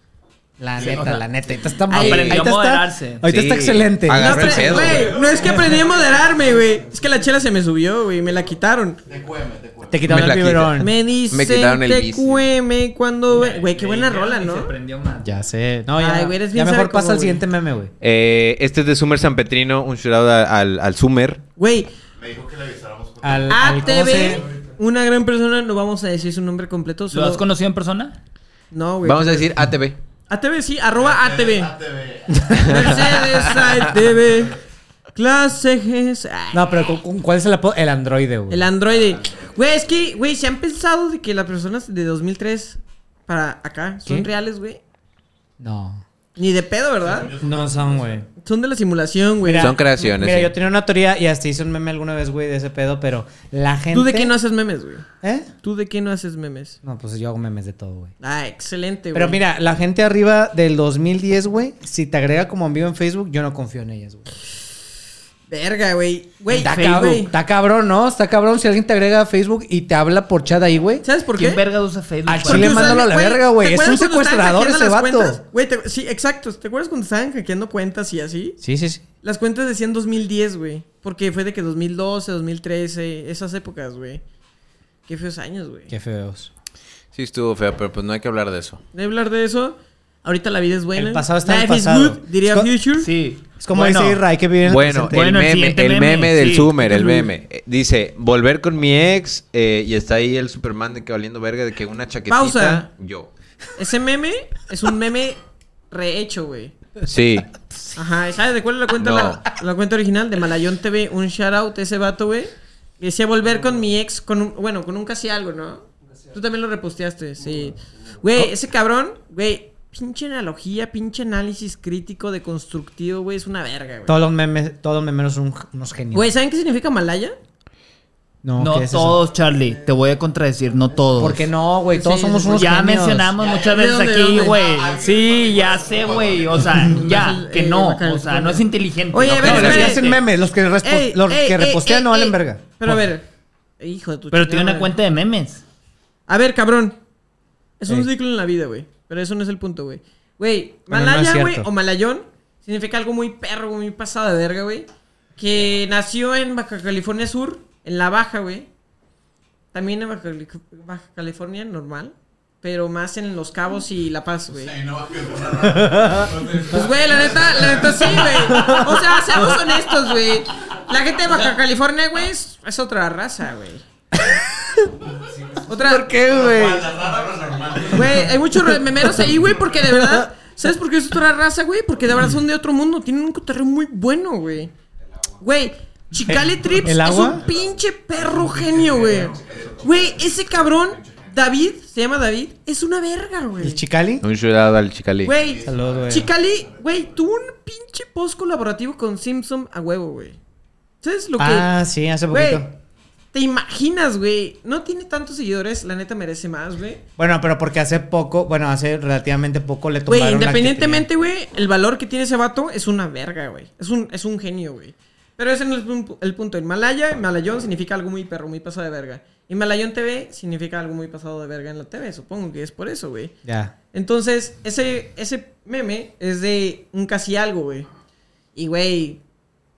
Speaker 1: La
Speaker 2: Sí,
Speaker 1: neta,
Speaker 2: o sea,
Speaker 1: la neta. Ahorita está
Speaker 3: aprendió
Speaker 1: ahorita
Speaker 4: a
Speaker 1: está-
Speaker 4: moderarse.
Speaker 1: Ahorita
Speaker 5: Sí,
Speaker 1: está excelente.
Speaker 5: agarra-
Speaker 3: No,
Speaker 5: Agarra el
Speaker 3: apre-
Speaker 5: pedo,
Speaker 3: güey,
Speaker 5: güey.
Speaker 3: no es que aprendí a moderarme, güey. Es que la chela se me subió, güey. Me la quitaron.
Speaker 2: Te cueme, te cueme.
Speaker 1: Te quitaron
Speaker 5: Me la
Speaker 1: el
Speaker 5: quita.
Speaker 1: biberón.
Speaker 3: Me dicen
Speaker 5: quitaron el
Speaker 3: te
Speaker 5: vicio.
Speaker 3: cueme cuando... ve- Güey, qué buena rola,
Speaker 4: Se
Speaker 3: ¿no?
Speaker 4: prendió mal.
Speaker 1: Ya sé. No, ya.
Speaker 3: Ay, güey, eres
Speaker 1: ya
Speaker 3: bien
Speaker 1: mejor
Speaker 3: sabe
Speaker 1: pasa
Speaker 3: cómo,
Speaker 1: al
Speaker 3: güey.
Speaker 1: siguiente meme, güey.
Speaker 5: Eh, este es de Sumer San Petrino, un shoutout a- al, al Sumer.
Speaker 3: Güey,
Speaker 2: Me dijo que le avisáramos con
Speaker 1: Al, al- ¿cómo se-
Speaker 3: ATV, una gran persona, no vamos a decir su nombre completo.
Speaker 4: ¿Lo
Speaker 3: Solo...
Speaker 4: has conocido en persona?
Speaker 3: No, güey.
Speaker 5: Vamos a decir ATV.
Speaker 3: ATV, sí, arroba
Speaker 2: Ah,
Speaker 3: ATV.
Speaker 2: ATV.
Speaker 3: Mercedes ATV. Clase G. Ay,
Speaker 1: No, pero ¿cu- cu- ¿cuál es el apodo? El androide, güey.
Speaker 3: El androide. Güey, es que, güey, se han pensado de que las personas de 2003 para acá son
Speaker 1: ¿Qué?
Speaker 3: reales, güey.
Speaker 1: No.
Speaker 3: Ni de pedo, ¿verdad?
Speaker 1: No son, güey.
Speaker 3: son de la simulación, güey.
Speaker 5: Son creaciones,
Speaker 1: Mira,
Speaker 5: sí.
Speaker 1: yo tenía una teoría y hasta hice un meme alguna vez, güey, de ese pedo, pero la gente.
Speaker 3: ¿Tú de qué no haces memes, güey?
Speaker 1: ¿Eh?
Speaker 3: ¿Tú de qué no haces memes?
Speaker 1: No, pues yo hago memes de todo, güey.
Speaker 3: Ah, excelente, güey.
Speaker 1: Pero mira, la gente arriba del 2010, güey, si te agrega como en vivo en Facebook, yo no confío en ellas, güey.
Speaker 3: Verga, güey. Güey,
Speaker 1: Está,
Speaker 3: fe-
Speaker 1: cabrón,
Speaker 3: güey.
Speaker 1: está cabrón, ¿no? Está cabrón si alguien te agrega a Facebook y te habla por chat ahí, güey.
Speaker 3: ¿Sabes por qué?
Speaker 8: ¿Quién verga usa Facebook?
Speaker 1: Al
Speaker 8: para-
Speaker 1: chile
Speaker 3: Porque
Speaker 1: mándalo a la
Speaker 3: usaban-
Speaker 1: verga, güey.
Speaker 3: ¿te
Speaker 1: Es un
Speaker 3: acuerdas cuando estaban
Speaker 1: secuestrador
Speaker 3: hackeando
Speaker 1: ese
Speaker 3: las
Speaker 1: vato.
Speaker 3: cuentas? Güey, te- sí, exacto. ¿Te acuerdas cuando estaban hackeando cuentas y así?
Speaker 1: Sí, sí, sí.
Speaker 3: Las cuentas decían 2010, güey. Porque fue de que 2012, 2013, esas épocas, güey. Qué feos años, güey.
Speaker 1: Qué feos.
Speaker 5: Sí, estuvo feo, pero pues no hay que hablar de eso.
Speaker 3: De hablar de eso, ahorita la vida es buena.
Speaker 1: El pasado está en el
Speaker 3: Life is
Speaker 1: pasado.
Speaker 3: good, diría
Speaker 1: Scott-
Speaker 3: Future.
Speaker 8: Sí.
Speaker 1: Es como
Speaker 8: Bueno,
Speaker 1: dice Irra, hay que vivir en el
Speaker 5: Bueno, el,
Speaker 1: presente.
Speaker 8: Bueno, el
Speaker 5: meme, el
Speaker 8: siguiente
Speaker 5: meme,
Speaker 8: meme,
Speaker 5: del
Speaker 8: sí.
Speaker 5: Summer, el meme. Eh, Dice, volver con mi ex eh, y está ahí el Superman de que valiendo verga de que una chaquetita.
Speaker 3: Pausa.
Speaker 5: Yo.
Speaker 3: Ese meme es un meme rehecho, güey.
Speaker 5: Sí.
Speaker 3: Ajá, ¿y ¿sabes de cuál es la cuenta,
Speaker 5: No.
Speaker 3: la, la cuenta original? De Malayón TV, un shout out a ese vato, güey. Que decía volver con mi ex, con un, bueno, con un casi algo, ¿no? Tú también lo reposteaste, sí. Güey, ese cabrón, güey, pinche analogía, pinche análisis crítico de constructivo, güey, es una verga, güey.
Speaker 1: Todos los memes, todos los memeros son un- unos genios.
Speaker 3: Güey, ¿saben qué significa Malaya?
Speaker 1: no,
Speaker 8: No
Speaker 1: ¿qué es eso?
Speaker 8: todos, Charlie. Te voy a contradecir, no todos.
Speaker 1: ¿Por qué no, güey? Todos
Speaker 3: Sí,
Speaker 1: somos
Speaker 3: sí,
Speaker 1: unos
Speaker 8: Ya
Speaker 1: genios.
Speaker 8: mencionamos muchas
Speaker 3: ya,
Speaker 8: veces
Speaker 3: ¿de dónde, Ah,
Speaker 8: aquí,
Speaker 3: dónde?
Speaker 8: güey. Sí, ya
Speaker 3: ah,
Speaker 8: sé, güey. O sea, ya, que no.
Speaker 3: eh,
Speaker 8: O sea, no es inteligente.
Speaker 3: Oye,
Speaker 8: no,
Speaker 3: a ver,
Speaker 1: No,
Speaker 8: pero- este,
Speaker 1: los que
Speaker 3: espera.
Speaker 1: hacen memes, los que, respo-
Speaker 3: Ey,
Speaker 1: los
Speaker 3: ey,
Speaker 1: que
Speaker 3: ey,
Speaker 1: repostean
Speaker 3: ey,
Speaker 1: no valen
Speaker 3: ey.
Speaker 1: verga.
Speaker 3: Pero a ver, hijo de tu
Speaker 8: Pero
Speaker 3: chingada
Speaker 8: tiene una
Speaker 3: madre.
Speaker 8: cuenta de memes.
Speaker 3: A ver, cabrón. Es un
Speaker 1: Ey.
Speaker 3: ciclo en la vida, güey. Pero eso no es el punto, güey. Güey,
Speaker 1: Bueno, no es
Speaker 3: Malaya, güey,
Speaker 1: cierto.
Speaker 3: o Malayón, significa algo muy perro, güey, muy pasado de verga, güey. Que nació en Baja California Sur, en La Baja, güey. También en Baja, Cali- Baja California, normal. Pero más en Los Cabos y La Paz, güey. Pues, güey, la neta, la neta sí, güey. O sea, seamos honestos, güey. La gente de Baja California, güey, es, es otra raza, güey. Otra, ¿Por qué, güey? Güey, hay muchos re- memeros ahí, güey, porque de verdad. ¿Sabes por qué es otra raza, güey? Porque de verdad son de otro mundo. Tienen un cotorreo muy bueno, güey. Güey, Chicale Trips
Speaker 1: ¿El
Speaker 3: es
Speaker 1: agua?
Speaker 3: un pinche perro genio, güey. Güey, ese cabrón, David, se llama David, es una verga,
Speaker 1: ¿El
Speaker 3: güey.
Speaker 1: Chicali?
Speaker 5: Un shout al Chicalí.
Speaker 3: Güey,
Speaker 1: Saludos, güey.
Speaker 3: Chicali, güey, tuvo un pinche post colaborativo con Simpson a huevo, güey. ¿Sabes lo que?
Speaker 1: Ah, sí, hace poquito.
Speaker 3: Güey, te imaginas, güey. No tiene tantos seguidores, la neta merece más, güey.
Speaker 1: Bueno, pero porque hace poco, bueno, hace relativamente poco le tomaron
Speaker 3: Güey,
Speaker 1: la que
Speaker 3: independientemente, güey, el valor que tiene ese vato es una verga, güey. Es un, es un genio, güey. Pero ese no es el, pun- el punto. En Malaya, Malayón significa algo muy perro, muy pasado de verga. Y Malayón TV significa algo muy pasado de verga en la TV. Supongo que es por eso, güey.
Speaker 1: tenía. Ya.
Speaker 3: Entonces, ese, ese meme es de un casi algo, güey. Y, güey,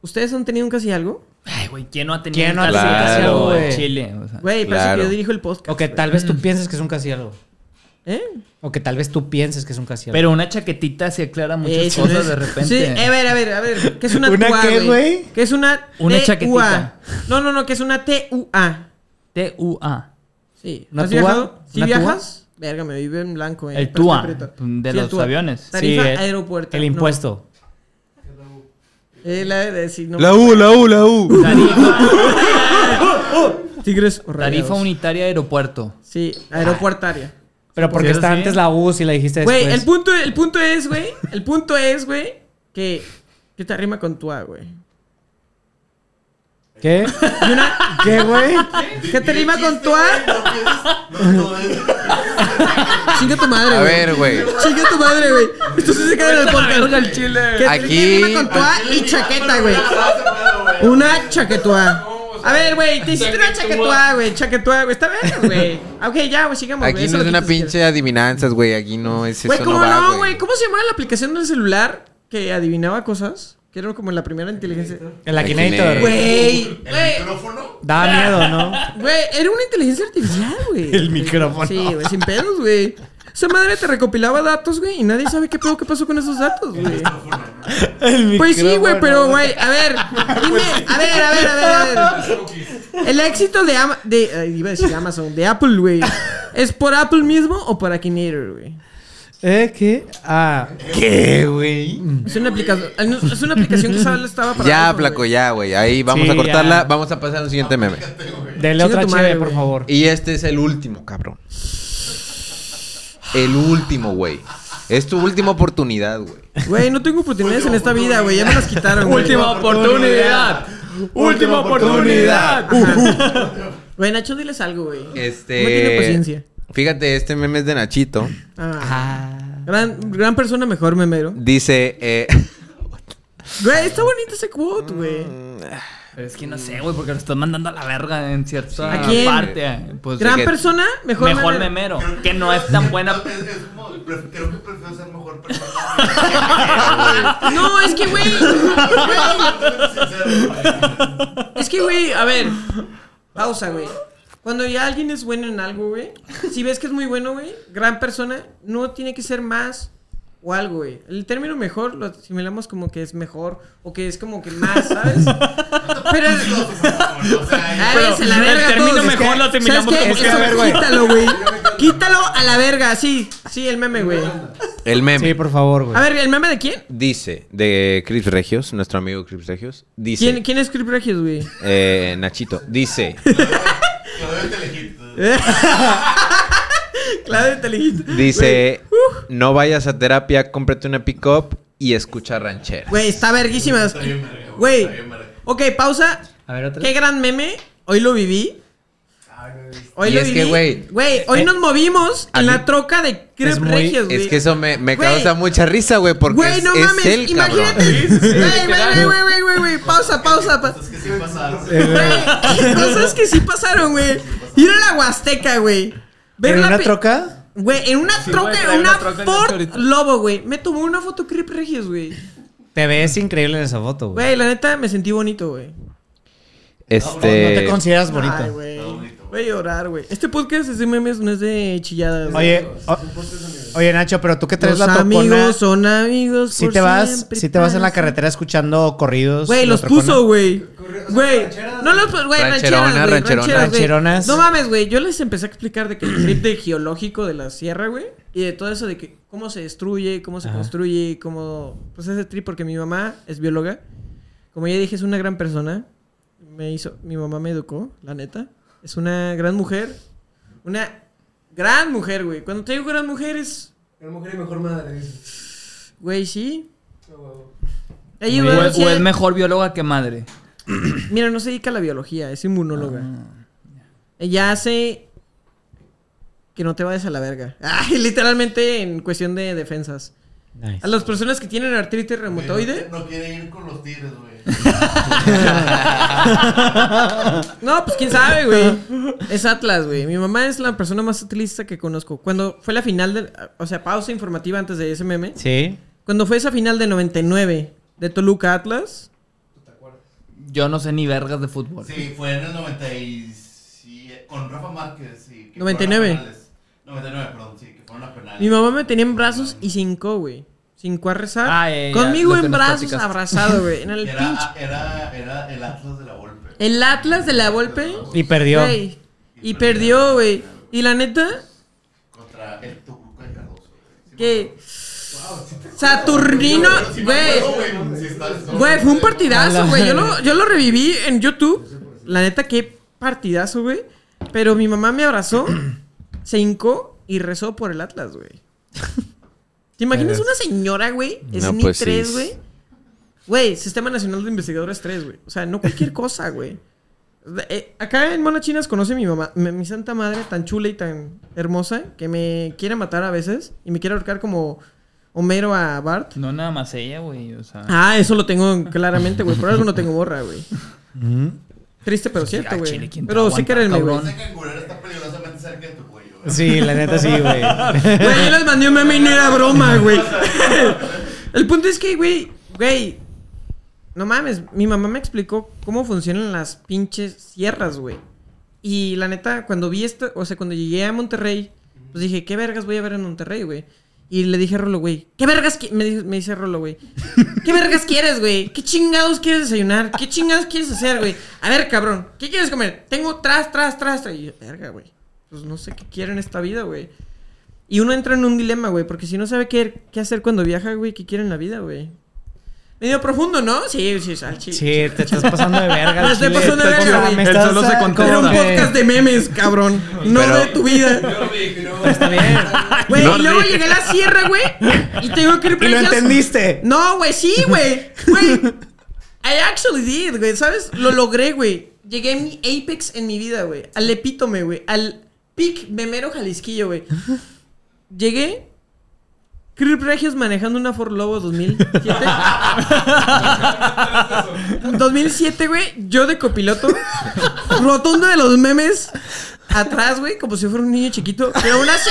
Speaker 3: ¿ustedes han tenido un casi algo?
Speaker 8: Ay, güey, ¿quién no ha tenido
Speaker 1: ¿Quién no ha
Speaker 8: un
Speaker 5: tenido
Speaker 8: casi
Speaker 5: algo,
Speaker 8: algo en
Speaker 1: güey?
Speaker 8: Chile? O sea,
Speaker 3: Güey, parece
Speaker 5: Claro.
Speaker 3: que yo dirijo el podcast.
Speaker 1: O que
Speaker 3: güey.
Speaker 1: tal vez tú pienses que es un casialgo.
Speaker 3: ¿Eh?
Speaker 1: O que tal vez tú pienses que es un casialgo.
Speaker 8: Pero una chaquetita se aclara muchas
Speaker 3: Eh, sí,
Speaker 8: cosas
Speaker 3: sí.
Speaker 8: de repente.
Speaker 3: Sí, eh, a ver, a ver, a ver. ¿Qué es una,
Speaker 1: ¿Una
Speaker 3: TUA,
Speaker 1: qué, güey?
Speaker 3: ¿Qué es una
Speaker 8: Una
Speaker 3: TUA?
Speaker 8: chaquetita.
Speaker 3: No, no, no, que es una TUA.
Speaker 8: T-U-A.
Speaker 3: Sí.
Speaker 1: ¿Una
Speaker 3: ¿Has
Speaker 1: TUA?
Speaker 3: viajado? ¿Sí
Speaker 8: ¿Una TUA?
Speaker 3: viajas? Verga, me vive en blanco. eh.
Speaker 8: El TUA,
Speaker 3: Pero está aprieto.
Speaker 8: de
Speaker 3: Sí, el
Speaker 8: los aviones.
Speaker 3: Tarifa
Speaker 1: Sí, el-
Speaker 3: aeropuerto.
Speaker 1: el
Speaker 3: no.
Speaker 1: impuesto.
Speaker 3: Eh, la de sí, no.
Speaker 5: La U, la U, la U.
Speaker 8: Tarifa,
Speaker 3: Tigres o
Speaker 8: tarifa
Speaker 3: rayados.
Speaker 8: unitaria de aeropuerto.
Speaker 3: Sí, aeropuertaria.
Speaker 1: Pero porque
Speaker 8: Sí,
Speaker 1: está
Speaker 8: sí.
Speaker 1: antes la U si la dijiste después.
Speaker 3: Güey, el punto, el punto es, güey. El punto es, güey, que, que te rima con TUA, güey.
Speaker 1: ¿Qué?
Speaker 3: Y una-
Speaker 1: ¿Qué, güey?
Speaker 3: ¿Qué te rima con TUA? Chinga tu madre,
Speaker 5: A
Speaker 3: güey.
Speaker 5: ver, güey.
Speaker 3: Chinga tu madre, güey. Esto sí se cae en el podcast. al chile. Que
Speaker 5: Aquí-
Speaker 3: Aquí... con toa y chaqueta, güey. Una chaquetua. A ver, güey, te hiciste una chaquetua, güey. Chaquetua, güey. Está bien, güey. Ah, Ok, ya, güey, sigamos, güey.
Speaker 5: Aquí
Speaker 3: Eso
Speaker 5: no es
Speaker 3: lo
Speaker 5: una
Speaker 3: quitas si
Speaker 5: pinche adivinanzas, güey. Aquí no es
Speaker 3: quieres. Güey,
Speaker 5: eso, no
Speaker 3: ¿cómo
Speaker 5: va,
Speaker 3: no,
Speaker 5: güey.
Speaker 3: güey? ¿Cómo se llamaba la aplicación del celular que adivinaba cosas? Que era como la primera inteligencia.
Speaker 1: El Akinator.
Speaker 5: Güey.
Speaker 3: Güey, güey,
Speaker 2: micrófono?
Speaker 1: Da miedo, ¿no?
Speaker 3: güey. Era una inteligencia artificial, güey.
Speaker 1: El micrófono.
Speaker 3: Sí, güey, sin pedos, güey. Esa madre te recopilaba datos, güey, y nadie sabe qué pedo que pasó con esos datos, güey.
Speaker 1: El
Speaker 3: Pues sí, güey,
Speaker 1: micrófono.
Speaker 3: pero, güey, a ver,
Speaker 4: Ah,
Speaker 3: dime,
Speaker 4: pues
Speaker 3: a ver, a ver, a ver, a ver. El éxito de, Ama- de ay, iba a decir Amazon, de Apple, güey, ¿es por Apple mismo o por Akinator, güey?
Speaker 1: ¿Eh? ¿Qué? Ah.
Speaker 5: ¿Qué, güey?
Speaker 3: Es una aplicación, es una aplicación que solo estaba para
Speaker 5: Ya,
Speaker 3: iPhone,
Speaker 5: flaco,
Speaker 3: güey.
Speaker 5: ya, güey. Ahí vamos
Speaker 1: Sí,
Speaker 5: a cortarla.
Speaker 1: ya.
Speaker 5: Vamos a pasar al siguiente meme.
Speaker 1: Dele
Speaker 3: Chinga
Speaker 1: otra
Speaker 3: tu madre,
Speaker 1: chévere, por
Speaker 3: güey.
Speaker 1: favor.
Speaker 5: Y este es el último, cabrón. El último, güey. Es tu última oportunidad, güey.
Speaker 3: Güey, no tengo oportunidades en esta vida, güey. Ya me las quitaron, güey.
Speaker 4: Última oportunidad. Última oportunidad.
Speaker 3: Güey, Nacho, diles algo, güey.
Speaker 5: Este.
Speaker 3: No tiene paciencia.
Speaker 5: Fíjate, este meme es de Nachito.
Speaker 3: Ah. Gran, gran persona, mejor memero.
Speaker 5: Dice. eh,
Speaker 3: Güey, está bonito ese quote, güey.
Speaker 5: Mm,
Speaker 8: Pero es que no sé, güey, porque lo estás mandando a la verga en cierta
Speaker 3: ¿A quién?
Speaker 8: parte. Pues,
Speaker 5: de
Speaker 3: Gran
Speaker 5: que-
Speaker 3: persona, mejor,
Speaker 8: mejor
Speaker 3: memero.
Speaker 8: memero. Que no es tan buena.
Speaker 2: Es, es como, pref- creo que prefiero ser mejor persona.
Speaker 3: No, es que, güey. güey,
Speaker 2: Sincero.
Speaker 3: Es que, güey, a ver. Pausa, güey. Cuando ya alguien es bueno en algo, güey. Si ves que es muy bueno, güey. Gran persona. No tiene que ser más o algo, güey. El término mejor lo asimilamos como que es mejor. O que es como que más, ¿sabes? Pero...
Speaker 2: O sea,
Speaker 3: A
Speaker 8: Pero
Speaker 3: ver, se la
Speaker 8: el
Speaker 3: verga
Speaker 8: término
Speaker 3: todos.
Speaker 8: mejor
Speaker 3: Es que-
Speaker 8: lo asimilamos
Speaker 3: ¿sabes qué?
Speaker 8: como que
Speaker 3: Eso,
Speaker 8: a ver,
Speaker 3: Quítalo, güey. Quítalo a la verga. Sí, sí, el meme, güey.
Speaker 5: el meme.
Speaker 1: Sí, por favor,
Speaker 3: A
Speaker 1: güey.
Speaker 3: ver, ¿el meme de quién?
Speaker 5: Dice, de Crips Regios, nuestro amigo Crips Regios. Dice.
Speaker 3: ¿Quién, quién es Crip Regius, güey?
Speaker 5: eh, Nachito. Dice.
Speaker 2: lo debes de elegir.
Speaker 3: Claudio Inteligente.
Speaker 5: Dice. No vayas a terapia, cómprate una pick-up y escucha ranchera.
Speaker 3: Güey, está verguísimas.
Speaker 2: bien verga, güey,
Speaker 3: Güey.
Speaker 2: está bien verga.
Speaker 3: Ok, pausa.
Speaker 1: A ver, otra.
Speaker 3: Qué gran meme. Hoy lo viví. Hoy
Speaker 5: Y
Speaker 3: lo
Speaker 5: es
Speaker 3: viví.
Speaker 5: que, güey,
Speaker 3: hoy
Speaker 5: eh,
Speaker 3: nos movimos
Speaker 5: a
Speaker 3: en
Speaker 5: mí-
Speaker 3: la troca de Crep
Speaker 1: Es muy-
Speaker 3: Regios, pues, güey.
Speaker 5: Es que eso me, me
Speaker 3: Güey.
Speaker 5: causa mucha risa, güey, porque
Speaker 3: Güey,
Speaker 5: es,
Speaker 3: no
Speaker 5: es
Speaker 3: mames.
Speaker 5: él,
Speaker 3: imagínate.
Speaker 5: cabrón.
Speaker 3: Güey, güey, güey, güey, güey, güey, güey. Pausa, pausa, pausa.
Speaker 2: Es que sí pasa algo.
Speaker 3: Güey, cosas que sí pasaron, güey. Ir a la Huasteca, güey. Ver
Speaker 1: ¿En
Speaker 3: la
Speaker 1: una
Speaker 3: pe-
Speaker 1: troca?
Speaker 3: Güey, en una
Speaker 8: güey,
Speaker 3: troca,
Speaker 8: trae
Speaker 3: una,
Speaker 8: una troca en
Speaker 3: Ford
Speaker 8: la ahorita.
Speaker 3: Lobo, güey. Me tomó una foto Crip Regios, güey.
Speaker 1: Te ves increíble en esa foto, güey.
Speaker 3: Güey, la neta me sentí bonito, güey.
Speaker 1: No
Speaker 5: Este.
Speaker 1: te consideras bonito.
Speaker 3: Ay, güey. Voy a llorar, güey. Este podcast es de memes, no es de chilladas. güey.
Speaker 1: Oye, o- oye, Nacho, pero tú que traes
Speaker 3: los
Speaker 1: la trocona.
Speaker 3: amigos son amigos.
Speaker 1: Si
Speaker 3: por
Speaker 1: te vas,
Speaker 3: siempre,
Speaker 1: si te vas en la
Speaker 3: para
Speaker 1: carretera escuchando corridos.
Speaker 3: Güey,
Speaker 1: la
Speaker 3: los
Speaker 1: trocona.
Speaker 3: puso, güey.
Speaker 7: Corre- o sea,
Speaker 3: Güey,
Speaker 7: rancheras,
Speaker 3: no los puso, güey, rancheras,
Speaker 5: Rancherona,
Speaker 3: güey,
Speaker 5: rancherona.
Speaker 3: rancheras, güey.
Speaker 1: Rancheronas.
Speaker 3: No mames, güey, yo les empecé a explicar de que el trip de geológico de la sierra, güey, y de todo eso de que cómo se destruye, cómo se
Speaker 1: Ajá.
Speaker 3: construye, cómo pues ese trip porque mi mamá es bióloga. Como ya dije, es una gran persona. Me hizo mi mamá me educó, la neta. Es una gran mujer. Una gran mujer, güey. Cuando te digo gran mujer es
Speaker 7: Gran mujer y mejor madre. dices.
Speaker 3: güey, sí.
Speaker 7: No, huevo.
Speaker 3: Ella
Speaker 8: O,
Speaker 3: güey,
Speaker 8: es- o
Speaker 3: decía-
Speaker 8: es mejor bióloga que madre.
Speaker 3: Mira, no se dedica a la biología, es inmunóloga. Ella hace que no te vayas a la verga. Ay, literalmente en cuestión de defensas.
Speaker 1: Nice.
Speaker 3: A las personas que tienen artritis reumatoide.
Speaker 2: No quiere ir con los tigres, güey.
Speaker 3: No, pues quién sabe, güey. Es Atlas, güey. Mi mamá es la persona más atlista que conozco. Cuando fue la final de... O sea, pausa informativa antes de ese meme.
Speaker 1: Sí.
Speaker 3: Cuando fue esa final de 99 de Toluca Atlas.
Speaker 8: Yo no sé ni vergas de fútbol.
Speaker 2: Sí, fue en el 97. Con Rafa Márquez, sí. que
Speaker 3: 99.
Speaker 2: fueron a penales. 99, perdón, sí, que fueron a penales.
Speaker 3: Mi mamá me tenía en brazos y cinco, güey. Cinco a rezar.
Speaker 8: Ah, ya, ya,
Speaker 3: Conmigo
Speaker 8: lo que
Speaker 3: en
Speaker 8: nos
Speaker 3: brazos,
Speaker 8: platicaste.
Speaker 3: abrazado, güey. En el pinche... Eh.
Speaker 2: Era, era, era el Atlas de la Volpe.
Speaker 3: El Atlas de la Volpe.
Speaker 1: Y perdió.
Speaker 3: güey, y perdió, güey. Y la neta,
Speaker 2: Contra el Tucuca de Cardoso. güey.
Speaker 3: que. Saturnino,
Speaker 2: Sí me acuerdo,
Speaker 3: güey.
Speaker 2: sí está- está-
Speaker 3: Güey, fue un partidazo, güey. Yo lo, yo lo reviví en YouTube. La neta, qué partidazo, güey. Pero mi mamá me abrazó, se hincó y rezó por el Atlas, güey. ¿Te imaginas una señora, güey? Es
Speaker 5: No,
Speaker 3: ni
Speaker 5: pues, sí.
Speaker 3: 3, güey. Güey, Sistema Nacional de Investigadores 3, güey. O sea, no cualquier cosa, güey. Eh, acá en Mona Chinas conoce mi mamá, mi, mi santa madre tan chula y tan hermosa que me quiere matar a veces y me quiere ahorcar como Homero a Bart.
Speaker 8: No nada más ella, güey. O sea.
Speaker 3: Ah, eso lo tengo claramente, güey. Por algo no tengo borra, güey. Triste, pero cierto,
Speaker 8: ah,
Speaker 3: güey.
Speaker 8: chile, ¿quién te
Speaker 3: Pero sí
Speaker 8: aguanta,
Speaker 3: que eres güey.
Speaker 8: cabrón?
Speaker 2: Ese cangurero está peligrosamente cerca de tu cuello, güey.
Speaker 1: Sí, la neta sí, güey.
Speaker 3: Güey, yo les mandé un meme y no era broma, güey. El punto es que, güey, güey. No mames, mi mamá me explicó cómo funcionan las pinches sierras, güey. Y la neta, cuando vi esto, o sea, cuando llegué a Monterrey, pues dije, ¿qué vergas voy a ver en Monterrey, güey? Y le dije a Rolo, güey, ¿qué vergas qui-" me, dice- me dice Rolo, güey? ¿Qué vergas quieres, güey? ¿Qué chingados quieres desayunar? ¿Qué chingados quieres hacer, güey? A ver, cabrón, ¿qué quieres comer? Tengo tras, tras, tras, tras. Y yo, verga, güey. Pues no sé qué quiero en esta vida, güey. Y uno entra en un dilema, güey, porque si no sabe qué, qué hacer cuando viaja, güey, qué quiere en la vida, güey. Medio profundo, ¿no? Sí, sí, salchi.
Speaker 1: Sí, te estás pasando de verga. al
Speaker 3: Me estoy
Speaker 1: chile.
Speaker 3: pasando de
Speaker 1: O sea,
Speaker 3: verga.
Speaker 1: me
Speaker 3: Él
Speaker 1: estás
Speaker 4: solo se
Speaker 1: a-
Speaker 4: contenta.
Speaker 3: Era
Speaker 1: como
Speaker 3: un
Speaker 1: que-
Speaker 3: podcast de memes, cabrón. No
Speaker 5: Pero-
Speaker 3: de tu vida.
Speaker 1: Está bien.
Speaker 3: Güey,
Speaker 5: No,
Speaker 3: y luego
Speaker 5: sí.
Speaker 3: llegué a la sierra, güey. Y tengo que ir
Speaker 1: Y lo entendiste.
Speaker 3: No, güey, sí, güey. Güey. I actually did, güey. ¿Sabes? Lo logré, güey. Llegué a mi apex en mi vida, güey. Al epítome, güey. Al pic memero jalisquillo, güey. Llegué. Crip Regios manejando una Ford Lobo 2007. 2007, güey. Yo de copiloto. Rotonda de los memes. Atrás, güey, como si fuera un niño chiquito. Pero aún así.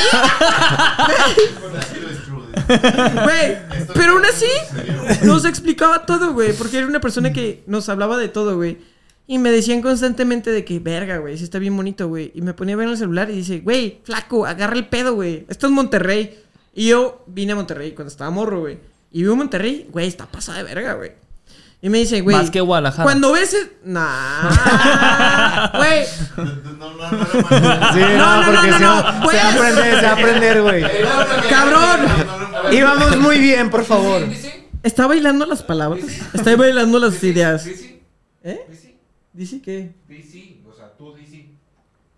Speaker 3: Güey, pero aún así nos explicaba todo, güey, porque era una persona que nos hablaba de todo, güey. Y me decían constantemente de que, verga, güey, sí está bien bonito, güey. Y me ponía a ver en el celular y dice, güey, flaco, agarra el pedo, güey. Esto es Monterrey. Y yo vine a Monterrey cuando estaba morro, güey. Y vivo en Monterrey, güey, está pasada de verga, güey. Y me dice, güey.
Speaker 8: Más que Guadalajara.
Speaker 3: Cuando ves. el- Nah. Güey.
Speaker 2: No, no, no, no.
Speaker 1: Sí,
Speaker 3: No,
Speaker 1: no,
Speaker 3: no,
Speaker 1: porque
Speaker 3: no,
Speaker 1: si
Speaker 3: no,
Speaker 1: no,
Speaker 3: güey.
Speaker 1: se va a aprender, se va a aprender, güey.
Speaker 2: ¡Cabrón!
Speaker 1: Íbamos muy bien, por favor.
Speaker 3: Está bailando las palabras. Está bailando las ideas. ¿Eh? ¿Dice qué?
Speaker 9: DC, o sea, tú DC.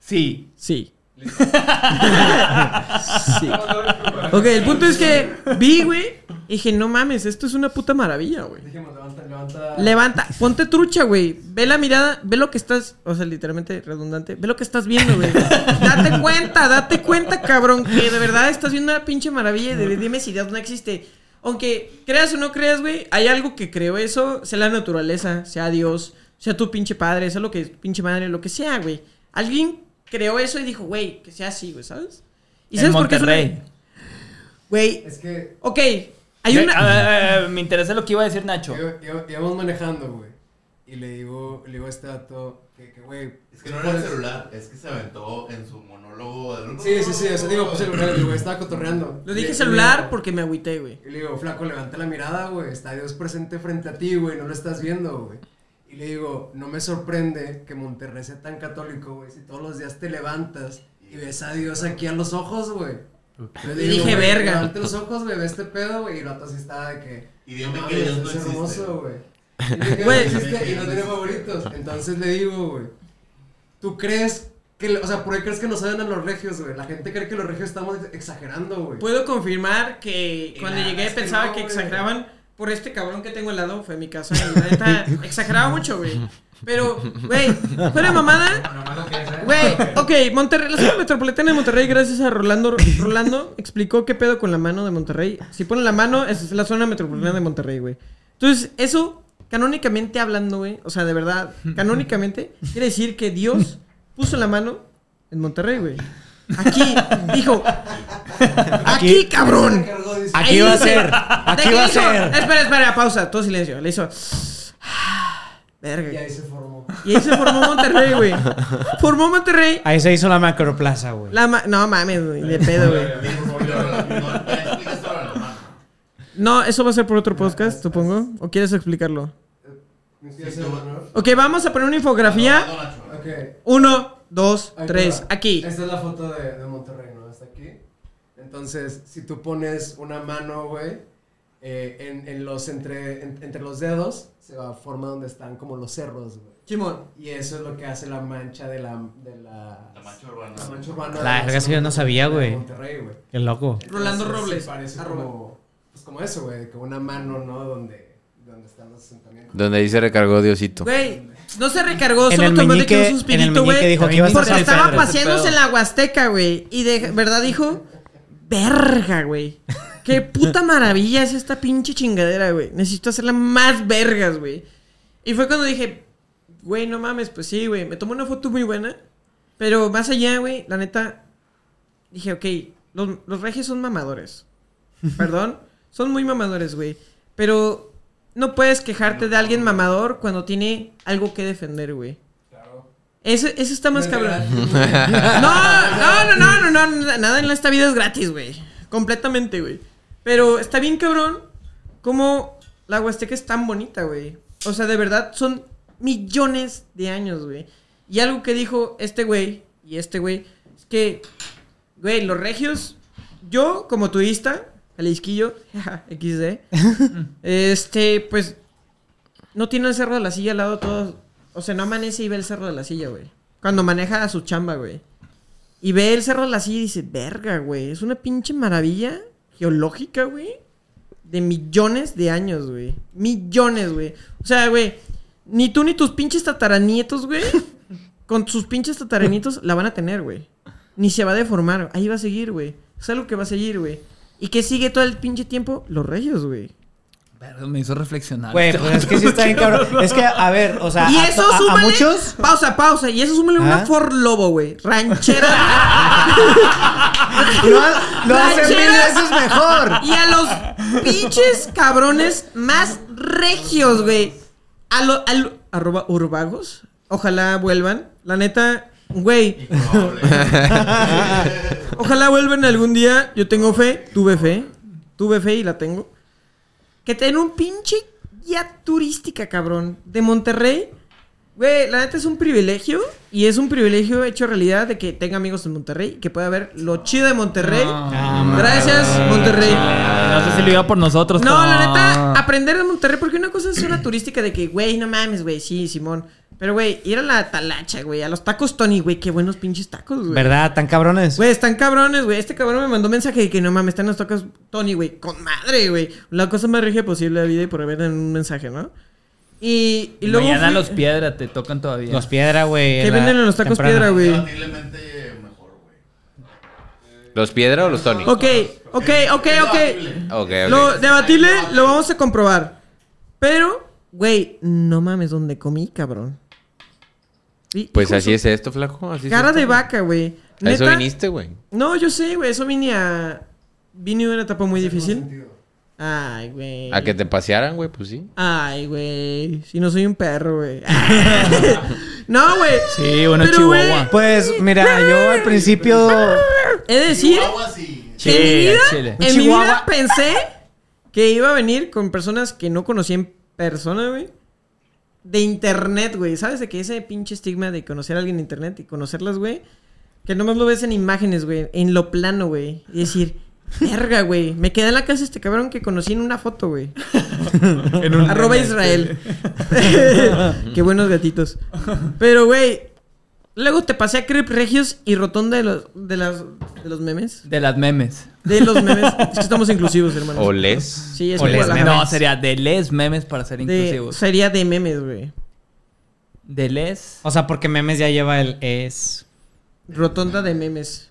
Speaker 8: Sí.
Speaker 3: Sí. sí. Ok, el punto es que vi, güey. y Dije, no mames, esto es una puta maravilla, güey.
Speaker 7: Dijimos, levanta, levanta.
Speaker 3: Levanta, ponte trucha, güey. Ve la mirada, ve lo que estás, o sea, literalmente redundante, ve lo que estás viendo, güey. Date cuenta, date cuenta, cabrón, que de verdad estás viendo una pinche maravilla y de dime si Dios no existe. Aunque creas o no creas, güey, hay algo que creo eso, sea la naturaleza, sea Dios, sea tu pinche padre, sea lo que pinche madre, lo que sea, güey. Alguien creó eso y dijo, güey, que sea así, güey, ¿sabes? ¿Y
Speaker 8: en
Speaker 3: sabes por qué es una-
Speaker 8: Monterrey.
Speaker 3: Güey,
Speaker 7: Es que
Speaker 3: ok, hay
Speaker 8: Ve-
Speaker 3: una...
Speaker 8: a ver, a ver, a ver, me interesa lo que iba a decir Nacho.
Speaker 7: iba- iba- íbamos manejando, güey. Y le digo, le digo a este dato que, que, güey.
Speaker 2: Es que no era el celular, es que se aventó en su monólogo. del-
Speaker 7: Sí, sí, sí. O sea, digo, pues celular, el güey estaba cotorreando.
Speaker 3: Lo
Speaker 7: Y-
Speaker 3: dije
Speaker 7: y
Speaker 3: celular
Speaker 7: digo-
Speaker 3: porque me agüité, güey.
Speaker 7: Y le digo, flaco, levanta la mirada, güey. Está Dios presente frente a ti, güey. No lo estás viendo, güey. Y le digo, no me sorprende que Monterrey sea tan católico, güey. Si todos los días te levantas y ves a Dios aquí a los ojos, güey. Le
Speaker 3: Y dije,
Speaker 7: güey,
Speaker 3: "Verga".
Speaker 7: Levanta los ojos, güey. Ve este pedo, güey. Y el vato así estaba de que.
Speaker 2: Y dime
Speaker 7: "No,
Speaker 2: que
Speaker 7: güey,
Speaker 2: Dios no
Speaker 7: esto es
Speaker 2: existe.
Speaker 7: hermoso, güey. Y dije,
Speaker 3: Güey.
Speaker 7: "No existe", Y no tiene favoritos. Entonces le digo, güey. ¿Tú crees que.? O sea, ¿por qué crees que nos saben a los regios, güey? La gente cree que los regios estamos exagerando, güey.
Speaker 3: Puedo confirmar que cuando
Speaker 7: nada,
Speaker 3: llegué
Speaker 7: es que
Speaker 3: pensaba
Speaker 7: no,
Speaker 3: que
Speaker 7: güey.
Speaker 3: exageraban por este cabrón que tengo al lado, fue a mi casa. Y la neta, exageraba mucho, güey. Pero, güey, fuera de mamada. Güey, ok, Monterrey, la zona metropolitana de Monterrey, gracias a Rolando, Rolando explicó qué pedo con la mano de Monterrey. Si ponen la mano, esa es la zona metropolitana de Monterrey, güey. Entonces, eso, canónicamente hablando, güey, o sea, de verdad, canónicamente, quiere decir que Dios puso la mano en Monterrey, güey. Aquí, dijo, aquí cabrón.
Speaker 1: Aquí
Speaker 3: Ahí
Speaker 1: va a
Speaker 3: dice-
Speaker 1: ser.
Speaker 3: de
Speaker 1: Aquí
Speaker 3: que
Speaker 1: va a
Speaker 3: hizo-
Speaker 1: ser.
Speaker 3: Espera, espera, pausa, todo silencio. Le hizo. "Ah,
Speaker 7: Y
Speaker 3: Verga.
Speaker 7: ahí se formó.
Speaker 3: Y ahí se formó Monterrey, güey. Formó Monterrey.
Speaker 1: Ahí se hizo la macroplaza, güey.
Speaker 3: La ma- no mames, güey, de pedo, güey.
Speaker 2: No, no, no expliques todo a la mano.
Speaker 3: No, eso va a ser por otro podcast, supongo. ¿O quieres explicarlo?
Speaker 7: Me estoy haciendo, ¿no?
Speaker 3: Ok, vamos a poner una infografía.
Speaker 7: Ok.
Speaker 3: Uno, dos,
Speaker 7: ahí te
Speaker 3: tres.
Speaker 7: va.
Speaker 3: Aquí.
Speaker 7: Esta es la foto de, de Monterrey, ¿no? Hasta aquí. Entonces, si tú pones una mano, güey, eh, en, en los, entre, en- entre los dedos, se va a forma donde están como los cerros, güey.
Speaker 3: Chimón.
Speaker 7: Y eso es lo que hace la mancha de la... De la,
Speaker 2: La mancha urbana.
Speaker 7: la mancha urbana.
Speaker 1: La
Speaker 7: de la
Speaker 1: verga, eso yo no
Speaker 7: zona
Speaker 1: sabía,
Speaker 7: metropolitana de
Speaker 1: güey.
Speaker 7: Monterrey, güey.
Speaker 1: Qué loco.
Speaker 3: Rolando
Speaker 7: Entonces, sí
Speaker 3: Robles,
Speaker 7: Parece
Speaker 3: arroba.
Speaker 7: como, pues como eso, güey, que una mano, ¿no? Donde, donde están los asentamientos.
Speaker 5: Donde ahí se recargó Diosito.
Speaker 3: Güey, no se recargó,
Speaker 1: En
Speaker 3: solo
Speaker 1: el
Speaker 3: tomó de
Speaker 1: meñique-
Speaker 3: que
Speaker 1: en
Speaker 3: un
Speaker 1: el
Speaker 3: suspirito,
Speaker 1: meñique
Speaker 3: güey.
Speaker 1: dijo que iba a estar
Speaker 3: Porque
Speaker 1: San
Speaker 3: estaba
Speaker 1: Pedro, ese
Speaker 8: pedo.
Speaker 3: paseándose en la Huasteca, güey. Y de verdad dijo, verga, güey. Qué puta maravilla es esta pinche chingadera, güey. Necesito hacerla más vergas, güey. Y fue cuando dije, güey, no mames, pues sí, güey. Me tomó una foto muy buena. Pero más allá, güey, la neta, dije, ok, los, los regios son mamadores. Perdón, son muy mamadores, güey. Pero no puedes quejarte de alguien mamador cuando tiene algo que defender, güey. Eso, eso está más cabrón. No, no, no, no, no, no, nada en esta vida es gratis, güey. Completamente, güey. Pero está bien cabrón cómo la Huasteca es tan bonita, güey. O sea, de verdad, son millones de años, güey. Y algo que dijo este güey y este güey es que, güey, los regios, yo como turista, jalisquillo, XD, este, pues no tiene el cerro de la silla al lado todo. O sea, no amanece y ve el cerro de la silla, güey. Cuando maneja a su chamba, güey. Y ve el cerro de la silla y dice, verga, güey. Es una pinche maravilla geológica, güey. De millones de años, güey. Millones, güey. O sea, güey. Ni tú ni tus pinches tataranietos, güey. con sus pinches tataranitos la van a tener, güey. Ni se va a deformar. Ahí va a seguir, güey. Es algo que va a seguir, güey. ¿Y que sigue todo el pinche tiempo? Los reyes, güey.
Speaker 8: Perdón, me hizo reflexionar.
Speaker 1: Güey, pues es que sí está bien cabrón. Es que, a ver, o sea,
Speaker 3: Y
Speaker 1: a,
Speaker 3: eso
Speaker 1: a- a
Speaker 3: súmale.
Speaker 1: muchos.
Speaker 3: Pausa, pausa. Y eso súmale una
Speaker 1: ¿Ah?
Speaker 3: Ford Lobo, güey. Ranchera.
Speaker 1: Lo, ha- lo hacen mil
Speaker 3: Rancheras.
Speaker 1: veces mejor.
Speaker 3: y a los pinches cabrones más regios, güey. A los. arroba urbagos. Ojalá vuelvan. La neta, güey. Ojalá vuelvan algún día. Yo tengo fe. Tuve fe. Tuve fe y la tengo. Que ten un pinche guía turística, cabrón. De Monterrey. Güey, la neta es un privilegio. Y es un privilegio hecho realidad de que tenga amigos en Monterrey. Que pueda ver lo chido de Monterrey. Gracias, Monterrey.
Speaker 8: Ah, No sé si lo iba por
Speaker 4: Pues
Speaker 8: nosotros.
Speaker 3: No,
Speaker 8: pero-
Speaker 3: la neta, ah, aprender de Monterrey, porque una cosa es una turística de que, güey, no mames, güey, sí, Simón. Pero, güey, ir a la talacha, güey, a los tacos Tony, güey, qué buenos pinches tacos, güey.
Speaker 1: ¿Verdad? ¿Tan cabrones?
Speaker 3: Güey, están cabrones, güey. Este cabrón me mandó un mensaje de que no mames, están los tacos Tony, güey, con madre, güey. La cosa más regia posible de la vida y por haber en un mensaje, ¿no? Y, y luego.
Speaker 8: Mañana
Speaker 3: fui-
Speaker 8: los piedra te tocan todavía.
Speaker 1: Los piedra, güey.
Speaker 3: ¿Qué
Speaker 1: la-
Speaker 3: venden en los tacos
Speaker 1: temprano.
Speaker 3: piedra, güey?
Speaker 2: Indiscutiblemente mejor, güey.
Speaker 5: ¿Los piedra o los Tony?
Speaker 3: Ok, ok, ok, ok.
Speaker 5: Ok, ok.
Speaker 3: Lo debatible lo vamos a comprobar. Pero, güey, no mames, ¿dónde comí, cabrón? Sí,
Speaker 5: Pues
Speaker 3: hijo
Speaker 5: así
Speaker 3: de
Speaker 5: es esto, flaco. Así
Speaker 3: su
Speaker 5: es
Speaker 3: Cara
Speaker 5: esto,
Speaker 3: de
Speaker 5: güey.
Speaker 3: vaca, güey.
Speaker 5: ¿A eso
Speaker 3: Neta,
Speaker 5: viniste, güey?
Speaker 3: No, yo sé, güey. Eso vine a. Vine a una etapa muy difícil. Ay, güey.
Speaker 5: ¿A que te pasearan, güey? Pues sí.
Speaker 3: Ay, güey. Si no soy un perro, güey. no, güey.
Speaker 8: Sí, una
Speaker 3: Pero, güey,
Speaker 8: chihuahua.
Speaker 1: Pues mira, yo al principio.
Speaker 3: He de decir.
Speaker 2: Agua sí.
Speaker 3: que en mi
Speaker 8: Chile,
Speaker 3: vida,
Speaker 8: chile.
Speaker 3: en mi
Speaker 1: Chihuahua.
Speaker 3: vida pensé que iba a venir con personas que no conocí en persona, güey. De internet, güey. ¿Sabes de que ese pinche estigma de conocer a alguien en internet y conocerlas, güey? Que nomás lo ves en imágenes, güey. En lo plano, güey. Y decir, verga, güey. Me quedé en la casa de este cabrón que conocí en una foto, güey.
Speaker 4: En un
Speaker 3: Arroba
Speaker 4: meme.
Speaker 3: Israel. Qué buenos gatitos. Pero, güey. Luego te pasé a Crip Regios y Rotonda de los, de las, de los memes.
Speaker 8: De las memes.
Speaker 3: De los memes. Es que estamos inclusivos, hermano.
Speaker 5: ¿O les?
Speaker 3: Sí, es
Speaker 1: O les
Speaker 3: Guadalajara.
Speaker 8: No, sería de les memes para ser
Speaker 3: De-
Speaker 8: inclusivos.
Speaker 3: Sería de memes, güey.
Speaker 8: De les.
Speaker 1: O sea, porque memes ya lleva el es.
Speaker 3: Rotonda de memes.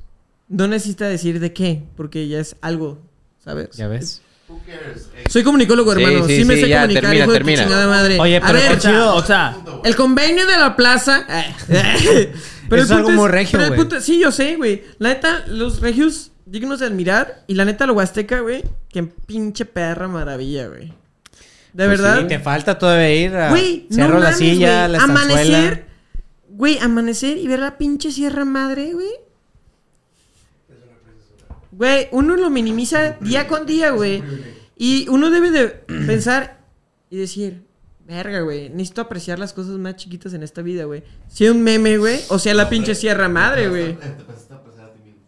Speaker 3: No necesita decir de qué, porque ya es algo, ¿sabes?
Speaker 1: ¿Ya ves?
Speaker 2: Who cares? Eh,
Speaker 3: Soy comunicólogo,
Speaker 5: Sí,
Speaker 3: hermano. Sí,
Speaker 5: sí,
Speaker 3: me
Speaker 5: sí,
Speaker 3: sé
Speaker 5: ya,
Speaker 3: comunicar,
Speaker 5: termina,
Speaker 3: hijo de tu
Speaker 5: termina.
Speaker 3: chingada madre.
Speaker 1: Oye,
Speaker 3: A
Speaker 1: pero
Speaker 3: ver,
Speaker 1: qué chido.
Speaker 8: O sea,
Speaker 3: El convenio de la plaza.
Speaker 1: Eso es algo muy regio,
Speaker 3: pero el
Speaker 1: güey.
Speaker 3: punto es- Sí, yo sé, güey. La neta, los regios dignos de admirar. Y la neta, lo huasteca, güey. Que pinche perra maravilla, güey.
Speaker 5: Pues
Speaker 3: De verdad.
Speaker 1: Y te falta todavía ir a.
Speaker 3: Güey, no
Speaker 1: Cerro la
Speaker 3: mames,
Speaker 1: silla,
Speaker 3: güey.
Speaker 1: la estanzuela.
Speaker 3: Amanecer, güey, amanecer y ver la pinche Sierra Madre, güey. Güey, uno lo minimiza día con día, güey. Y uno debe de pensar y decir, verga, güey, necesito apreciar las cosas más chiquitas en esta vida, güey. Sea un meme, güey, o sea la pinche Sierra Madre, güey.
Speaker 2: Te empezaste a pasar a ti mismo.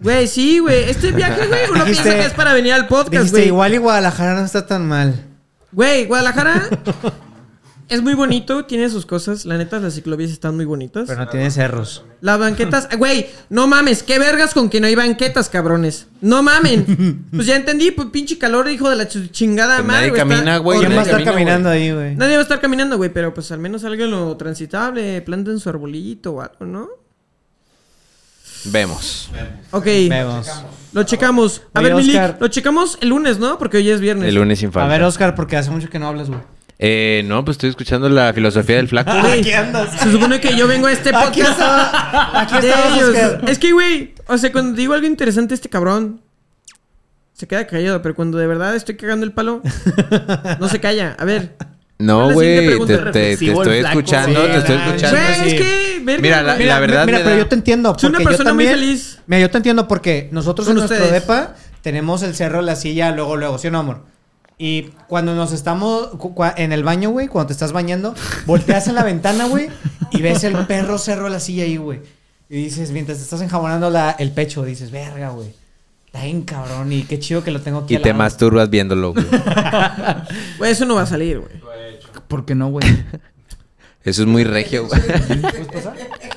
Speaker 3: Güey, sí, güey. Este viaje, güey, uno
Speaker 1: Dijiste-
Speaker 3: piensa que es para venir al podcast,
Speaker 1: Dijiste,
Speaker 3: güey.
Speaker 1: igual y Guadalajara no está tan mal.
Speaker 3: Güey, Guadalajara es muy bonito, tiene sus cosas. La neta, las ciclovías están muy bonitas.
Speaker 1: Pero no tiene cerros.
Speaker 3: Las banquetas, güey, no mames, qué vergas con que no hay banquetas, cabrones. No mamen. Pues ya entendí, pues pinche calor, hijo de la ch- chingada
Speaker 5: Pues
Speaker 3: madre.
Speaker 5: nadie
Speaker 3: está
Speaker 5: camina, güey,
Speaker 1: ¿Quién va a
Speaker 3: horrible.
Speaker 1: estar
Speaker 5: camina,
Speaker 1: caminando ahí, güey?
Speaker 3: Nadie va a estar caminando, güey, pero pues al menos salgan lo transitable, planten su arbolito o algo, ¿no?
Speaker 5: Vemos.
Speaker 3: Ok,
Speaker 1: Vemos.
Speaker 3: lo checamos. A
Speaker 1: Oye,
Speaker 3: ver, Milik,
Speaker 1: Oscar.
Speaker 3: lo checamos el lunes, ¿no? Porque hoy es viernes.
Speaker 5: El lunes sin
Speaker 1: A
Speaker 5: falta.
Speaker 1: ver, Oscar, porque hace mucho que no hablas, güey.
Speaker 5: Eh, no, pues estoy escuchando la filosofía del flaco.
Speaker 3: Güey,
Speaker 1: Aquí andas.
Speaker 3: Se supone que yo vengo a este podcast.
Speaker 1: Aquí estaba. Aquí
Speaker 3: De
Speaker 1: estabas,
Speaker 3: ellos.
Speaker 1: Oscar.
Speaker 3: Es que, güey, o sea, cuando digo algo interesante, este cabrón se queda callado, pero cuando de verdad estoy cagando el palo, no se calla. A ver.
Speaker 5: No,
Speaker 3: ¿Cuál es la siguiente
Speaker 5: güey, te,
Speaker 3: pregunta?
Speaker 5: te- te
Speaker 8: Reflexivo el
Speaker 5: estoy
Speaker 8: flaco.
Speaker 5: escuchando,
Speaker 1: Sí,
Speaker 5: te estoy
Speaker 1: la-
Speaker 5: escuchando.
Speaker 1: Chances,
Speaker 3: Güey, es
Speaker 1: sí.
Speaker 3: que, verga,
Speaker 5: Mira, la-
Speaker 3: güey.
Speaker 1: Mira,
Speaker 5: verdad
Speaker 1: mira,
Speaker 5: me
Speaker 1: pero
Speaker 5: da-
Speaker 1: yo te entiendo. Porque
Speaker 3: Soy una persona
Speaker 1: yo
Speaker 3: muy
Speaker 1: también,
Speaker 3: feliz.
Speaker 1: Mira, yo te entiendo porque nosotros
Speaker 3: Con
Speaker 1: en
Speaker 3: ustedes.
Speaker 1: nuestro depa tenemos el cerro de la silla luego, luego, ¿sí o no, amor? Y cuando nos estamos cu- cua- en el baño, güey, cuando te estás bañando, volteas en la ventana, güey, y ves el perro cerro de la silla ahí, güey. Y dices, mientras te estás enjabonando la- el pecho, dices, verga, güey. Está bien cabrón y qué chido que lo tengo aquí.
Speaker 5: Y
Speaker 1: al
Speaker 5: te
Speaker 1: lado".
Speaker 5: masturbas viéndolo, güey.
Speaker 3: Güey, eso no va a salir, güey.
Speaker 8: ¿Por qué no, güey?
Speaker 5: Eso es muy regio, güey.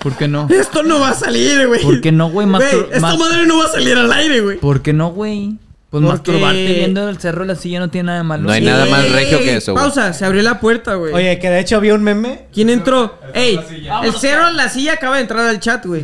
Speaker 8: ¿Por qué no?
Speaker 3: Esto no va a salir, güey.
Speaker 8: ¿Por qué no, güey?
Speaker 3: Güey,
Speaker 8: Mastur-
Speaker 3: esta
Speaker 8: mas-
Speaker 3: madre no va a salir al aire, güey.
Speaker 8: ¿Por qué no, güey? Pues
Speaker 3: Porque-
Speaker 8: masturbarte viendo el cerro de la silla no tiene nada de malo.
Speaker 5: No hay
Speaker 8: Sí.
Speaker 5: nada
Speaker 3: Ey,
Speaker 5: más
Speaker 3: ey,
Speaker 5: regio
Speaker 3: ey,
Speaker 5: que eso, güey.
Speaker 3: Pausa, se abrió la puerta, güey.
Speaker 1: Oye, que de hecho había un meme.
Speaker 3: ¿Quién entró?
Speaker 9: El cerro de
Speaker 3: Ey,
Speaker 9: la silla.
Speaker 3: el cerro en la silla acaba de entrar al chat, güey.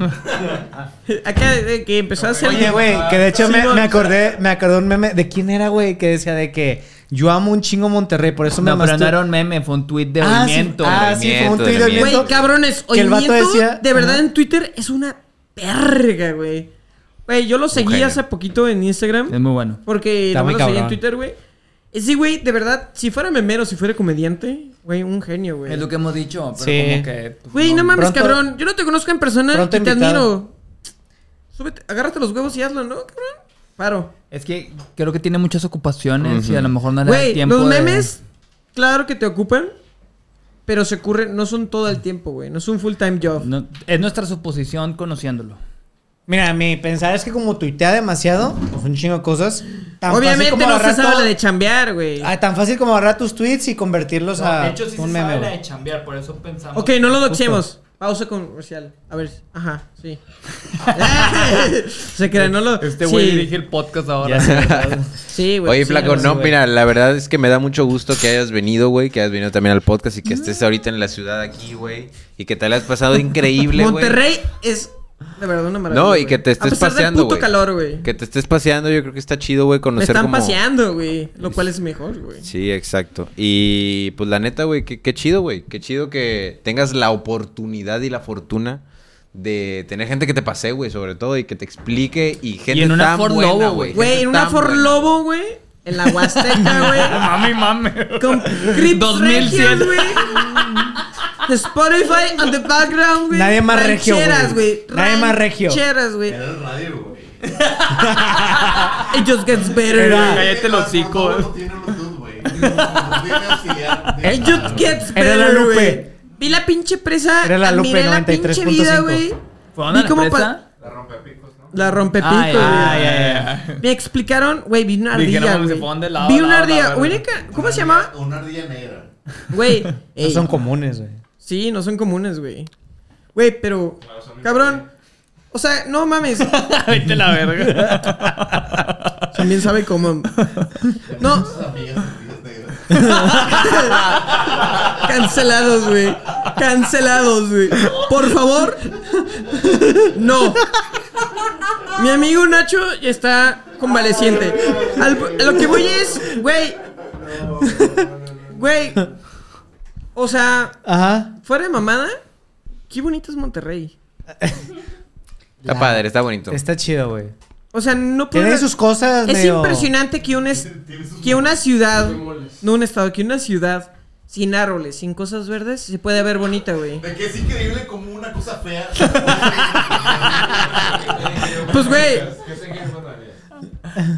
Speaker 3: Acá de- que empezó a hacer.
Speaker 1: Oye, güey, que de hecho
Speaker 3: Sí,
Speaker 1: me,
Speaker 3: güey.
Speaker 1: me acordé, me acordé un meme. ¿De quién era, güey? Que decía de que yo amo un chingo Monterrey, por eso me
Speaker 8: No, pero
Speaker 1: mastur-
Speaker 8: no era un meme, fue un tweet de
Speaker 1: Ah, sí,
Speaker 8: movimiento.
Speaker 1: Ah,
Speaker 8: güey.
Speaker 1: sí, fue un
Speaker 5: movimiento,
Speaker 1: tuit de
Speaker 5: de movimiento.
Speaker 3: Güey,
Speaker 1: movimiento.
Speaker 3: cabrones, hoy
Speaker 1: Que el vato decía-
Speaker 3: de verdad
Speaker 1: Ajá.
Speaker 3: en Twitter es una verga, güey. Güey, yo lo seguí
Speaker 5: genio.
Speaker 3: hace poquito en Instagram.
Speaker 8: Es muy bueno.
Speaker 3: Porque
Speaker 1: Está
Speaker 3: no me
Speaker 1: muy
Speaker 3: lo seguía en
Speaker 1: cabrón.
Speaker 3: Twitter, güey. Sí, güey, de verdad, si fuera memero, si fuera comediante, güey, un genio, güey.
Speaker 8: Es lo que hemos dicho, pero
Speaker 1: Sí.
Speaker 8: como que...
Speaker 3: Güey, no, mames,
Speaker 1: pronto-
Speaker 3: cabrón. Yo no te conozco en persona y
Speaker 1: pronto
Speaker 3: te
Speaker 1: invitado.
Speaker 3: admiro. Súbete, agárrate los huevos y hazlo, ¿no, cabrón? Paro.
Speaker 8: Es que creo que tiene muchas ocupaciones y a lo mejor no le da
Speaker 3: Güey,
Speaker 8: tiempo
Speaker 3: los
Speaker 8: de-
Speaker 3: memes, claro que te ocupan, pero se ocurren, no son todo el tiempo, güey. No es un full-time job.
Speaker 8: No, es nuestra suposición conociéndolo.
Speaker 1: Mira, mi pensar es que como tuitea demasiado, pues un chingo de cosas. tan fácil
Speaker 3: Obviamente
Speaker 1: como
Speaker 3: no se
Speaker 1: agarrar
Speaker 3: sabe
Speaker 1: todo-
Speaker 3: la de chambear, güey.
Speaker 1: Ah, tan fácil como agarrar tus tweets y convertirlos
Speaker 4: No,
Speaker 1: a
Speaker 4: de hecho, sí
Speaker 1: Ah, un
Speaker 4: se sabe
Speaker 1: meme.
Speaker 4: la
Speaker 1: güey.
Speaker 4: de chambear, por eso pensamos.
Speaker 3: Ok, no lo
Speaker 1: Justo.
Speaker 3: doxemos. Pausa comercial. A ver, ajá, sí. se crean, no lo.
Speaker 8: Este
Speaker 3: sí,
Speaker 8: güey dirige el podcast ahora.
Speaker 3: Sí, güey.
Speaker 5: Oye,
Speaker 3: sí,
Speaker 5: Flaco,
Speaker 3: güey.
Speaker 5: no, mira, la verdad es que me da mucho gusto que hayas venido, güey, que hayas venido también al podcast y que estés
Speaker 3: Mm.
Speaker 5: ahorita en la ciudad aquí, güey, y que te la has pasado increíble, güey.
Speaker 3: Monterrey es de verdad una maravilla.
Speaker 5: No, y
Speaker 3: güey.
Speaker 5: que te estés
Speaker 3: A pesar del
Speaker 5: paseando,
Speaker 3: puto
Speaker 5: güey.
Speaker 3: calor, güey.
Speaker 5: Que te estés paseando, yo creo que está chido, güey,
Speaker 3: Me
Speaker 5: conocer
Speaker 3: están
Speaker 5: como-
Speaker 3: paseando, güey. Lo cual es mejor, güey.
Speaker 5: Sí, exacto. Y pues la neta, güey, qué, qué chido, güey. Qué chido que tengas la oportunidad y la fortuna de tener gente que te pase, güey, sobre todo, y que te explique y gente
Speaker 8: en una
Speaker 5: tan
Speaker 8: Ford
Speaker 5: buena,
Speaker 8: Lobo,
Speaker 5: güey.
Speaker 3: Güey,
Speaker 5: Gente
Speaker 3: en una
Speaker 5: tan
Speaker 3: Ford
Speaker 5: buena.
Speaker 3: Lobo, güey. En la Huasteca, güey.
Speaker 8: mami, mami.
Speaker 3: Con Crips
Speaker 8: 2100.
Speaker 3: regios, güey. De Spotify on the background, güey.
Speaker 1: Nadie más regio, güey.
Speaker 3: Rancheras, güey.
Speaker 1: Nadie más regio.
Speaker 3: Rancheras, güey.
Speaker 2: Era el radio, güey.
Speaker 3: It just gets better,
Speaker 1: Era-
Speaker 3: güey.
Speaker 8: Cállate el
Speaker 2: Las-
Speaker 8: hocico, eh.
Speaker 2: No, no tiene Bluetooth, güey. No tiene auxiliar. de
Speaker 3: It
Speaker 2: nada,
Speaker 3: just
Speaker 2: güey.
Speaker 3: gets better,
Speaker 1: Era la Lupe.
Speaker 3: güey. Vi la pinche presa.
Speaker 1: Era la Lupe
Speaker 3: admiré la pinche vida,
Speaker 1: 93.5.
Speaker 3: güey.
Speaker 8: ¿Fueron a
Speaker 3: Vi
Speaker 8: la Ah,
Speaker 3: cómo
Speaker 8: presa?
Speaker 3: pa-
Speaker 9: La rompepicos, ¿no?
Speaker 3: La rompepico,
Speaker 8: Ay,
Speaker 3: güey.
Speaker 8: ay, ay, ay.
Speaker 3: Me explicaron, güey, vi una ardilla.
Speaker 8: Dijeron,
Speaker 3: güey.
Speaker 8: se fueron de lado
Speaker 3: vi
Speaker 8: a
Speaker 3: una
Speaker 8: lado,
Speaker 3: ardilla.
Speaker 8: la
Speaker 3: güey,
Speaker 8: verga.
Speaker 3: ¿Cómo se llama?
Speaker 2: Una ardilla negra.
Speaker 3: Güey.
Speaker 1: No
Speaker 3: ey,
Speaker 1: son comunes, güey.
Speaker 3: Sí, no son comunes, güey. Güey, pero. Cabrón. O sea, no mames.
Speaker 8: Vete la verga.
Speaker 3: También sabe cómo. No.
Speaker 2: Sus amigas, amigas negras.
Speaker 3: Cancelados, güey. Cancelados, güey. Por favor. No. Mi amigo Nacho está convaleciente. Al- a lo que voy es, güey. Güey. O sea,
Speaker 1: Ajá.
Speaker 3: fuera de mamada, qué bonito es Monterrey.
Speaker 5: Está padre, está bonito.
Speaker 1: Está chido, güey.
Speaker 3: O sea, no puedo.
Speaker 1: Tiene sus cosas,
Speaker 3: Pues, Es
Speaker 1: medio-
Speaker 3: impresionante que, un es- que una ciudad, no un estado, que una ciudad sin árboles, sin cosas verdes, se puede ver bonita, güey.
Speaker 2: De que es increíble como una cosa fea.
Speaker 3: Pues, güey,
Speaker 9: ¿Qué se quiere contar?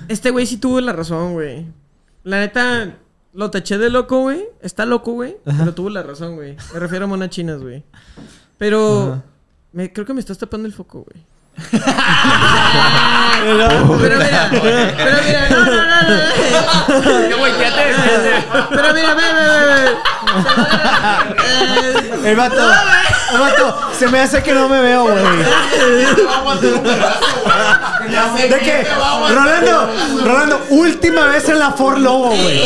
Speaker 3: Este güey sí tuvo la razón, güey. La neta, lo taché de loco, güey. Está loco, güey. Pero tuvo la razón, güey. Me refiero a monas chinas, güey. Pero me, creo que me estás tapando el foco, güey. pero mira, pero mira, no, no, no, no. Pero mira, ve, ve, ve, ve. Eh,
Speaker 1: El vato. El vato. Se me hace que no me veo, güey.
Speaker 2: Vamos a hacer un pedazo, güey. Ya sé
Speaker 1: ¿De
Speaker 2: quién
Speaker 1: qué?
Speaker 2: te va a aguantar.
Speaker 1: Rolando. Rolando, última vez en la Ford Lobo, güey.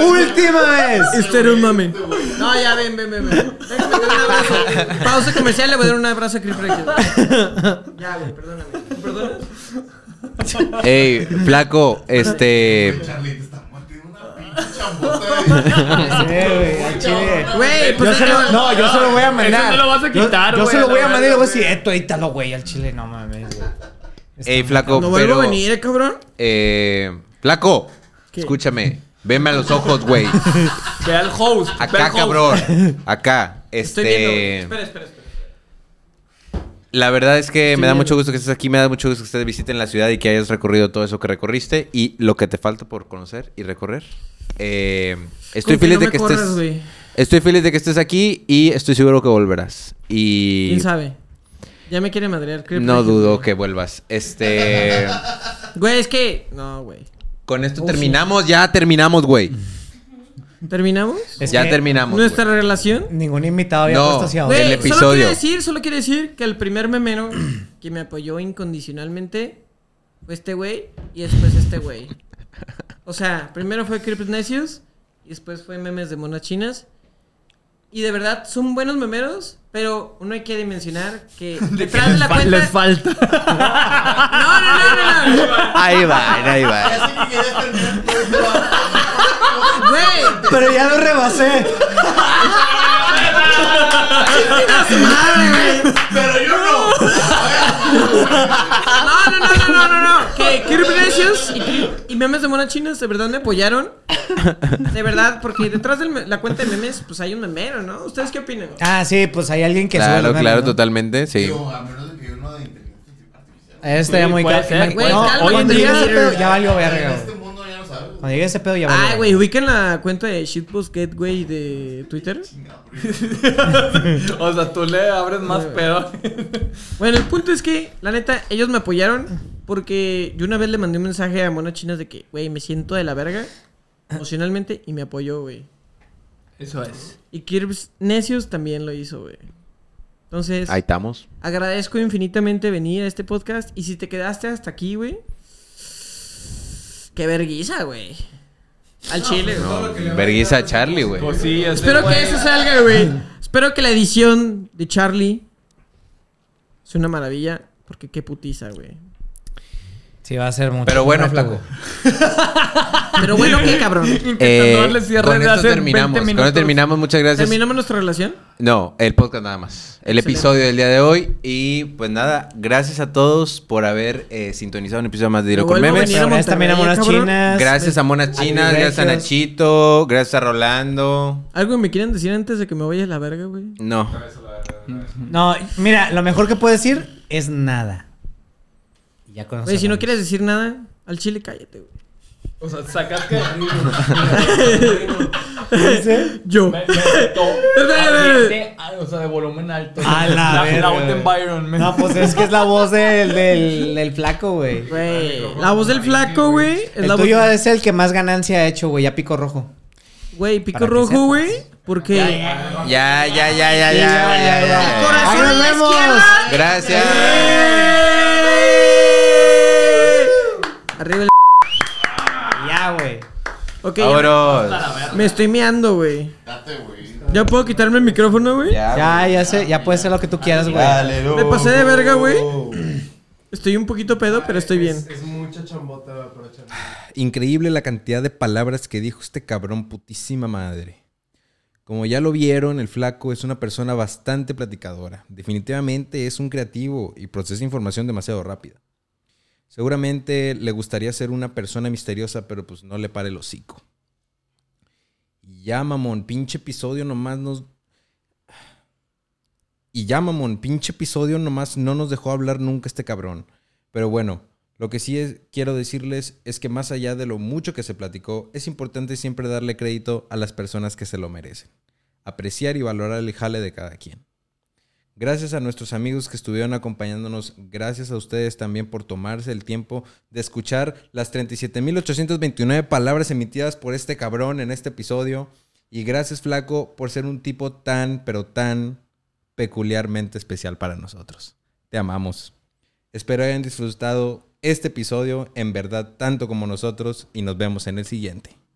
Speaker 1: Última vez.
Speaker 3: Este era un mame. No, ya ven, ven, ven, ven. Déjame dar un abrazo. Pausa comercial, le voy a dar un abrazo a Chris Reyes. Ya, güey, perdóname. ¿Perdonas?
Speaker 5: Ey, Flaco, este.
Speaker 2: Güey, Charlie, te están metiendo una pinche chambota.
Speaker 1: Sí, güey, al chile.
Speaker 3: Güey,
Speaker 1: Yo
Speaker 3: pues
Speaker 1: se lo-
Speaker 3: no,
Speaker 1: no, yo se lo voy a mandar.
Speaker 8: no lo vas a
Speaker 1: Yo-
Speaker 8: quitar,
Speaker 1: Yo,
Speaker 8: güey,
Speaker 1: se
Speaker 8: a
Speaker 1: lo
Speaker 8: la
Speaker 1: voy a mandar y le voy a
Speaker 8: verga,
Speaker 1: decir, esto, edítalo, güey, al chile, no mames, güey.
Speaker 5: Ey, Flaco,
Speaker 3: no vuelvo
Speaker 5: pero.
Speaker 3: a venir, eh, cabrón.
Speaker 5: Eh, flaco,
Speaker 3: ¿Qué?
Speaker 5: escúchame. Veme a los ojos, güey.
Speaker 8: Ve al host. ve al
Speaker 5: Acá,
Speaker 8: host.
Speaker 5: cabrón. Acá.
Speaker 3: Estoy viendo. güey.
Speaker 5: Este.
Speaker 3: Espera, espera, espera.
Speaker 5: La verdad es que me da
Speaker 3: viendo.
Speaker 5: mucho gusto que estés aquí, me da mucho gusto que estés visiten la ciudad y que hayas recorrido todo eso que recorriste y lo que te falta por conocer y recorrer. Eh, estoy
Speaker 3: Con que
Speaker 5: feliz
Speaker 3: no
Speaker 5: de
Speaker 3: me
Speaker 5: que
Speaker 3: corras,
Speaker 5: estés.
Speaker 3: güey.
Speaker 5: Estoy feliz de que estés aquí y estoy seguro que volverás. Y
Speaker 3: ¿Quién sabe? Ya me quiere madrear. creo
Speaker 5: no
Speaker 3: que-
Speaker 5: dudo que vuelvas. Este,
Speaker 3: Güey, es que. No, güey.
Speaker 5: con esto terminamos, ya terminamos, güey.
Speaker 3: ¿Terminamos?
Speaker 1: Es
Speaker 10: ya
Speaker 1: que
Speaker 10: terminamos. güey.
Speaker 3: ¿Nuestra relación?
Speaker 1: Ningún invitado había
Speaker 10: No.
Speaker 1: puesto así ahora.
Speaker 10: Güey.
Speaker 3: Güey,
Speaker 10: el
Speaker 3: Solo
Speaker 10: episodio.
Speaker 3: quiero decir, solo quiero decir que el primer memero que me apoyó incondicionalmente fue este güey y después este güey. O sea, primero fue Creepers Necios y después fue memes de monas chinas. Y de verdad son buenos memeros, pero uno hay que dimensionar que detrás de la
Speaker 4: Fa- Les
Speaker 3: cuenta.
Speaker 4: falta.
Speaker 3: No, no, no, no, no.
Speaker 10: Ahí va, ahí va.
Speaker 2: Así que querías terminar por eso. ah,
Speaker 3: Güey,
Speaker 1: Pero ya lo rebasé.
Speaker 2: Pero yo no.
Speaker 3: No, no, no, no, no, no, no. Que Kirby Necios y, Kirby- y memes de monas chinas de verdad me apoyaron. De verdad, porque detrás de la cuenta de memes, pues hay un memero, ¿no? ¿Ustedes qué opinan?
Speaker 1: Ah, sí, pues hay alguien que sube
Speaker 10: Claro,
Speaker 1: los memes,
Speaker 10: claro,
Speaker 1: ¿no?
Speaker 10: totalmente, sí.
Speaker 2: Digo, a menos de que uno de inteligencia artificial.
Speaker 1: Eso estaría
Speaker 4: Sí,
Speaker 1: muy
Speaker 4: puede
Speaker 1: ca-
Speaker 4: ser,
Speaker 1: imagínate-
Speaker 3: puede
Speaker 1: No,
Speaker 3: ser. Algo
Speaker 1: cuando llegue ese
Speaker 3: inteligente.
Speaker 1: pedo, Eh, ya valió verga,
Speaker 2: En
Speaker 1: güey.
Speaker 2: este mundo ya no sabes.
Speaker 1: Cuando llegue ese pedo, ya valió
Speaker 3: Ay, güey,
Speaker 1: verga.
Speaker 3: ubiquen la cuenta de Shitpost Gateway de Twitter.
Speaker 4: O sea, tú le abres más pedo.
Speaker 3: Bueno, el punto es que, la neta, ellos me apoyaron porque yo una vez le mandé un mensaje a Mona Chinas de que, güey, me siento de la verga emocionalmente y me apoyó, güey.
Speaker 4: Eso es.
Speaker 3: Y Kirbs Necios también lo hizo, güey. Entonces,
Speaker 10: Ahí estamos.
Speaker 3: agradezco infinitamente venir a este podcast. Y si te quedaste hasta aquí, güey, qué verguiza, güey. Al chile, güey.
Speaker 10: Verguisa Charlie, güey.
Speaker 4: Pues sí, ya sé,
Speaker 3: Espero
Speaker 4: güey.
Speaker 3: que eso salga, güey. Espero que la edición de Charlie sea una maravilla. Porque qué putiza, güey.
Speaker 1: Sí, va a ser mucho.
Speaker 10: Pero bueno,
Speaker 1: reto,
Speaker 10: flaco.
Speaker 1: güey.
Speaker 3: Pero bueno, qué cabrón.
Speaker 4: Intentando
Speaker 10: Eh,
Speaker 4: darle cierre
Speaker 10: con
Speaker 4: de
Speaker 10: esto
Speaker 4: hace 20
Speaker 10: terminamos. Con
Speaker 4: minutos.
Speaker 10: esto terminamos, muchas gracias.
Speaker 3: ¿Terminamos nuestra relación?
Speaker 10: No, el podcast nada más. El
Speaker 3: Excelente.
Speaker 10: episodio del día de hoy. Y pues nada, gracias a todos por haber eh, sintonizado un episodio más de Dilo
Speaker 3: Me
Speaker 10: con
Speaker 3: vuelvo a
Speaker 10: Memes.
Speaker 3: venir a
Speaker 1: Gracias también a
Speaker 3: Monterrey,
Speaker 1: Monas
Speaker 3: cabrón.
Speaker 1: Chinas.
Speaker 10: Gracias a Mona
Speaker 1: A
Speaker 10: Chinas, gracias a
Speaker 1: privilegios.
Speaker 10: Nachito, gracias a Rolando.
Speaker 3: ¿Algo que me quieren decir antes de que me vaya a la verga, güey?
Speaker 10: No.
Speaker 1: No, mira, lo mejor que puedo decir es nada. Y ya con eso
Speaker 3: Güey, si no
Speaker 1: cerramos.
Speaker 3: quieres decir nada, al chile cállate, güey.
Speaker 4: O sea, sacaste.
Speaker 3: Yo.
Speaker 4: Me- me gustó. Ambiente, ah, O sea, de volumen alto.
Speaker 1: A la verga,
Speaker 4: loud
Speaker 1: güey.
Speaker 4: environment.
Speaker 1: No, pues es que es la voz del, del, del flaco, güey.
Speaker 3: Güey, la voz del flaco, güey. Es
Speaker 1: El
Speaker 3: la voz.
Speaker 1: tuyo es el que más ganancia ha hecho, güey. Ya pico rojo.
Speaker 3: Güey, pico
Speaker 1: Para que
Speaker 3: rojo,
Speaker 1: sepas.
Speaker 3: güey. Porque.
Speaker 10: Ya, ya, ya, ya, ya, ya, ya, ya.
Speaker 3: Corazón
Speaker 1: Ahí
Speaker 3: a
Speaker 1: nos
Speaker 3: la
Speaker 1: vemos.
Speaker 3: izquierda.
Speaker 10: Gracias.
Speaker 3: Arriba el.
Speaker 1: Ya, güey.
Speaker 3: Ok,
Speaker 10: Vámonos.
Speaker 3: me estoy meando, güey.
Speaker 2: Date, güey.
Speaker 3: ¿Ya puedo quitarme el micrófono, güey?
Speaker 1: Ya, ya sé, ya puedes hacer lo que tú quieras, güey.
Speaker 3: Me pasé de verga, güey.
Speaker 2: Oh.
Speaker 3: Estoy un poquito pedo, pero estoy bien.
Speaker 7: Es, es mucha chambota, pero chambota.
Speaker 5: Increíble la cantidad de palabras que dijo este cabrón putísima madre. Como ya lo vieron, el flaco es una persona bastante platicadora. Definitivamente es un creativo y procesa información demasiado rápida. Seguramente le gustaría ser una persona misteriosa, pero pues no le pare el hocico. Y ya, mamón, pinche episodio nomás nos... Y ya, mamón, pinche episodio nomás no nos dejó hablar nunca este cabrón. Pero bueno, lo que sí es- quiero decirles es que más allá de lo mucho que se platicó, es importante siempre darle crédito a las personas que se lo merecen. Apreciar y valorar el jale de cada quien. Gracias a nuestros amigos que estuvieron acompañándonos, gracias a ustedes también por tomarse el tiempo de escuchar las 37.829 palabras emitidas por este cabrón en este episodio. Y gracias Flaco por ser un tipo tan, pero tan peculiarmente especial para nosotros. Te amamos. Espero hayan disfrutado este episodio en verdad tanto como nosotros y nos vemos en el siguiente.